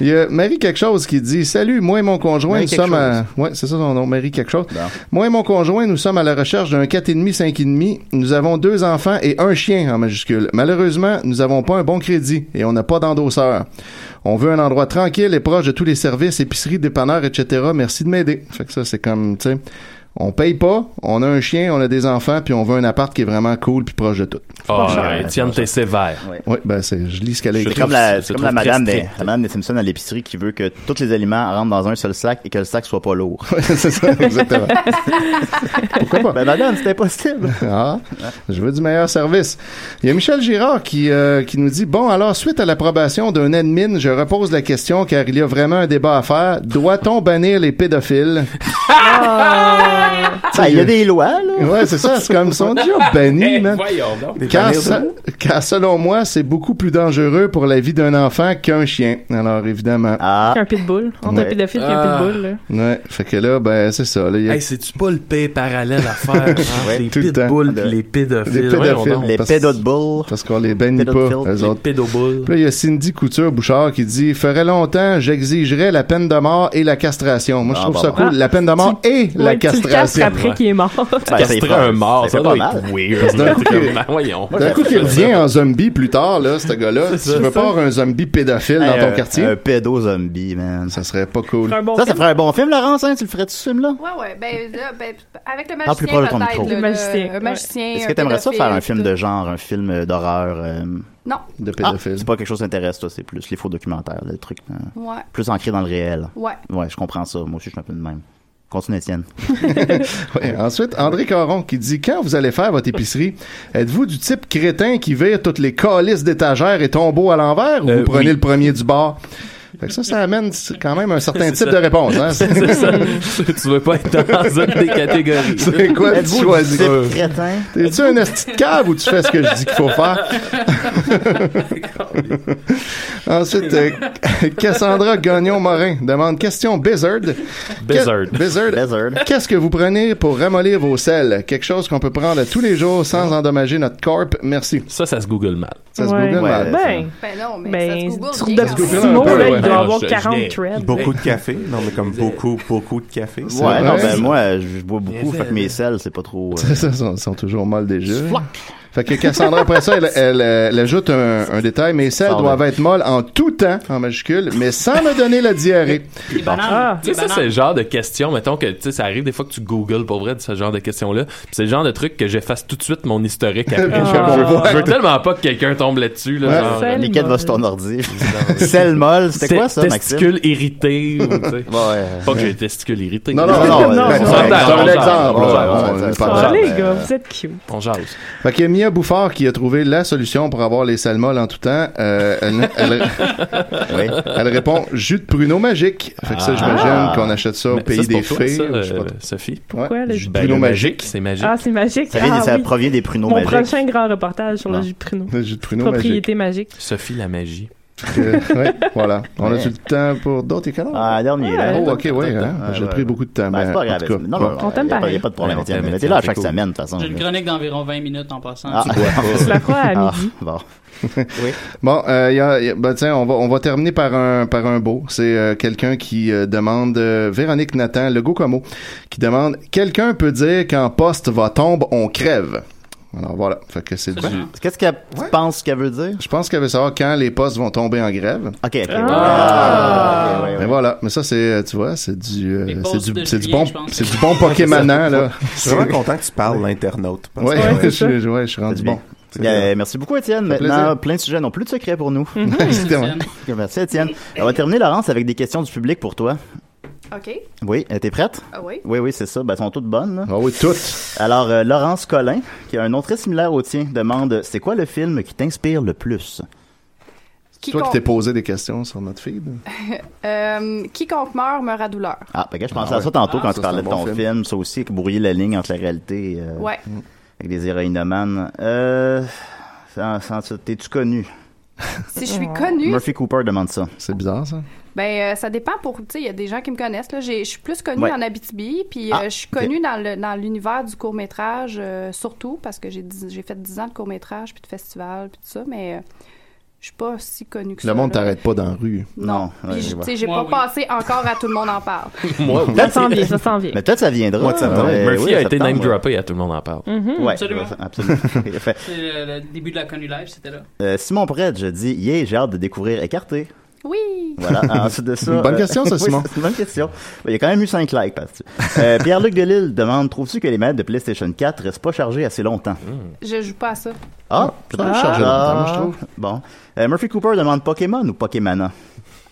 Speaker 4: Il y a Marie quelque chose qui dit Salut, moi et mon conjoint,
Speaker 2: Marie
Speaker 4: nous
Speaker 2: quelque
Speaker 4: sommes à. Ouais, c'est ça son nom, Marie quelque chose. Moi et mon conjoint, nous sommes à la recherche d'un 4,5, 5,5. Nous avons deux enfants et un chien en majuscule. Malheureusement, nous n'avons pas un bon crédit et on n'a pas d'endosseur. On veut un endroit tranquille et proche de tous les services, épiceries, dépanneurs, etc. Merci de m'aider. Fait que ça, c'est comme, tu sais. On paye pas, on a un chien, on a des enfants, puis on veut un appart qui est vraiment cool puis proche de tout.
Speaker 2: Ah,
Speaker 5: Oh, Étienne, t'es sévère.
Speaker 4: Oui, ben c'est, je lis ce qu'elle a
Speaker 2: C'est
Speaker 4: écrit.
Speaker 2: comme la, c'est comme la madame, des, la madame des Simpsons à l'épicerie qui veut que tous les aliments rentrent dans un seul sac et que le sac soit pas lourd.
Speaker 4: c'est ça, exactement. Pourquoi pas?
Speaker 2: Ben, madame, c'est impossible.
Speaker 4: Ah, je veux du meilleur service. Il y a Michel Girard qui, euh, qui nous dit Bon, alors, suite à l'approbation d'un admin, je repose la question car il y a
Speaker 3: Ah!
Speaker 4: vraiment un débat à faire. Doit-on bannir les pédophiles
Speaker 2: Ben, il y a des lois, là.
Speaker 4: Ouais, c'est ça, c'est comme son job banni, man.
Speaker 5: Voyons donc.
Speaker 4: Car, ça- car selon moi, c'est beaucoup plus dangereux pour la vie d'un enfant qu'un chien. Alors, évidemment.
Speaker 2: Ah.
Speaker 3: Qu'un pitbull. Entre un
Speaker 4: Ouais.
Speaker 3: pédophile et
Speaker 5: Ah.
Speaker 3: un pitbull, là.
Speaker 4: Ouais, fait que là, ben, c'est ça. Là, il y a-
Speaker 5: Hey, c'est-tu pas le pays parallèle à faire entre
Speaker 4: Ouais,
Speaker 5: les
Speaker 4: tout le temps.
Speaker 5: pitbulls pis les pédophiles?
Speaker 4: Les pédophiles. pédophiles. Parce qu'on les bannit pas,
Speaker 5: Pédophiles.
Speaker 4: eux
Speaker 5: Les
Speaker 4: autres.
Speaker 5: pédobulles.
Speaker 4: Puis là, il y a Cindy Couture-Bouchard qui dit « Ferait longtemps, j'exigerais la peine de mort et la castration. » Moi, je
Speaker 5: Ah,
Speaker 4: trouve
Speaker 5: bon,
Speaker 4: ça
Speaker 5: bon.
Speaker 4: cool. La peine de mort et la
Speaker 3: Ouais, tu le castres
Speaker 4: castration.
Speaker 3: après qu'il est mort.
Speaker 5: Ah, Castrer un mort, ça doit être
Speaker 4: Parce
Speaker 5: weird.
Speaker 4: que d'un coup,
Speaker 5: Comme,
Speaker 4: il-
Speaker 5: ben, Voyons.
Speaker 4: D'un coup, qu'il devient un zombie plus tard, là, ce gars-là.
Speaker 5: C'est
Speaker 4: Si
Speaker 5: ça,
Speaker 4: tu veux
Speaker 5: c'est
Speaker 4: pas
Speaker 5: ça.
Speaker 4: avoir un zombie pédophile dans
Speaker 2: Hey,
Speaker 4: ton
Speaker 2: un-
Speaker 4: quartier.
Speaker 2: Un pédo-zombie, man.
Speaker 4: Ça serait pas cool.
Speaker 2: Ça, ça ferait un bon film, Laurence, hein? Tu le ferais-tu, ce film-là?
Speaker 7: Ouais, ouais. Ben, là, ben, avec le
Speaker 2: Ah,
Speaker 7: magicien,
Speaker 2: plus proche de ton
Speaker 7: peut-être.
Speaker 2: micro.
Speaker 7: là,
Speaker 2: Le
Speaker 3: magicien,
Speaker 7: Un
Speaker 3: ouais.
Speaker 7: magicien.
Speaker 2: Est-ce
Speaker 7: un
Speaker 2: que t'aimerais ça
Speaker 7: pédophile,
Speaker 2: faire un film
Speaker 7: tout.
Speaker 2: de genre, un film euh, d'horreur? euh,
Speaker 7: Non.
Speaker 4: De
Speaker 2: Ah, c'est pas quelque chose d'intéressant, c'est plus les faux documentaires, le truc. hein.
Speaker 7: Ouais.
Speaker 2: Plus ancré dans le réel.
Speaker 7: Ouais.
Speaker 2: Ouais, je comprends ça. Moi aussi, je suis un peu de même. Continue, Étienne.
Speaker 4: Ouais. Ensuite, André Caron qui dit Quand vous allez faire votre épicerie, êtes-vous du type crétin qui vire toutes les calices d'étagères et tombeaux à l'envers ou vous prenez
Speaker 5: Euh, oui.
Speaker 4: le premier du bord Fait que ça, ça amène quand même un certain
Speaker 5: C'est
Speaker 4: type
Speaker 5: ça.
Speaker 4: de réponse. Hein?
Speaker 5: C'est ça. tu veux pas être dans une des catégories.
Speaker 4: C'est quoi que tu choisis?
Speaker 2: crétin?
Speaker 4: T'es-tu un esti de cave ou tu fais ce que je dis qu'il faut faire? Ensuite, euh, Cassandra Gagnon-Morin demande question Bizard.
Speaker 5: Bizard.
Speaker 4: Que- Bizard. Qu'est-ce que vous prenez pour ramollir vos selles? Quelque chose qu'on peut prendre à tous les jours sans endommager notre corp. Merci.
Speaker 5: Ça, ça se Google mal.
Speaker 4: Ça se
Speaker 3: Ouais.
Speaker 4: google mal.
Speaker 3: Ben,
Speaker 7: Ben non, mais
Speaker 3: ben, sur
Speaker 7: bien,
Speaker 3: de
Speaker 7: quand
Speaker 3: petits
Speaker 4: même.
Speaker 3: mots,
Speaker 4: Ouais,
Speaker 3: là,
Speaker 4: ouais.
Speaker 3: il doit
Speaker 4: Ouais,
Speaker 3: avoir
Speaker 4: je- je
Speaker 3: 40
Speaker 4: l'ai.
Speaker 3: threads.
Speaker 6: Beaucoup de café. Non, mais comme beaucoup, beaucoup de café. c'est
Speaker 2: Ouais,
Speaker 6: vrai.
Speaker 2: non, ben moi, je bois beaucoup, fait que mes selles, c'est pas trop. euh,
Speaker 4: C'est ça, ils sont, sont toujours mal déjà. Fait que Cassandra, après ça, elle, elle, euh, elle ajoute un, un détail. Mes selles
Speaker 2: Pardon.
Speaker 4: doivent être molles en tout temps, en majuscule, mais sans me donner la diarrhée.
Speaker 3: Ah,
Speaker 5: Tu sais, ça, c'est le genre de question, mettons que, tu sais, ça arrive des fois que tu googles pour vrai de ce genre de questions-là. Puis c'est le genre de truc que j'efface tout de suite mon historique après.
Speaker 4: Puis je
Speaker 5: Je veux-
Speaker 4: comprends.
Speaker 5: Je veux tellement pas que quelqu'un tombe là-dessus, là.
Speaker 4: Ouais.
Speaker 5: genre,
Speaker 3: Selle
Speaker 2: Les quêtes
Speaker 3: molle.
Speaker 2: va sur ton ordi. Selle molle, c'était quoi ça, Maxime?
Speaker 5: Testicule irrité, ou, tu sais.
Speaker 2: Ouais.
Speaker 5: Pas que j'ai des testicules irrités.
Speaker 4: Non, non, non,
Speaker 2: non,
Speaker 4: ben, c'est
Speaker 2: non,
Speaker 4: un-
Speaker 2: non,
Speaker 4: c'est un
Speaker 2: non,
Speaker 4: exemple.
Speaker 2: non,
Speaker 4: là, on-
Speaker 2: non, non,
Speaker 4: on
Speaker 2: non,
Speaker 4: est
Speaker 2: non,
Speaker 4: pas
Speaker 3: Ah,
Speaker 2: non,
Speaker 4: dedans.
Speaker 3: les gars, vous êtes cute.
Speaker 5: On jase.
Speaker 4: Fait qu'il y a Mia Bouffard qui a trouvé la solution pour avoir les selles molles en tout temps. Euh, elle, elle-
Speaker 2: Oui.
Speaker 4: elle répond jus de pruneau magique. Fait que ça, j'imagine
Speaker 2: Ah.
Speaker 4: qu'on achète ça au
Speaker 5: Mais ça,
Speaker 4: pays
Speaker 5: c'est
Speaker 4: des
Speaker 5: pour toi,
Speaker 4: fées.
Speaker 5: ça,
Speaker 4: je sais pas
Speaker 5: euh,
Speaker 4: trop.
Speaker 5: Sophie.
Speaker 3: Pourquoi le
Speaker 4: Jus de
Speaker 5: Ben,
Speaker 4: pruneau
Speaker 5: le
Speaker 4: magique.
Speaker 5: C'est magique.
Speaker 3: Ah, c'est magique.
Speaker 2: Ça vient-
Speaker 3: Ah,
Speaker 2: Ça
Speaker 3: oui.
Speaker 2: provient des pruneaux
Speaker 3: Mon
Speaker 2: magiques.
Speaker 3: prochain grand reportage sur le jus de pruneau.
Speaker 4: Le jus de pruneau magique.
Speaker 3: Propriété magique.
Speaker 5: Sophie la magie.
Speaker 4: Euh, ouais, voilà. On
Speaker 2: Ouais.
Speaker 4: a-tu le temps pour d'autres éclats?
Speaker 2: Ah, dernier, là.
Speaker 4: Oh, ok, oui. hein.
Speaker 2: Ouais,
Speaker 4: J'ai
Speaker 2: ouais,
Speaker 4: pris
Speaker 2: ouais.
Speaker 4: beaucoup de temps.
Speaker 2: Ben,
Speaker 4: mais
Speaker 2: c'est pas
Speaker 4: en
Speaker 2: grave.
Speaker 4: tout cas,
Speaker 2: Non,
Speaker 4: bon.
Speaker 2: non,
Speaker 3: On t'aime
Speaker 2: y a pas-
Speaker 3: pareil.
Speaker 2: y a pas de problème.
Speaker 5: Ouais, on
Speaker 2: Étienne.
Speaker 5: t'aime,
Speaker 2: Mais T'es là à
Speaker 5: Étienne,
Speaker 2: chaque
Speaker 5: c'est cool.
Speaker 2: semaine, de toute façon.
Speaker 9: J'ai une chronique d'environ 20 minutes en passant.
Speaker 2: Ah.
Speaker 3: Tu la feras à
Speaker 2: Ah,
Speaker 3: midi.
Speaker 2: bon.
Speaker 4: Bon, euh, y a- y a- ben, tiens, on va, on va terminer par un, par un beau. C'est euh, quelqu'un qui euh, demande, euh, Véronique Nathan, le Gocomo, qui demande « Quelqu'un peut dire qu'en poste va tombe, on crève ». Alors voilà, fait que c'est du-
Speaker 2: Qu'est-ce qu'elle tu penses qu'elle veut dire?
Speaker 4: Je pense qu'elle veut savoir quand les postes vont tomber en grève.
Speaker 2: Ok, ok.
Speaker 3: Ah.
Speaker 2: ouais, ouais,
Speaker 4: Mais
Speaker 2: ouais.
Speaker 4: voilà, mais ça c'est, euh, tu vois, c'est du, euh,
Speaker 9: Les
Speaker 4: c'est
Speaker 9: postes
Speaker 4: du,
Speaker 9: de
Speaker 4: c'est du
Speaker 9: Julien,
Speaker 4: bon,
Speaker 9: je pense.
Speaker 4: c'est du bon Pokémon là.
Speaker 6: Je suis vraiment content que tu parles l'internaute. parce
Speaker 4: Ouais,
Speaker 6: que-
Speaker 4: ouais, je,
Speaker 3: c'est ça.
Speaker 4: suis- ouais, je suis rendu
Speaker 2: du
Speaker 4: bon.
Speaker 2: Bien, merci beaucoup, Étienne.
Speaker 4: Ça fait
Speaker 2: Maintenant,
Speaker 4: plaisir.
Speaker 2: plein de sujets n'ont plus de secret pour nous.
Speaker 4: Exactement.
Speaker 2: Merci, Étienne. On va terminer, Laurence, avec des questions du public pour toi.
Speaker 7: Ah, OK.
Speaker 2: Oui, euh, t'es prête?
Speaker 7: Ah oui.
Speaker 2: Oui, oui, c'est ça. Ben, elles sont toutes bonnes. là.
Speaker 4: Ah oui, toutes.
Speaker 2: Alors, euh, Laurence Collin, qui a un nom très similaire au tien, demande C'est quoi le film qui t'inspire le plus
Speaker 4: C'est
Speaker 7: Quiconque,
Speaker 4: toi qui t'es posé des questions sur notre feed.
Speaker 7: euh, quiconque meurt meurt à douleur.
Speaker 2: Ah, ben, je pensais
Speaker 4: Ah
Speaker 2: à ça tantôt
Speaker 4: Ah,
Speaker 2: quand
Speaker 4: ça,
Speaker 2: tu
Speaker 4: c'est
Speaker 2: parlais
Speaker 4: un
Speaker 2: de
Speaker 4: bon
Speaker 2: ton film.
Speaker 4: film.
Speaker 2: Ça aussi, qui brouillait la ligne entre la réalité euh,
Speaker 7: Ouais.
Speaker 2: avec des héroïnomanes. Euh. sans- sans ça, T'es-tu connu?
Speaker 7: Si je
Speaker 3: Oh.
Speaker 7: suis connue,
Speaker 2: Murphy Cooper demande ça.
Speaker 4: C'est bizarre ça.
Speaker 7: ben euh, ça dépend pour, tu sais, il y a des gens qui me connaissent là, J'ai- je suis plus connue
Speaker 2: Ouais.
Speaker 7: en Abitibi, puis
Speaker 2: Ah,
Speaker 7: euh, je suis
Speaker 2: ok.
Speaker 7: connue dans le dans l'univers du court-métrage euh, surtout parce que j'ai dix- j'ai fait 10 ans de court-métrage puis de festival puis tout ça, mais euh, je suis pas si connue que ça.
Speaker 4: Le monde
Speaker 7: là.
Speaker 4: t'arrête pas dans la rue.
Speaker 2: Non,
Speaker 7: Puis
Speaker 2: ouais,
Speaker 7: je-
Speaker 2: je
Speaker 7: tu
Speaker 2: vois.
Speaker 7: sais, j'ai
Speaker 9: Moi,
Speaker 7: pas
Speaker 9: oui.
Speaker 7: passé encore à tout le monde en parle.
Speaker 5: Moi, oui.
Speaker 3: Ça s'en vient, ça s'en vient.
Speaker 2: Mais peut-être ça viendra. euh,
Speaker 6: Moi, de septembre.
Speaker 2: Ouais,
Speaker 5: Murphy a
Speaker 2: oui, de
Speaker 5: été
Speaker 2: septembre,
Speaker 5: name
Speaker 2: ouais.
Speaker 5: droppé, à tout le monde en parle.
Speaker 3: Mhm.
Speaker 2: Ouais,
Speaker 9: Absolument.
Speaker 2: ouais, absolument. Fait-
Speaker 9: C'est le, le début de la connu live, c'était là.
Speaker 2: euh, Simon Prête, je dis, yeah, j'ai hâte de découvrir Écarté.
Speaker 7: Oui.
Speaker 2: Voilà. Ensuite de ça. euh,
Speaker 4: Bonne question, ça,
Speaker 2: oui,
Speaker 4: Simon.
Speaker 2: c'est une bonne question. Il y a quand même eu 5 likes là-dessus. Euh, Pierre-Luc Delille demande Trouves-tu que les manettes de PlayStation 4 restent pas chargées assez longtemps
Speaker 5: Hmm.
Speaker 7: Je joue pas à ça.
Speaker 2: Ah,
Speaker 4: ça doit charger longtemps, moi, je trouve.
Speaker 2: Bon. Euh, Murphy Cooper demande Pokémon ou Pokémana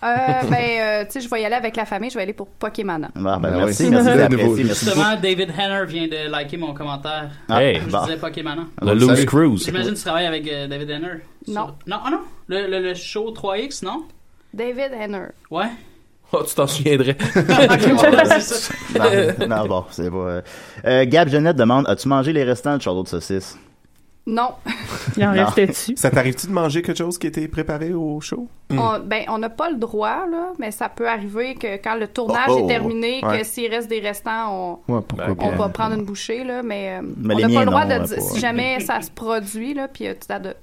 Speaker 7: Euh, ben, euh, tu sais, je vais y aller avec la famille, je vais aller pour Pokémon.
Speaker 2: Ah, ben,
Speaker 4: Ben
Speaker 2: Merci,
Speaker 4: oui.
Speaker 2: merci,
Speaker 4: De nouveau,
Speaker 2: d'apprécier, merci beaucoup.
Speaker 9: Justement, David Henner vient de liker mon commentaire.
Speaker 2: Ah,
Speaker 5: Hey.
Speaker 9: Je
Speaker 2: bon.
Speaker 9: disais Pokémon.
Speaker 5: Le Loose
Speaker 4: Salut.
Speaker 5: Cruise.
Speaker 9: J'imagine que tu travailles avec euh, David Henner.
Speaker 7: Non.
Speaker 9: Sur- Non, ah non. Le, le- le show 3X, non?
Speaker 7: David Henner.
Speaker 9: Ouais.
Speaker 5: Oh, tu t'en souviendrais.
Speaker 2: non, non, bon, c'est pas. euh, euh, Gab Jeannette demande As-tu mangé les restants du château de saucisse
Speaker 7: Non.
Speaker 6: Non. Ça t'arrive-tu de manger quelque chose qui était préparé au show?
Speaker 2: Mm.
Speaker 7: On, ben, on n'a pas le droit, là, mais ça peut arriver que quand le tournage
Speaker 6: Oh, oh,
Speaker 7: est terminé,
Speaker 6: ouais.
Speaker 7: que s'il reste des restants, on,
Speaker 6: Ouais, pourquoi
Speaker 7: Ben, on
Speaker 6: pas.
Speaker 7: va prendre une bouchée, là, mais, euh,
Speaker 2: Ben, Mais les
Speaker 7: on n'a
Speaker 2: miens,
Speaker 7: pas le droit
Speaker 2: non,
Speaker 7: de
Speaker 2: ouais,
Speaker 7: dire,
Speaker 2: pas.
Speaker 7: si jamais ça se produit, là, puis euh, tu t'as de-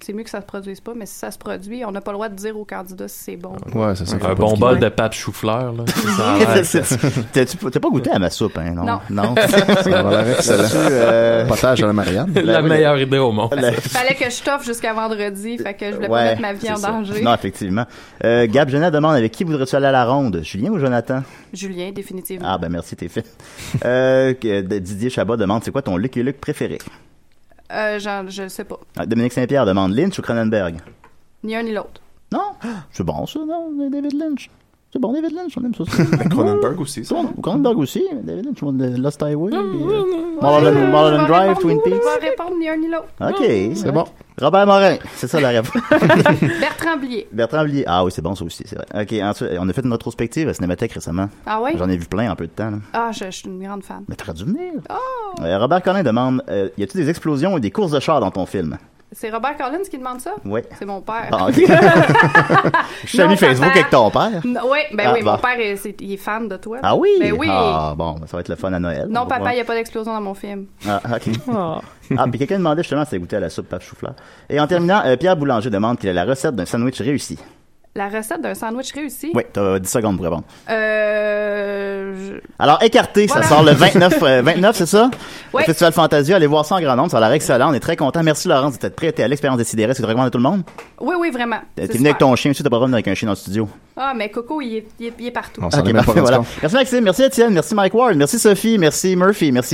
Speaker 7: c'est mieux que ça se produise pas, mais si ça se produit, on n'a pas le droit de dire au candidat si c'est bon.
Speaker 4: Ouais, ça, ça fait
Speaker 5: Un
Speaker 4: pas
Speaker 5: bon
Speaker 4: du
Speaker 5: bol
Speaker 4: bien.
Speaker 5: de pâte chou-fleur, là. C'est ça, ouais.
Speaker 2: C'est- c'est- T'as-tu pas- t'as pas goûté à ma soupe, hein? Non.
Speaker 7: Non.
Speaker 4: Ça va l'air excellent.
Speaker 2: Là-dessus, euh,
Speaker 4: Potage à la Marianne.
Speaker 5: La, meilleure idée au monde.
Speaker 7: Fallait que je t'offre jusqu'à vendredi, fait que je voulais pas
Speaker 2: Ouais,
Speaker 7: mettre ma vie
Speaker 2: c'est
Speaker 7: en
Speaker 2: ça.
Speaker 7: danger.
Speaker 2: Non, effectivement. Euh, Gab Jeannette demande Avec qui voudrais-tu aller à la ronde Julien ou Jonathan
Speaker 7: Julien, définitivement.
Speaker 2: Ah, ben merci, t'es fait. Euh, que- de- Didier Chabot demande C'est quoi ton Lucky Luke préféré
Speaker 7: Euh, genre, je le sais pas.
Speaker 2: Ah, Dominique Saint-Pierre demande Lynch ou Cronenberg
Speaker 7: Ni un ni l'autre.
Speaker 2: Non? C'est bon, ça, non David Lynch. C'est bon, David Lynch, on aime ça.
Speaker 6: Ben, Cronenberg aussi, ça.
Speaker 2: Cronenberg aussi, David Lynch, on a de Lost Highway, puis, euh, Mulholland Mulholland Drive, Twin
Speaker 7: Je
Speaker 2: Peaks.
Speaker 7: vais répondre ni un ni l'autre.
Speaker 2: Ok, c'est bon. Robert Morin, c'est ça la réponse.
Speaker 7: Bertrand Blier.
Speaker 2: Bertrand Blier. Ah oui, c'est bon ça aussi, c'est vrai. Ok, ensuite, on a fait une rétrospective à Cinémathèque récemment.
Speaker 7: Ah ouais?
Speaker 2: J'en ai vu plein en peu de temps. là.
Speaker 7: Ah, je, je suis une grande fan. Ah,
Speaker 2: Mais t'aurais dû venir. Euh, Robert Collin demande euh, Y a-t-il des explosions et des courses de chars dans ton film
Speaker 7: C'est Robert Collins qui demande ça?
Speaker 2: Ouais.
Speaker 7: C'est mon père.
Speaker 2: Ah, ok. Je suis ami
Speaker 7: Non,
Speaker 2: Facebook
Speaker 7: papa.
Speaker 2: avec ton père.
Speaker 7: Non, ouais, ben
Speaker 2: Ah,
Speaker 7: oui,
Speaker 2: bon.
Speaker 7: mon père, est- c'est- il est fan de toi.
Speaker 2: Ah oui
Speaker 7: Ben oui.
Speaker 2: Ah bon, ça va être le fun à Noël.
Speaker 7: non,
Speaker 2: On va
Speaker 7: papa, il n'y
Speaker 2: voir.
Speaker 7: a Oh. pas d'explosion dans mon film.
Speaker 2: Ah, ok. Ah, puis quelqu'un demandait justement si ça goûtait à la soupe pape chou-fleur. Et en terminant, euh, Pierre Boulanger demande qu'il a la recette d'un sandwich réussi.
Speaker 7: La recette d'un sandwich réussi?
Speaker 2: Oui, t'as 10 secondes pour répondre.
Speaker 7: Euh. je-
Speaker 2: Alors, écarté,
Speaker 7: Voilà.
Speaker 2: ça sort le 29, euh, 29 c'est ça?
Speaker 7: Ouais.
Speaker 2: Le Festival Fantasia, allez voir ça en grand nombre, ça a l'air excellent, on est très content. Merci Laurence d'être prêt à l'expérience décidérée, c'est vraiment à tout le monde.
Speaker 7: Oui, oui, vraiment.
Speaker 2: Euh,
Speaker 7: C'est
Speaker 2: T'es venu avec
Speaker 7: super.
Speaker 2: ton chien aussi, t'as pas le droit de venir avec un chien dans le studio.
Speaker 7: Ah, mais Coco, il est, il est- il est partout.
Speaker 2: Ok, parfait, voilà. Merci Maxime, merci Étienne, merci Mike Ward, merci Sophie, merci Murphy, merci